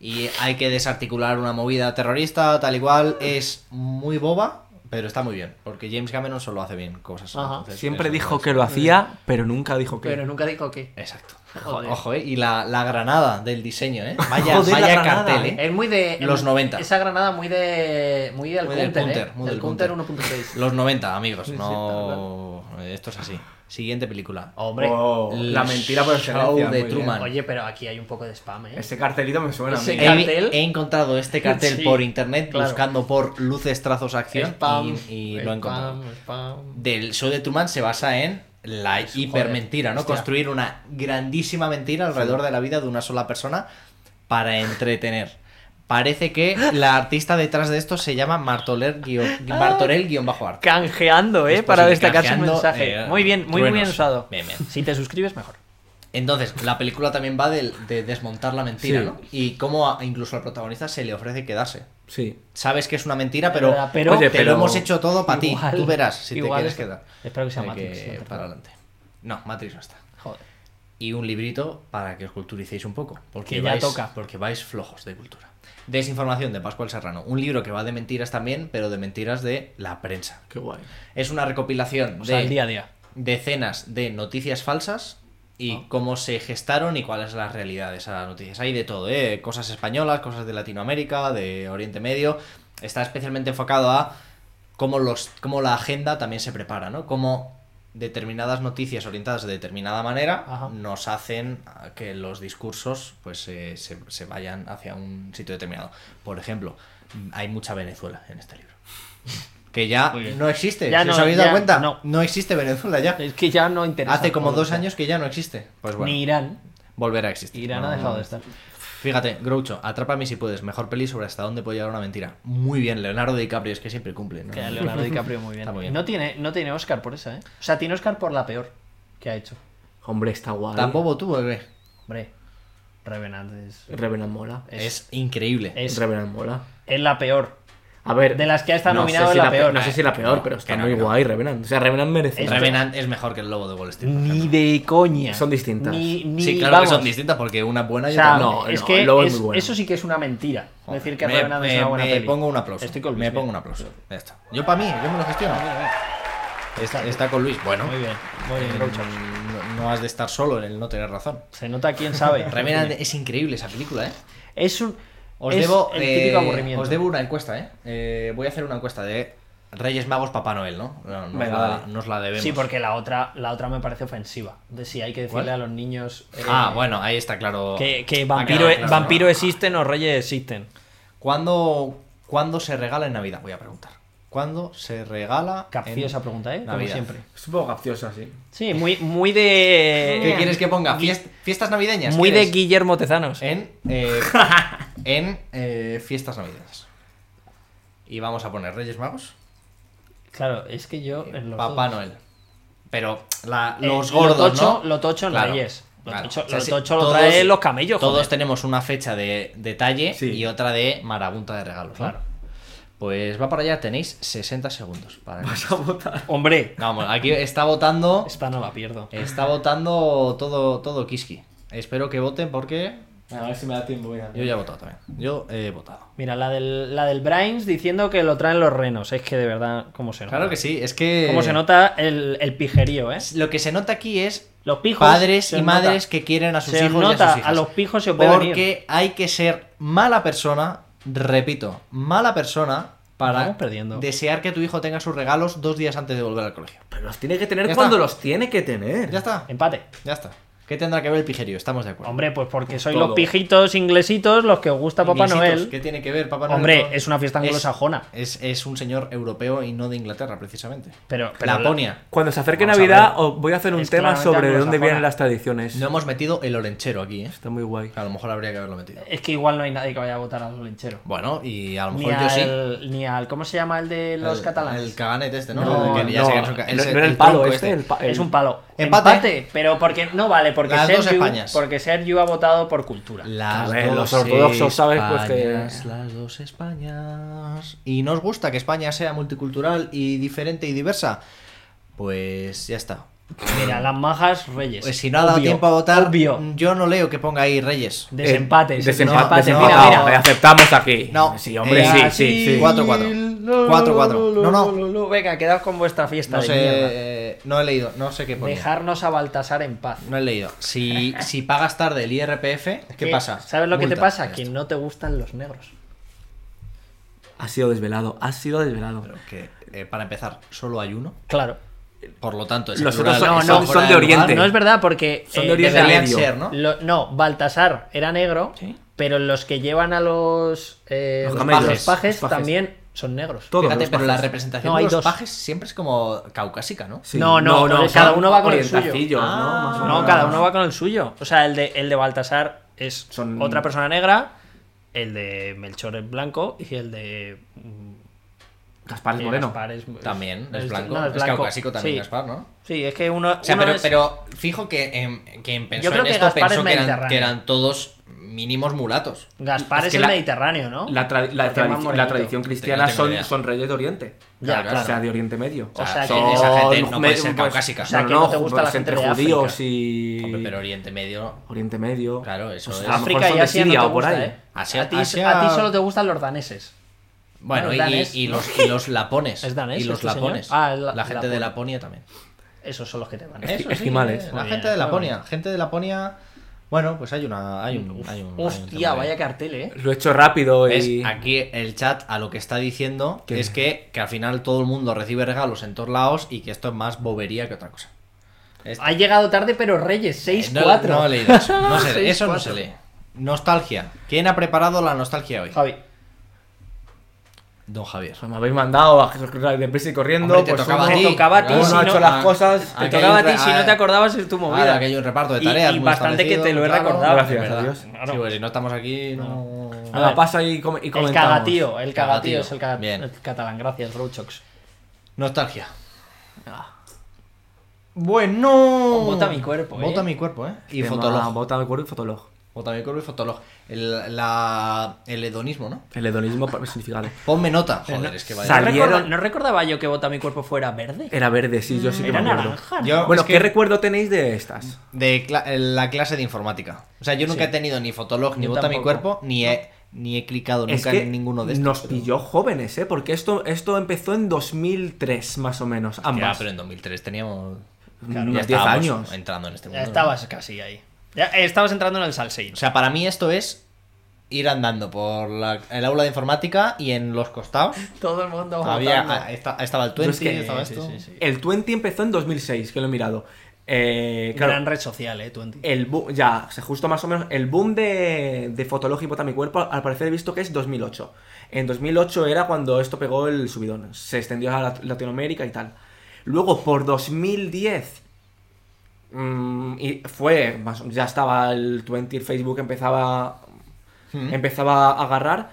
A: Y hay que desarticular una movida terrorista, tal y cual. Es muy boba, pero está muy bien, porque James Cameron solo hace bien cosas.
B: Ajá.
A: entonces
C: Siempre
A: eso
C: dijo
A: es-
C: que lo hacía, pero nunca dijo que...
B: Pero nunca dijo que.
A: Exacto.
B: Joder.
A: Ojo, ¿eh? Y la, la granada del diseño, ¿eh? Vaya,
C: Joder, la
A: vaya
C: granada,
A: cartel, ¿eh?
B: Es muy de.
A: Los
B: em,
A: 90.
B: Esa granada muy de. Muy del
A: Muy del
B: counter,
A: counter,
B: ¿eh?
A: muy
B: del
A: del
B: counter
A: counter.
B: 1.6.
A: Los 90, amigos.
B: Sí, sí,
A: No. Esto es así. Siguiente película.
B: Hombre.
C: Oh,
A: El
C: la mentira por excelencia.
A: show de
C: muy bien.
A: Truman.
B: Oye, pero aquí hay un poco de spam, ¿eh?
C: Ese cartelito me suena
B: Ese
C: a mí.
A: He,
B: este cartel.
A: he encontrado este cartel
B: Sí,
A: por internet
B: claro.
A: buscando por luces, trazos, acción
B: spam.
A: y, y lo he encontrado.
B: Spam, spam.
A: Del show de Truman se basa en la hipermentira, ¿no?
C: Hostia.
A: Construir una grandísima mentira alrededor de la vida de una sola persona para entretener. Parece que la artista detrás de esto se llama Martoler guio-
B: Ah.
A: Martorell guión bajo arte.
B: Canjeando, ¿eh?
A: Es
B: Para
A: posible,
B: destacar su
A: canjeando,
B: mensaje.
A: eh,
B: muy bien, muy, muy bien
A: truenos.
B: usado.
A: Bien, bien.
B: Si te suscribes, mejor.
A: Entonces, la película también va del- de, desmontar la mentira,
C: Sí.
A: ¿no? Y cómo a- incluso al protagonista se le ofrece quedarse.
C: Sí.
A: Sabes que es una mentira, pero,
B: verdad, pero-
A: te
C: Oye, pero-
A: lo hemos hecho todo para ti.
B: Igual-
A: Tú verás si te
B: igual
A: quieres
B: es-
A: quedar.
B: espero que sea
A: Así
B: Matrix, la tercera.
A: Eh, para adelante. No, Matrix no está.
B: Joder.
A: Y un librito para que os culturicéis un poco. Porque
B: Que ya
A: vais,
B: toca.
A: Porque vais flojos de cultura. Desinformación de Pascual Serrano. Un libro que va de mentiras también, pero de mentiras de la prensa.
C: Qué guay.
A: Es una recopilación
B: O sea,
A: de
B: el día a día.
A: decenas de noticias falsas y
B: Ah.
A: cómo se gestaron y cuál es la realidad de esas noticias. Hay de todo, ¿eh? cosas españolas, cosas de Latinoamérica, de Oriente Medio. Está especialmente enfocado a cómo, los, cómo la agenda también se prepara, ¿no? Cómo determinadas noticias orientadas de determinada manera
B: Ajá.
A: nos hacen a que los discursos pues eh, se, se vayan hacia un sitio determinado. Por ejemplo, hay mucha Venezuela en este libro. Que ya
B: Muy bien.
A: no existe.
B: Ya
A: si os
B: no,
A: habéis dado
B: ya
A: cuenta,
B: no.
A: no existe Venezuela ya.
B: Es que ya no interesa.
A: Hace como
B: Joder,
A: dos
B: o sea,
A: años que ya no existe. Pues bueno,
B: Ni Irán.
A: volverá a existir.
B: Irán
A: No,
B: ha
A: no,
B: dejado
A: no.
B: de estar.
A: Fíjate, Groucho, Atrápame si puedes. Mejor peli sobre hasta dónde puede llegar una mentira. Muy bien, Leonardo DiCaprio, es que siempre cumple. ¿no?
B: Que a Leonardo DiCaprio muy bien.
A: Está muy bien.
B: No, tiene, no tiene Oscar por esa, ¿eh? O sea, tiene Oscar por la peor que ha hecho.
C: Hombre, está guay.
A: Tampoco tú, bebé.
B: Hombre, Revenant es,
C: Revenant mola.
A: Es, increíble.
B: es,
C: Revenant mola.
B: es la peor.
C: A ver.
B: De las que ha estado
C: no
B: nominado
C: sé si
B: la
C: pe-
B: peor.
C: No sé si la peor,
A: No,
C: pero está
A: que no,
C: muy
A: que no.
C: guay Revenant. O sea, Revenant merece.
A: Revenant es mejor que el lobo de Wall Street. por
B: Ni
A: ejemplo.
B: de coña.
C: Son distintas.
B: Ni, ni-
A: sí, claro que son
B: vamos.
A: distintas porque una es buena
B: O
A: y
B: sea,
A: otra no.
C: no,
B: es
C: no,
B: que
C: luego es
B: es-
C: muy bueno.
B: eso sí que es una mentira. Decir que
A: me,
B: Revenant es
A: me-
B: una buena
A: me
B: peli.
A: pongo un aplauso.
B: Estoy con Luis, eh.
A: me
B: bien.
A: pongo un aplauso. Ya está. Yo para mí, yo me lo gestiono. Está, está con Luis. Bueno, eh,
B: Muy bien, muy bien, Groucho.
A: no, no has de estar solo en el no tener razón.
B: Se nota quién sabe.
A: Revenant es increíble esa película, ¿eh?
B: Es un.
A: Os
B: es
A: debo,
B: el
A: eh,
B: típico aburrimiento.
A: os debo una encuesta, ¿eh? Eh, Voy a hacer una encuesta de Reyes Magos, Papá Noel, ¿no? No, nos,
C: Venga,
A: la,
C: dale.
A: nos la debemos.
B: Sí, porque la otra, la otra me parece ofensiva. De si hay que decirle
A: ¿Cuál?
B: a los niños. eh,
A: Ah, bueno, ahí está claro.
E: Que, que
A: Ha
E: vampiro,
A: quedado
C: e-
A: claro,
E: vampiro
A: ¿no?
E: existen o reyes existen.
A: ¿Cuándo, cuándo se regala en Navidad? Voy a preguntar. ¿Cuándo se regala en
B: Capciosa esa pregunta, ¿eh? Como
A: Navidad?
B: siempre.
C: Es un poco capciosa, sí.
E: Sí, muy, muy de.
A: ¿Qué quieres que ponga? Fiest- ¿Fiestas navideñas?
E: Muy de
A: ¿quieres?
E: Guillermo Tezanos.
A: En, eh, en eh, fiestas navideñas. Y vamos a poner Reyes Magos,
B: Claro, es que yo. en los
A: Papá
B: dos-
A: Noel. Pero la-
B: Eh,
A: los
B: lo
A: gordos,
B: tocho-
A: ¿no?
B: lo tocho en Reyes.
A: Lo
E: tocho- lo tocho lo traen los camellos,
A: Todos
E: joder.
A: tenemos una fecha de detalle
C: Sí.
A: y otra de marabunta de regalos. Claro. Pues va para allá, tenéis 60 segundos. Para
C: Vas a votar.
E: Hombre,
A: Vamos, aquí está votando.
B: Esta no la pierdo.
A: Está votando todo, todo Kiski. Espero que voten porque
C: A ver si me da tiempo. voy a-
A: Yo ya he votado también. Yo he votado.
B: Mira, la del, la del Brains diciendo que lo traen los renos. Es que de verdad, ¿cómo se nota?
A: Claro que sí, es que.
B: ¿Cómo se nota el, el pijerío, eh?
A: Lo que se nota aquí es
B: Los pijos.
A: padres
B: se
A: y
B: os nota.
A: madres que quieren a sus
B: se os
A: hijos y
B: nota,
A: a sus hijas.
B: a los pijos se os ve venir.
A: Porque hay que ser mala persona, repito, mala persona para
B: Vamos perdiendo.
A: desear que tu hijo tenga sus regalos dos días antes de volver al colegio.
C: Pero los tiene que tener
A: Ya
C: cuando
A: está.
C: los tiene que tener.
A: Ya está,
B: Empate.
A: ya está. ¿Qué tendrá que ver el pijerío? Estamos de acuerdo.
B: Em- Hombre, pues porque sois
C: Todo.
B: los pijitos inglesitos los que os gusta Papá
A: Inglesitos,
B: Noel.
A: ¿Qué tiene que ver Papá Noel?
B: Hombre,
A: con-
B: es una fiesta
A: Es-
B: anglosajona.
A: Es, es un señor europeo y no de Inglaterra, precisamente.
B: Pero, pero
A: Laponia.
C: Cuando se acerque
B: Vamos a
C: Navidad,
B: ver.
C: os voy a hacer un
B: Es
C: tema
B: claramente
C: sobre de dónde
B: anglosajona.
C: vienen las tradiciones.
A: No hemos metido el olenchero aquí, ¿eh?
C: Está muy guay.
A: A lo mejor habría que haberlo metido.
B: Es que igual no hay nadie que vaya a votar al linchero.
A: Bueno, y a lo
B: Ni
A: mejor yo sí.
B: al, ni al. ¿Cómo se llama el de los
A: El-
B: catalanes?
A: El caganet este, ¿no?
B: No,
A: Que ya sé que no es un ca-
C: no,
A: es
C: no era el palo
A: tronco
C: este. el pa- el-
B: Es un palo.
A: Empate.
B: Empate. pero porque no vale, porque
A: Las dos
B: Sergio,
A: Españas.
B: porque Sergio ha votado por cultura.
A: Las
C: A ver,
A: dos
C: los ortodoxos saben, pues, que-
A: Españas, Las dos Españas. ¿Y nos gusta que España sea multicultural y diferente y diversa? Pues ya está.
B: Mira, las majas reyes.
A: Pues si no ha dado
B: Obvio,
A: tiempo a votar, mm,
B: Obvio.
A: yo no leo que ponga ahí Reyes.
B: Desempates.
C: Eh,
A: desempate,
C: desempate,
A: no,
B: mira,
A: no,
B: mira.
C: eh, aceptamos aquí.
A: No.
C: Sí, hombre,
A: Eh,
C: sí,
A: así-
C: sí, sí.
A: 4-4. 4-4. No, no.
B: Venga, quedaos con vuestra fiesta
A: No
B: de mierda.
A: sé, eh, no he leído, no sé qué poner.
B: Dejarnos a Baltasar en paz.
A: No he leído. Si, si pagas tarde el IRPF, ¿qué
B: Que-
A: pasa?
B: ¿Sabes lo que te
A: Multa.
B: pasa?
A: Ya
B: Que
A: está.
B: no te gustan los negros.
C: Ha sido desvelado, ha sido desvelado.
A: Pero que, eh, para empezar, solo hay uno.
B: Claro.
A: Por lo tanto, es
C: Los
A: plural,
C: otros son-
A: está
C: no, no,
A: fuera
C: son de
A: lugar.
C: Oriente.
B: No es verdad, porque.
C: Son
B: eh,
C: de Oriente
B: deberían-
A: Deberían
C: medio.
A: ser, ¿no?
B: Lo- no, Baltasar era negro,
C: Sí.
B: pero los que llevan a los, eh,
C: Los
B: los,
C: camellos.
B: pajes,
C: Los pajes.
B: también son negros.
C: Todos
A: Fíjate,
C: los
A: pero la
C: pajes.
A: representación
B: No,
A: de
B: hay
A: los
B: dos.
A: pajes siempre es como caucásica, ¿no?
C: Sí.
B: No, no, cada
C: son
B: uno va con el suyo.
C: orientacillos, ¿no?
A: Ah.
C: Más o
B: No,
C: menos.
B: cada uno va con el suyo. O sea, el de, el de Baltasar es
C: Son-
B: otra persona negra, el de Melchor es blanco y el de. mm,
C: Gaspar es
B: eh,
C: moreno.
B: Gaspar es-
A: También, es, blanco.
B: no,
A: es, caucásico también,
B: Sí.
A: Gaspar, ¿no?
B: Sí, es que uno.
A: O sea,
B: uno
A: pero,
B: es-
A: pero fijo que en, que en pensó
B: Yo creo
A: en
B: que
A: esto
B: Gaspar
A: pensó
B: es
A: que eran,
B: mediterráneo.
A: que eran todos mínimos mulatos.
B: Gaspar
C: es
B: es,
C: que
B: el
C: la-
B: Mediterráneo, ¿no?
C: La,
B: Porque
C: tra- la
B: es más
C: tradici- la
B: morenito.
C: tradición cristiana
A: No tengo
C: son,
A: idea.
C: son reyes de Oriente.
B: Ya,
C: O
B: claro.
C: sea, de Oriente Medio.
B: O sea, que
C: son-
A: esa gente no puede
C: me-
A: ser
C: pues,
A: caucásica.
B: o sea,
C: no,
B: que
C: no,
B: no te gusta la
C: pues,
B: gente
C: entre
B: de África.
C: judíos y.
A: Hombre, pero Oriente Medio.
C: Oriente Medio.
A: Claro, eso
C: Pues
A: es.
C: a lo mejor
B: África
C: son
B: y
C: de
B: Asia
C: Siria
B: no
C: o
B: te
C: por
B: gusta,
C: ahí.
B: ¿eh?
A: Asia-
B: a, ti,
A: Asia-
B: a ti solo te gustan los daneses.
A: Bueno,
B: Bueno,
A: y,
B: danés,
A: y
B: ¿no?
A: los, y los lapones.
B: ¿Es danés
A: Y los
B: este señor?
A: lapones.
B: Ah,
A: la,
B: la-
A: gente de
B: Laponia.
A: Laponia también.
B: Esos son los que te van.
A: Eso sí,
C: esquimales.
A: La
B: Muy
A: gente
B: bien,
A: de
B: muy
A: Laponia. Gente de Laponia. Bueno, pues hay una. Hay un, hay un- hay un
B: Hostia,
A: tema ahí.
B: vaya cartel, ¿eh?
C: Lo he hecho rápido
A: ¿Ves?
C: y.
A: Aquí el chat a lo que está diciendo
C: ¿Qué?
A: es que, que al final todo el mundo recibe regalos en todos lados y que esto es más bobería que otra cosa. Este-
B: Ha llegado tarde, pero Reyes,
A: Eh,
B: 6-4.
A: no, no he leído eso. No se lee, eso no
B: 6-4.
A: se lee. Nostalgia. ¿Quién ha preparado la nostalgia hoy?
B: Javi,
A: Don Javier.
C: Pues me habéis mandado a deprisa y corriendo.
A: Hombre, te
C: pues
A: tocaba
C: uno-
A: a ti.
B: te tocaba a ti,
A: Claro.
C: si no- Ah,
A: Aquí
B: Te
A: hay
B: tocaba a
A: un
B: ti,
A: re-
B: si no te acordabas es tu
A: Ahora
B: movida.
A: que hay un reparto de
B: Y-
A: tareas.
B: y
A: muy
B: bastante
A: establecido,
B: que te lo he
A: claro.
B: recordado.
C: Gracias
A: ¿Verdad?
C: a Dios.
A: Sí, pues, si no estamos aquí, no.
C: A
B: A
C: la
B: ver.
C: pasa y, come- y
B: El
C: comentamos.
B: cagatío,
A: Cagatío.
B: el cagatío es el, ca-
A: Bien.
B: el catalán. Gracias, Rochox.
A: Nostalgia.
B: Ah.
A: Bueno.
B: Vota mi cuerpo, ¿eh?
A: Vota mi cuerpo, ¿eh? Y
C: Tema,
A: fotolog.
C: Bota de cuerpo y fotolog.
A: Vota mi cuerpo y fotolog. El, la- el hedonismo, ¿no?
C: El hedonismo significado.
A: Ponme nota. Joder, es que vaya.
C: Salieron-
B: No recordaba yo que Vota mi cuerpo fuera verde.
C: Era verde, sí, yo sí que me
B: Era
C: acuerdo.
B: naranja. ¿no?
A: Yo-
C: Bueno,
A: es
C: ¿qué
A: que-
C: recuerdo tenéis de estas?
A: de cla- la clase de informática. O sea, yo nunca he tenido ni fotolog, ni
B: Yo
A: vota mi
B: tampoco.
A: cuerpo, ni he, ni he clicado nunca
C: es que
A: en ninguno de estos.
C: nos
A: pero-
C: pilló jóvenes, ¿eh? Porque esto, esto empezó en 2003, más o menos,
A: Ya,
C: ambas.
A: pero en 2003 teníamos
C: Claro.
A: ya
C: Unos 10
A: estábamos
C: años.
A: entrando en este mundo.
B: Ya
A: ¿no?
B: estabas casi ahí. Ya eh, estabas entrando en el salseín.
A: O sea, para mí esto es ir andando por la- el aula de informática y en los costados
B: Todo el mundo
A: había
B: votando.
A: ah, esta- estaba el
C: Yo
A: 20,
C: es que-
A: estaba
B: Pues sí,
A: esto.
B: sí, sí.
C: El 20 empezó en 2006, que lo he mirado. Eh, claro,
B: Gran red social, eh, Twenty.
C: el boom, ya, o sea, justo más o menos, el boom de, de Fotolog y Bota mi cuerpo, al parecer he visto que es 2008. En 2008 era cuando esto pegó el subidón, se extendió a Lat- Latinoamérica y tal. Luego, por 2010, mm, y fue, más- ya estaba el 20, el Facebook empezaba, empezaba a agarrar.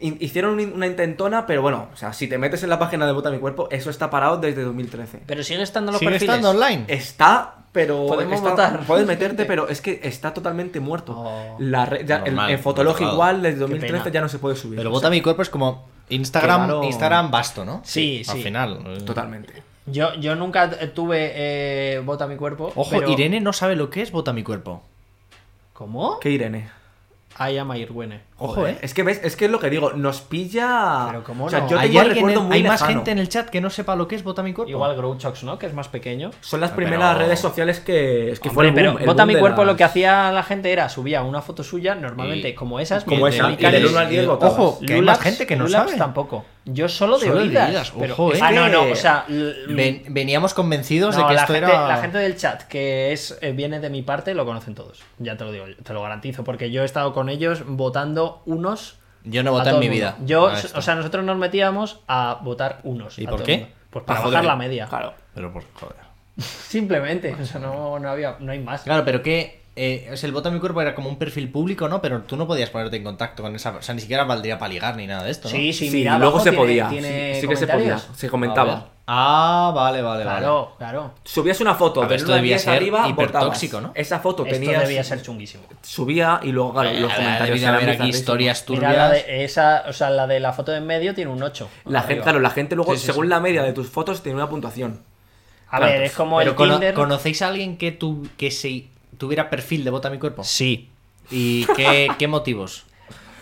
C: Hi- Hicieron un- una intentona, pero bueno, o sea, si te metes en la página de Bota mi cuerpo, eso está parado desde 2013.
B: Pero siguen estando los
A: Sigue
B: perfiles.
A: estando online.
C: Está, pero.
B: Podemos
C: está-
B: votar.
C: Puedes meterte, pero es que está totalmente muerto.
B: Oh.
C: La re- ya- el-
A: Normal,
C: en Fotolog
A: controlado.
C: igual, desde
B: pena.
C: 2013 ya no se puede subir.
A: Pero
C: O
A: vota
C: sea,
A: mi cuerpo es como Instagram,
C: Claro.
A: Instagram vasto, ¿no?
B: Sí,
A: Al
B: sí.
A: final. eh.
C: Totalmente.
B: Yo, yo nunca eh, tuve eh, Vota mi cuerpo.
A: Ojo,
B: pero-
A: Irene no sabe lo que es vota mi cuerpo.
B: ¿Cómo?
C: ¿Qué Irene?
B: I am Irwene.
A: Ojo,
C: Joder,
A: ¿eh?
C: Es que ves, es que es lo que digo, nos pilla.
B: Pero cómo
C: o sea,
B: no.
C: yo
A: ¿Hay,
C: tengo el
A: alguien
C: recuerdo
A: en-
C: muy
A: hay más
C: lejano.
A: gente en el chat que no sepa lo que es Vota mi cuerpo.
B: Igual Grouchox, ¿no? Que es más pequeño.
C: Son las
A: Ah,
C: primeras
A: pero-
C: redes sociales que, es que
B: Hombre,
C: fue el boom,
B: pero
C: el
B: Vota
C: boom
B: mi
C: de
B: cuerpo
C: las-
B: lo que hacía la gente era subía una foto suya, normalmente
A: Y-
B: como esas,
C: como
B: de
C: esa, y
B: Vicaris,
C: del uno al diez votabas.
A: Ojo, que hay más
B: Lulaps-
A: gente que no
B: Lulaps
A: sabe.
B: tampoco. Yo solo de
A: Solo de
B: oídas.
A: oídas,
B: pero-
A: ojo, ¿eh?
B: Ah, no, no,
C: Es que-
B: o sea, l-
A: Ven- veníamos convencidos
B: no,
A: de que
B: la,
A: esto
B: gente,
A: era.
B: la gente del chat que es eh, viene de mi parte lo conocen todos. Ya te lo digo, te lo garantizo, porque yo he estado con ellos votando unos.
A: Yo no
B: a
A: voté en
B: todo
A: mi
B: el mundo.
A: vida.
B: Yo,
A: a esto.
B: o sea, nosotros nos metíamos a votar unos.
A: ¿Y
B: a
A: por
B: todo
A: qué?
B: el mundo. Pues para
A: Ah,
B: bajar
A: joder.
B: la media.
C: Claro.
A: Pero por joder.
B: Simplemente. O sea, no, no había, no hay más.
A: Claro, pero que. eh, o sea, el Vota mi cuerpo era como un perfil público, ¿no? Pero tú no podías ponerte en contacto con esa. O sea, ni siquiera valdría para ligar ni nada de esto, ¿no?
B: Sí, sí,
C: Sí,
B: mira,
C: luego
B: abajo
C: se
B: tiene-
C: podía.
B: tiene
C: sí, sí que se podía.
B: comentarios.
A: A
C: Se
A: ver.
C: comentaba.
A: Ah, vale, vale, vale.
B: Claro, claro.
C: Subías una foto
A: A ver,
C: del
A: esto
C: uno al
A: debía
C: 10
A: ser
C: arriba,
A: hipertóxico,
C: votabas.
A: ¿no?
C: Esa foto
B: Esto
C: tenías.
B: debía ser chunguísimo.
C: Subía y luego, claro, los
A: Ah,
C: comentarios.
A: debía haber
C: eran
A: aquí
C: bizarrísimos.
A: historias
B: Mira, la
A: turbias.
B: de esa, o sea, la de la foto de en medio tiene un 8.
C: La gente, claro, la gente luego,
A: Sí, sí,
C: según
A: sí.
C: la media de tus fotos, tiene una puntuación.
B: A
A: Claro,
B: ver, es como
A: pero
B: el
A: cono-
B: Tinder.
A: ¿Conocéis a alguien que, tu- que se- tuviera perfil de Vota mi cuerpo?
B: Sí,
A: ¿Y qué, qué motivos?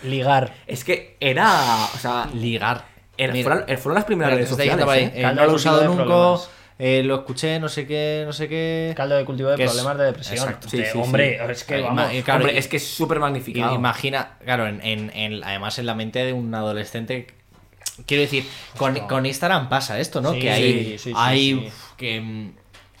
B: ligar.
C: Es que era. O sea,
A: Ligar.
C: era-
A: Mira,
C: fueron, fueron las primeras
A: mira,
C: redes
A: te está diciendo
C: sociales.
A: por ahí, eh,
C: ¿eh?
B: Caldo
A: no lo he
B: de
A: usado
B: cultivo de
A: nunca,
B: problemas.
A: eh, lo escuché, no sé qué, no sé qué.
B: Caldo de cultivo de
A: Que es-
B: problemas de depresión.
A: exacto.
C: Sí,
B: De-
C: sí,
B: hombre,
C: sí.
B: es que
A: Ahí,
B: vamos. Ah,
A: ma- eh, claro,
C: Hombre,
A: y-
C: es que es súper
A: Y
C: magnificado.
A: Imagina, claro, en, en- en- además en la mente de un adolescente. Quiero decir, con, con Instagram pasa esto, ¿no?
B: Sí,
A: que hay,
B: sí, sí, sí,
A: hay
B: sí.
A: uf, que mm,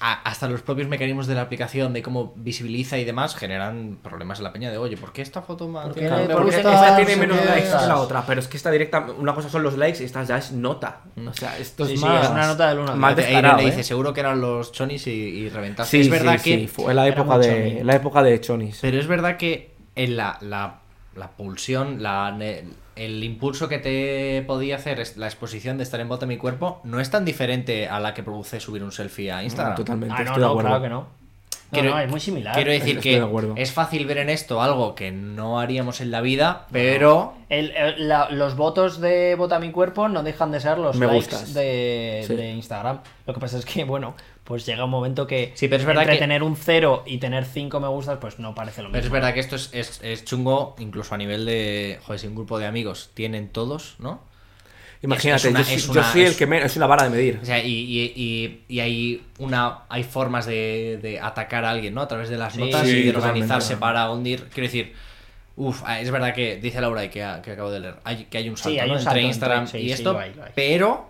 A: a- hasta los propios mecanismos de la aplicación, de cómo visibiliza y demás, generan problemas en la peña de, oye, ¿por qué esta foto más?
B: qué
C: Claro,
B: le
C: porque
B: gustas,
C: esta tiene
B: no
C: menos
B: sé qué?
C: likes que la otra, pero es que esta directa, una cosa son los likes y esta ya es nota.
A: Mm.
C: O sea, esto
B: Sí,
C: es
B: sí,
C: más.
A: Ah.
B: es una nota del uno al
C: Más
A: Fíjate,
C: descarado,
A: Irene
C: ¿eh?
A: dice, seguro que eran los chonis y, y reventaste".
C: Sí,
A: es
C: sí,
A: verdad
C: sí,
A: que.
C: fue la
B: era
C: época
B: mucho
C: de
B: mí.
C: la época de Chonis.
A: Pero es verdad que en la, la- la pulsión, la, ne- el impulso que te podía hacer es la exposición de estar en bota mi cuerpo no es tan diferente a la que produce subir un selfie a Instagram.
C: Mm, Totalmente,
B: Ah, no,
C: estoy de
B: no,
C: acuerdo.
B: claro que no. No,
A: Quiero-
B: no, es muy similar.
A: Quiero decir
C: Estoy de acuerdo.
A: que es fácil ver en esto algo que no haríamos en la vida, pero
B: El- el- la- los votos de Vota mi cuerpo no dejan de ser los
C: Me
B: likes
C: gustas.
B: de,
C: Sí.
B: de Instagram. Lo que pasa es que, bueno, pues llega un momento que
A: Sí, pero es verdad
B: entre
A: que-
B: tener un cero y tener cinco me gustas, pues no parece lo
A: Pero
B: mismo.
A: es verdad que esto es, es- es chungo, incluso a nivel de. Joder, si un grupo de amigos tienen todos, ¿no?
C: Imagínate,
A: Es- es una-
C: yo, soy-
A: es
C: yo
A: una-
C: soy
A: es-
C: el que menos, es una vara de medir.
A: O sea, y, y- y- y hay una hay formas de, de atacar a alguien, ¿no? A través de las notas y
C: sí,
A: de
C: totalmente.
A: organizarse para hundir. Quiero decir, uff, es verdad que dice Laura y que, ha- que acabo de leer, hay- que hay un salto,
B: hay
A: ¿no?
B: un salto
A: entre
B: entre-
A: Instagram
B: sí,
A: y
B: sí,
A: esto,
B: lo hay, lo hay.
A: pero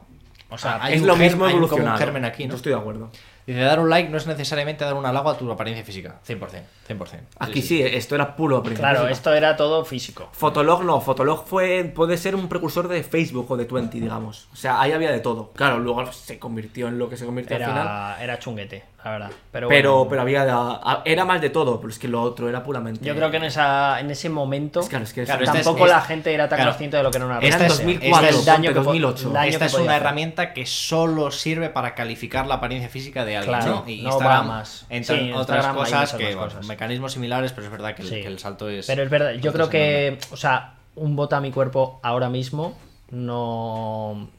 B: O sea,
A: hay
C: es
A: un
C: lo
A: germ-
C: mismo
A: hay un- como un
C: evolucionado.
A: germen aquí, ¿no?
C: Yo estoy de acuerdo.
A: dice, dar un like no es necesariamente dar un halago a tu apariencia física, 100%, 100%.
C: Aquí Ah, sí, esto era puro
A: ah,
C: principio.
B: claro, esto era todo físico.
C: Fotolog no, Fotolog fue, puede ser un precursor de Facebook o de Twenty, digamos. O sea, ahí había de todo. Claro, luego se convirtió en lo que se convirtió al final.
B: Era, era chunguete, la verdad. Pero,
C: Pero,
B: bueno,
C: pero había. a- Era más de todo, pero es que lo otro era puramente.
B: yo creo que en, esa, en ese momento
C: Es claro, es que
A: Claro,
C: es-
A: esta es-
B: tampoco
A: es-
B: la gente era tan
A: claro.
B: consciente de lo que era una red
A: Esta
C: Era en
A: es-
B: social.
C: 2004,
A: esta es-
C: el daño que
B: po-
C: 2008.
B: daño
A: Esta
B: que
A: es
B: podía
A: una
B: hacer.
A: herramienta que solo sirve para calificar la apariencia física de alguien,
B: Claro,
A: ¿no? Y
B: no va
A: Instagram,
B: más.
A: entre
B: Sí, en
A: otras
B: Instagram hay
A: cosas,
B: muchas
A: que
B: más
A: bueno,
B: cosas.
A: mecanismos similares, pero es verdad que el,
B: Sí.
A: que el salto es...
B: Pero es verdad, yo
A: salto
B: creo
A: es enorme.
B: que, o sea, un bota a mi cuerpo ahora mismo no,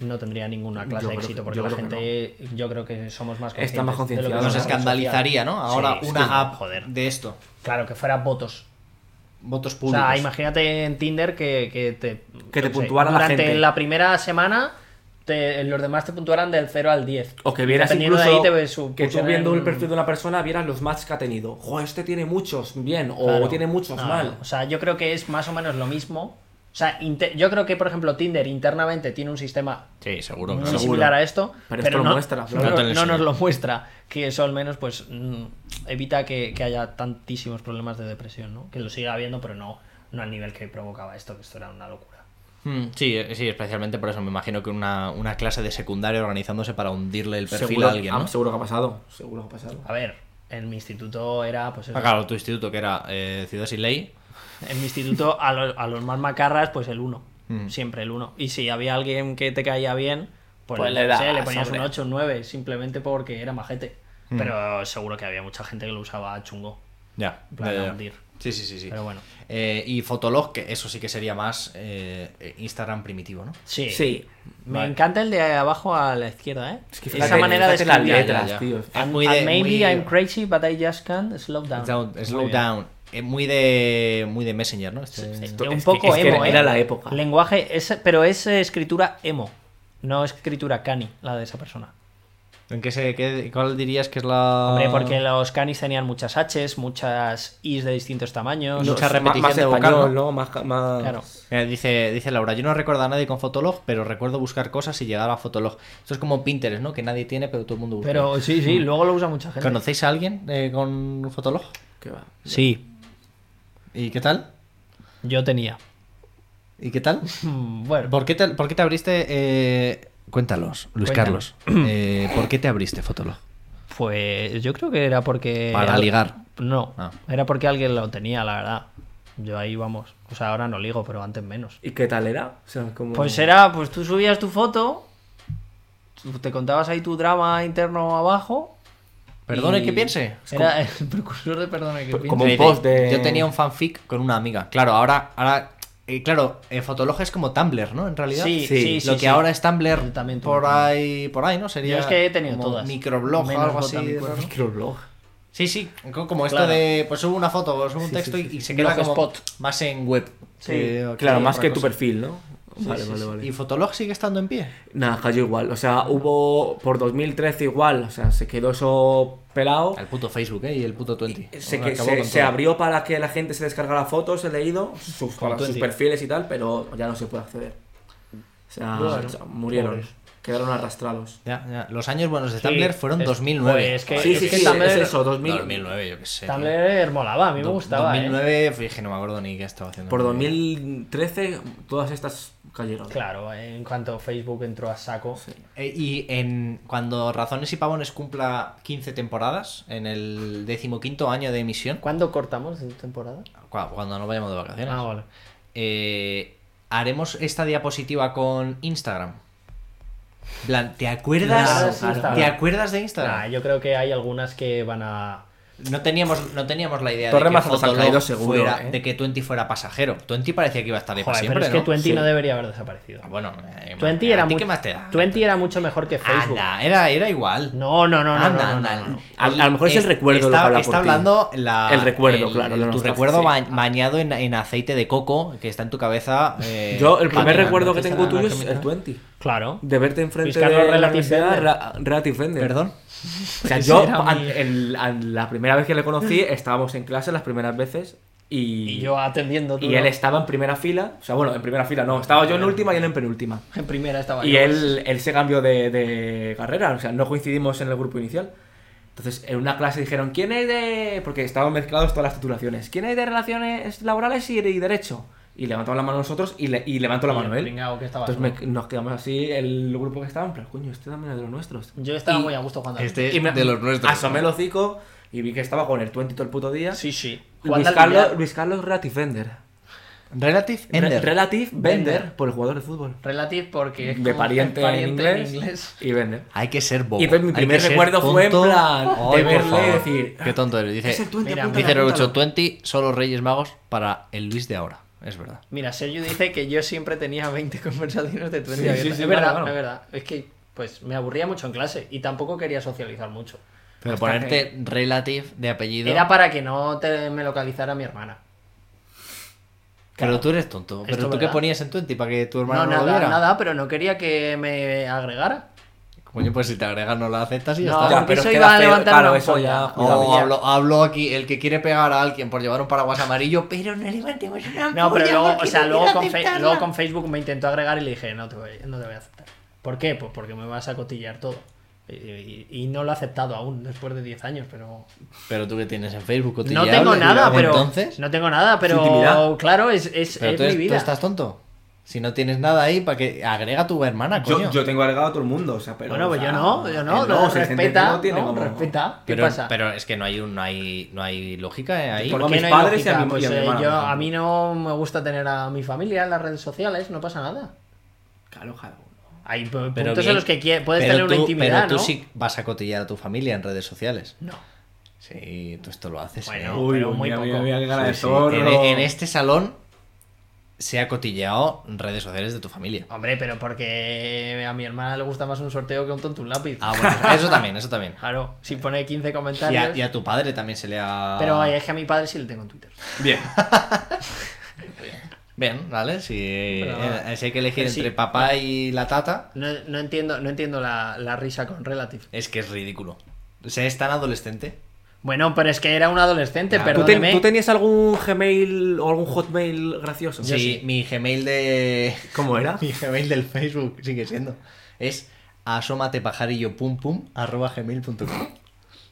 B: no tendría ninguna clase
C: Yo
B: de
C: creo
B: éxito,
C: que-
B: porque
C: yo
B: la
C: creo que
B: gente, yo creo que somos más conscientes.
C: Está más
B: de lo que
C: concienciada.
B: es
A: Nos
B: una red
A: escandalizaría, ¿no?
B: social.
A: Ahora
B: Sí,
A: una
B: sí,
A: app
B: Joder.
A: de esto.
B: Claro, que fuera votos.
A: Votos
B: O
A: públicos.
B: sea, imagínate en Tinder que, que te,
C: Que te
B: yo qué sé,
C: puntuara la
B: durante
C: gente.
B: la primera semana te- los demás te puntuaran del 0 al 10.
C: O que vieras
B: Dependiendo
C: incluso
B: de ahí te ves su-
C: que tú
B: pusieran
C: viendo
B: en-
C: el perfil de una persona vieras los matches que ha tenido. Jo, este tiene muchos bien o
B: Claro.
C: tiene muchos
B: No,
C: mal.
B: O sea, yo creo que es más o menos lo mismo. O sea, inte- yo creo que, por ejemplo, Tinder internamente tiene un sistema
A: Sí, seguro.
B: muy
A: claro.
B: similar a esto, pero,
C: Pero esto lo
B: no,
C: muestra,
B: no-
A: claro.
B: no
A: No te lo
B: nos
A: enseña.
B: lo muestra, que eso al menos pues mm, evita que, que haya tantísimos problemas de depresión, ¿no? Que lo siga habiendo, pero no, no al nivel que provocaba esto, que esto era una locura.
A: Mm, Sí, eh, sí, especialmente por eso. Me imagino que una, una clase de secundaria organizándose para hundirle el perfil
C: seguro,
A: a alguien, ¿no?
C: ah, seguro que ha pasado. Seguro que ha pasado.
B: A ver, en mi instituto era pues eso.
A: Ah, claro, tu instituto que era eh, Ciudad sin Ley.
B: En mi instituto, a los, a los más macarras, pues el 1.
C: Mm.
B: Siempre el 1. Y si había alguien que te caía bien, pues,
C: Pues
B: yo
C: le
B: qué sé,
C: das,
B: le ponías un
C: hombre.
B: 8, un 9, simplemente porque era majete.
C: Mm.
B: Pero seguro que había mucha gente que lo usaba chungo.
A: Ya.
B: plan,
A: ya,
B: a
A: ya.
B: hundir.
A: Sí, sí, sí, sí.
B: Pero bueno.
A: Eh, y Fotolog, que eso sí que sería más eh, eh, Instagram primitivo, ¿no?
B: Sí.
C: Sí.
B: Me
A: Vale.
B: encanta el de abajo a la izquierda, ¿eh?
C: Es que
B: Esa
C: fíjate-
B: manera de
C: fíjate las
B: escribir.
C: letras,
A: Ya, ya.
C: tío.
A: Es
B: And-
A: muy de-
B: and maybe
A: muy-
B: I'm crazy, but I just can't slow down.
A: Down-
B: Muy
A: slow
B: bien.
A: down. eh, muy de muy de Messenger, ¿no? Este-
C: Esto-
B: un
C: es que-
B: poco
C: es que
B: emo,
C: era-
B: ¿eh?
C: era la época.
B: Lenguaje, es- pero es eh, escritura emo, no escritura cani, la de esa persona.
A: ¿En qué se, qué- cuál dirías que es la
C: Ah.
B: Hombre, porque los canis tenían muchas H's, muchas I's de distintos tamaños.
A: Mucha
C: No,
A: repetición
C: más- más
A: de
C: español,
A: vocal,
C: ¿no? Más, ca- más-
B: Claro.
A: Eh, dice, dice Laura, yo no recuerdo a nadie con Fotolog, pero recuerdo buscar cosas y llegar a Fotolog. Esto es como Pinterest, ¿no? Que nadie tiene, pero todo el mundo busca.
B: Pero sí, sí,
C: Mm.
B: luego lo usa mucha gente.
A: ¿Conocéis a alguien eh, con Fotolog?
C: ¿Qué va?
B: Sí,
A: ¿Y qué tal?
B: yo tenía.
A: ¿Y qué tal?
B: Mm, Bueno,
A: ¿Por qué te, por qué te abriste? eh, Cuéntalos, Luis
B: Cuéntanos.
A: Carlos. Eh, ¿Por qué te abriste Fotolog?
B: pues yo creo que era porque...
A: Para ligar.
B: No,
A: Ah.
B: era porque alguien lo tenía, la verdad. Yo ahí vamos. O sea, ahora no ligo, pero antes menos.
C: ¿Y qué tal era? O sea, como...
B: Pues era, pues tú subías tu foto, tú- te contabas ahí tu drama interno abajo.
A: Perdone
B: y
A: que piense.
B: Era el precursor de perdone que
C: Pues
B: piense.
C: como- un
A: Dice,
C: post de-
A: Yo tenía un fanfic con una amiga. Claro, ahora. ahora eh, claro, eh, Fotolog es como Tumblr, ¿no? En realidad.
B: Sí,
C: Sí,
B: sí, sí,
A: Lo que
B: sí.
A: ahora es
B: Yo
A: Tumblr
B: también tuve
A: por
B: Tumblr.
A: ahí, por ahí, ¿no? Sería
B: Yo es que he tenido
A: como
B: todas.
A: Microblog o
B: Menos
A: algo
B: Bota
A: así.
B: mi
A: de
B: cuerpo.
A: raro.
C: Microblog.
A: Sí, sí, co- como esto
B: Claro.
A: de pues subo una foto, o subo un texto y- y se queda como
B: Blogspot.
A: más en web.
B: Sí.
A: que-
C: Eh, Claro, más
A: otra
C: que tu
A: cosa.
C: perfil, ¿no? vale, vale, vale.
A: ¿Y Fotolog sigue estando en pie?
C: Nada, cayó igual. O sea, hubo por 2013 igual. O sea, se quedó eso pelado.
A: El puto Facebook, ¿eh? Y el puto 20.
C: Se,
A: Ahora
C: que-
A: acabó
C: se-
A: con
C: se
A: todo.
C: abrió para que la gente se descargara fotos, he leído, sus, para sus
A: 20.
C: perfiles y tal, pero ya no se puede acceder. O sea, cha- murieron. Quedaron arrastrados.
A: Ya, ya. Los años buenos de
B: Sí,
A: Tumblr fueron
B: es-
A: 2009.
B: joder, es que-
C: Sí, sí,
B: que
C: sí,
B: Tumblr-
C: es eso, 2000.
A: 2009, yo qué sé. tío.
B: Tumblr molaba, a mí me
A: Do-
B: gustaba, ¿eh?
A: 2009, fíjate, no me acuerdo ni qué estaba haciendo.
C: Por 2013 todas estas cayeron.
B: Claro, en cuanto Facebook entró a saco.
A: Eh, y en, cuando Razones y Pavones cumpla 15 temporadas, en el decimoquinto año de emisión,
B: ¿Cuándo cortamos esta temporada?
A: cu- cuando nos vayamos de vacaciones,
B: Ah, vale.
A: eh, haremos esta diapositiva con Instagram. En plan, ¿te acuerdas?
B: Claro, claro.
A: ¿Te acuerdas de Instagram?
B: Nah, yo creo que hay algunas que van a.
A: No teníamos, no teníamos la idea
C: Torre
A: de que
C: Mazatlán
A: Fotolog
C: caído seguro,
A: fuera,
C: ¿eh?
A: de que Twenty fuera pasajero. Twenty parecía que iba a estar ahí para
B: Joder,
A: siempre,
B: pero es que
A: ¿no?
B: 20
C: Sí.
B: no debería haber desaparecido.
A: Bueno, eh,
B: 20
A: ¿a
B: era,
A: ti
B: mu-
A: qué más te da?
B: 20 era mucho mejor que Facebook.
A: Anda, era, era igual.
B: No, no, no, no.
A: Anda,
B: no, no,
A: anda.
B: no, no.
C: A, a lo mejor es,
A: Es-
C: el recuerdo
A: está,
C: lo que habla
A: está
C: por ti.
A: hablando la-
C: El recuerdo, claro, la
A: tu
C: nostalgia,
A: recuerdo
C: sí.
A: ba- bañado en, en aceite de coco que está en tu cabeza. eh,
C: Yo, el primer
A: patinando.
C: recuerdo que
A: Esta
C: tengo
A: era la
C: tuyo es
A: que me-
C: el 20.
B: Claro.
C: De verte enfrente
B: Luis Carlos
C: de la
B: Relative
C: universidad,
B: Bender.
C: Ra- Relative Bender.
A: Perdón.
C: O sea,
B: Ese
C: yo,
B: era
C: an-
B: mi-
C: el- an- la primera vez que le conocí, estábamos en clase las primeras veces y,
B: Y yo atendiendo tú,
C: y él
B: ¿no?
C: estaba en primera fila. O sea, bueno, en primera fila no, estaba yo en última y él en penúltima.
B: en primera estaba
C: Y
B: yo. pues,
C: él, él se cambió de, de carrera, o sea, no coincidimos en el grupo inicial. Entonces, en una clase dijeron, ¿quién es de...? Porque estaban mezclados todas las titulaciones. ¿Quién es de relaciones laborales y, y derecho? Y levantamos la mano nosotros y, le- y levantó la
B: Y el
C: mano él.
B: pringao que estaba
A: Pues
C: Entonces
B: solo.
C: me- nos quedamos así, el grupo que estaba, en plan, coño, este también es de los nuestros.
B: Yo estaba
C: Y-
B: muy a gusto cuando.
A: Este
C: y me-
A: de los nuestros.
C: Asomé el hocico y vi que estaba con el 20 todo el puto día.
B: Sí, sí.
C: Luis,
B: Juan
C: Carlos,
B: Dalviñar.
C: Luis Carlos Relative Bender.
A: Relative
C: Re-
A: Ender.
C: Relative Bender,
B: Bender.
C: por el jugador de fútbol.
B: Relative porque. es
C: De
B: como
C: pariente, en,
B: pariente
C: inglés y Bender.
A: Hay que ser bobo.
C: Y entonces mi
A: hay
C: primer
A: que ser
C: recuerdo fue en
A: tonto.
C: plan,
A: Ay,
C: de
A: por
C: verle y
A: favor.
C: decir, "Ah,
A: Qué tonto eres. Dice,
C: Es el 20,
B: Mira,
C: apúntalo,
A: dice
C: apúntalo.
A: 0820, solo Reyes Magos para el Luis de ahora. Es verdad.
B: Mira, Sergio dice que yo siempre tenía 20 conversaciones de 20
C: Sí,
B: abiertas.
C: sí, sí,
B: es verdad,
C: claro,
B: es
C: claro.
B: verdad. Es que pues me aburría mucho en clase y tampoco quería socializar mucho.
A: Pero
C: Hasta
A: ponerte Relative de apellido.
B: Era para que no te, me localizara mi hermana.
A: Pero tú eres tonto.
B: Esto
A: Pero tú qué
B: verdad.
A: ponías en 20 para que tu hermano
B: No,
A: no, lo
B: nada,
A: viera?
B: nada, pero no quería que me agregara.
A: Coño, pues si te agregas no la aceptas y ya está.
B: No, porque
C: Ya, pero
B: eso
C: queda
B: iba a
C: feo,
B: levantar
C: claro,
B: una
C: eso ya,
B: ampolla.
C: cuidado,
A: Oh,
C: ya.
A: hablo, hablo aquí, el que quiere pegar a alguien por llevar un paraguas amarillo, pero no levantemos una
B: No, pero
A: ampolla
B: luego, o
A: porque
B: sea,
A: no
B: luego
A: quiero
B: con, Fe-
A: aceptarla.
B: luego con Facebook me intentó agregar y le dije, no te voy, no te voy a aceptar. ¿Por qué? Pues porque me vas a cotillar todo. Y, y- y no lo he aceptado aún, después de 10 años, pero...
A: Pero tú que tienes en Facebook,
B: No
A: cotillable,
B: tengo nada, pero...
A: Entonces,
B: No tengo nada, pero...
C: intimidad.
B: Claro, es, es,
A: pero
B: es
A: tú,
B: mi
A: eres- tú
B: vida.
A: estás tonto. Si no tienes nada ahí, para que agrega a tu hermana, coño.
C: Yo, yo tengo agregado a todo el mundo, o sea, pero...
B: bueno, pues
C: o sea,
B: yo no, yo no,
C: él
B: no,
C: o sea, gente que
B: respeta,
C: no tiene
B: no,
C: como-
B: respeta. ¿Qué
A: pero,
B: pasa?
A: pero es que no hay, un, no hay, no hay lógica eh, ahí.
C: Por-
B: ¿Por
C: Tengo a
B: qué
C: mis
B: no hay
C: padres y a
B: lógica?
C: mi-
B: Pues,
C: y a mi
B: eh,
C: hermana,
B: yo,
C: por
B: a mí no me gusta tener a mi familia en las redes sociales, no pasa nada.
C: Claro, cada uno.
B: Hay pu-
A: Pero
B: puntos
A: bien.
B: en los que quie- puedes
A: Pero
B: tener una
A: tú-
B: intimidad,
A: Pero tú
B: ¿no?
A: sí vas a cotillar a tu familia en redes sociales.
B: No.
A: Sí, tú esto lo haces.
B: Bueno,
A: ¿eh?
B: No, pero muy
C: mira,
B: poco.
C: mira, mira qué cara de
A: Sí, sí.
C: zorro.
A: En, en este salón se ha cotilleado redes sociales de tu familia.
B: Hombre, pero porque a mi hermana le gusta más un sorteo que un tonto un lápiz.
A: Ah, bueno, Eh, eso también, eso también.
B: Claro, si pone 15
A: Y
B: comentarios.
A: a, y a tu padre también se le ha...
B: Pero vaya, es que a mi padre sí le tengo en Twitter.
C: Bien.
A: Bien, ¿vale? Si,
B: Pero-
A: eh, si hay que elegir
B: Pero sí.
A: entre papá y la tata,
B: No, no entiendo, no entiendo la, la risa con Relative.
A: es que es ridículo. O sea, es tan adolescente.
B: Bueno, pero es que era un adolescente,
A: Ya,
C: ¿Tú, ten-
B: perdóneme.
C: tú tenías algún Gmail o algún Hotmail gracioso?
A: Sí, mi Gmail de...
C: ¿Cómo era?
A: Mi Gmail del Facebook sigue siendo. Es asómatepajarillopumpum arroba gmail.com.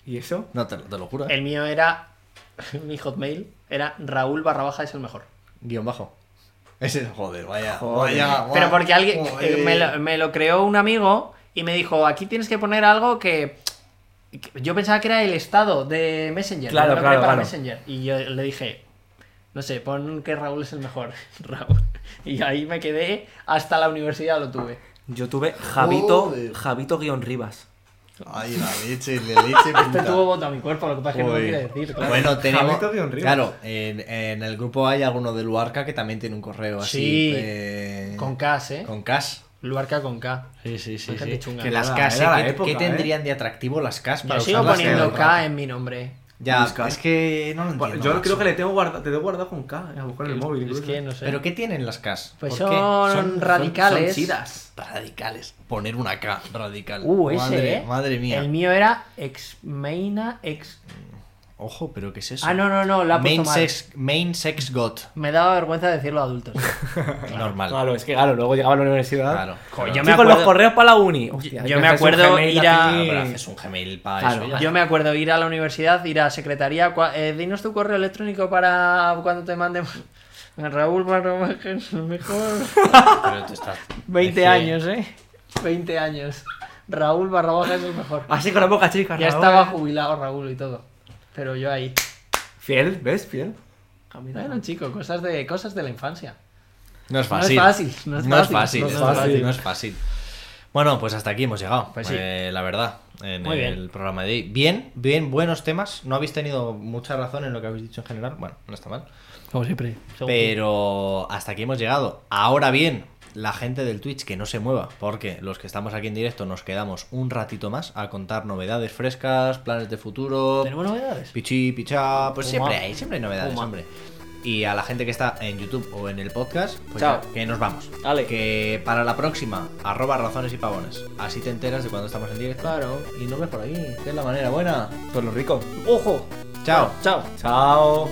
C: ¿Y eso?
A: No, te, lo- te lo juro. ¿eh?
B: El mío era. Mi hotmail era Raúl barra baja es el mejor.
A: Guión bajo. Ese es, joder, vaya.
C: Joder.
A: vaya, guau, eh,
B: Pero porque alguien eh,
A: joder.
B: me lo, me lo creó un amigo y me dijo, aquí tienes que poner algo que... que yo pensaba que era el estado de Messenger.
C: Claro,
B: me lo creé
C: claro,
B: para
C: claro.
B: Messenger. Y yo le dije, no sé, pon que Raúl es el mejor. Raúl. Y ahí me quedé, hasta la universidad lo tuve.
C: Yo tuve Javito,
A: Joder.
C: Javito guión Rivas.
A: Ay, la leche, la leche.
B: Este
A: pinta.
B: tuvo voto a mi cuerpo, lo que pasa es que no lo
A: Uy.
B: quiere decir. claro.
A: Bueno, tenemos.
F: Javito de Onrivas.
A: Claro, en, en el grupo hay alguno de Luarca que también tiene un correo así.
B: Sí.
A: eh,
B: Con K, ¿eh?
A: Con Cas.
B: Luarca con K.
A: Sí, sí,
B: Hay gente chunga.
A: Que las
C: Era-
A: Cas,
C: era la
A: ¿qué,
C: época,
A: qué
C: ¿eh?
A: tendrían de atractivo las Cas para
B: Yo sigo
A: usarlas todo
B: poniendo
A: el
B: K ¿eh?
A: rato?
B: en mi nombre.
A: Ya,
C: Mis Cas.
A: es que no lo entiendo.
C: Bueno, yo
A: macho.
C: creo que le tengo guardado, te tengo guardado con K, a lo mejor en el móvil.
B: Es
C: incluso.
B: que no sé.
A: ¿Pero qué tienen las Cas?
B: Pues
A: ¿Por
B: son,
A: qué?
B: radicales.
C: Son chidas.
A: Radicales. Poner una K radical.
B: Uh, ese,
A: Oh, madre,
B: eh.
A: madre mía.
B: El mío era ex Meina ex.
A: Ojo, pero ¿qué es eso?
B: Ah, no, no, no, la ha puesto
A: Main
B: mal.
A: sex, main sex god.
B: Me daba vergüenza decirlo a adultos.
A: Normal.
C: Claro, es que claro, luego llegaba a la universidad.
A: Claro.
B: Jo,
A: Pero-
B: yo me
C: Chicos,
B: acuerdo-
C: los correos para la uni. Hostia, hay
B: yo
C: que
B: me
C: hacerse un
B: acuerdo
C: Gmail
B: ir a-
A: Ah,
C: aquí.
A: pero haces un Gmail para
C: Claro,
A: Ah, eso ya.
B: Yo me acuerdo ir a la universidad, ir a secretaría. cua- eh, dinos tu correo electrónico para cuando te mandemos. Raúl barra baja es el mejor.
A: Pero tú estás-
B: 20
A: es que-
B: años, ¿eh? 20 años. Raúl barra baja es el mejor.
A: Ah,
C: Así Ah, con la boca, chicas.
B: Ya
C: ¿no?
B: estaba jubilado Raúl y todo. Pero yo ahí.
C: Fiel, ¿ves? Fiel.
B: Bueno, chico, cosas de, cosas de la infancia.
A: No es
B: No es
A: fácil.
B: fácil, no es fácil,
A: No es fácil. no es fácil. Bueno, pues hasta aquí hemos llegado.
B: Pues sí.
A: eh, la verdad. En
B: Muy bien.
A: el programa de hoy. Bien, bien, buenos temas. No habéis tenido mucha razón en lo que habéis dicho en general. Bueno, no está mal.
B: Como siempre.
A: Pero hasta aquí hemos llegado. Ahora bien, la gente del Twitch que no se mueva, porque los que estamos aquí en directo nos quedamos un ratito más a contar novedades frescas, planes de futuro.
B: ¿Tenemos novedades?
A: Pichi, pichá, pues
B: Fuma.
A: siempre hay, siempre hay novedades,
B: Fuma.
A: hombre. Y a la gente que está en YouTube o en el podcast, pues
C: Chao.
A: ya, que nos vamos.
C: Ale.
A: Que para la próxima, arroba razones y pavones. Así te enteras de cuando estamos en directo.
B: Claro.
A: Y nos ves por aquí, que es la manera buena.
C: Por lo rico.
B: ¡Ojo!
A: Chao.
B: Chao.
C: Chao.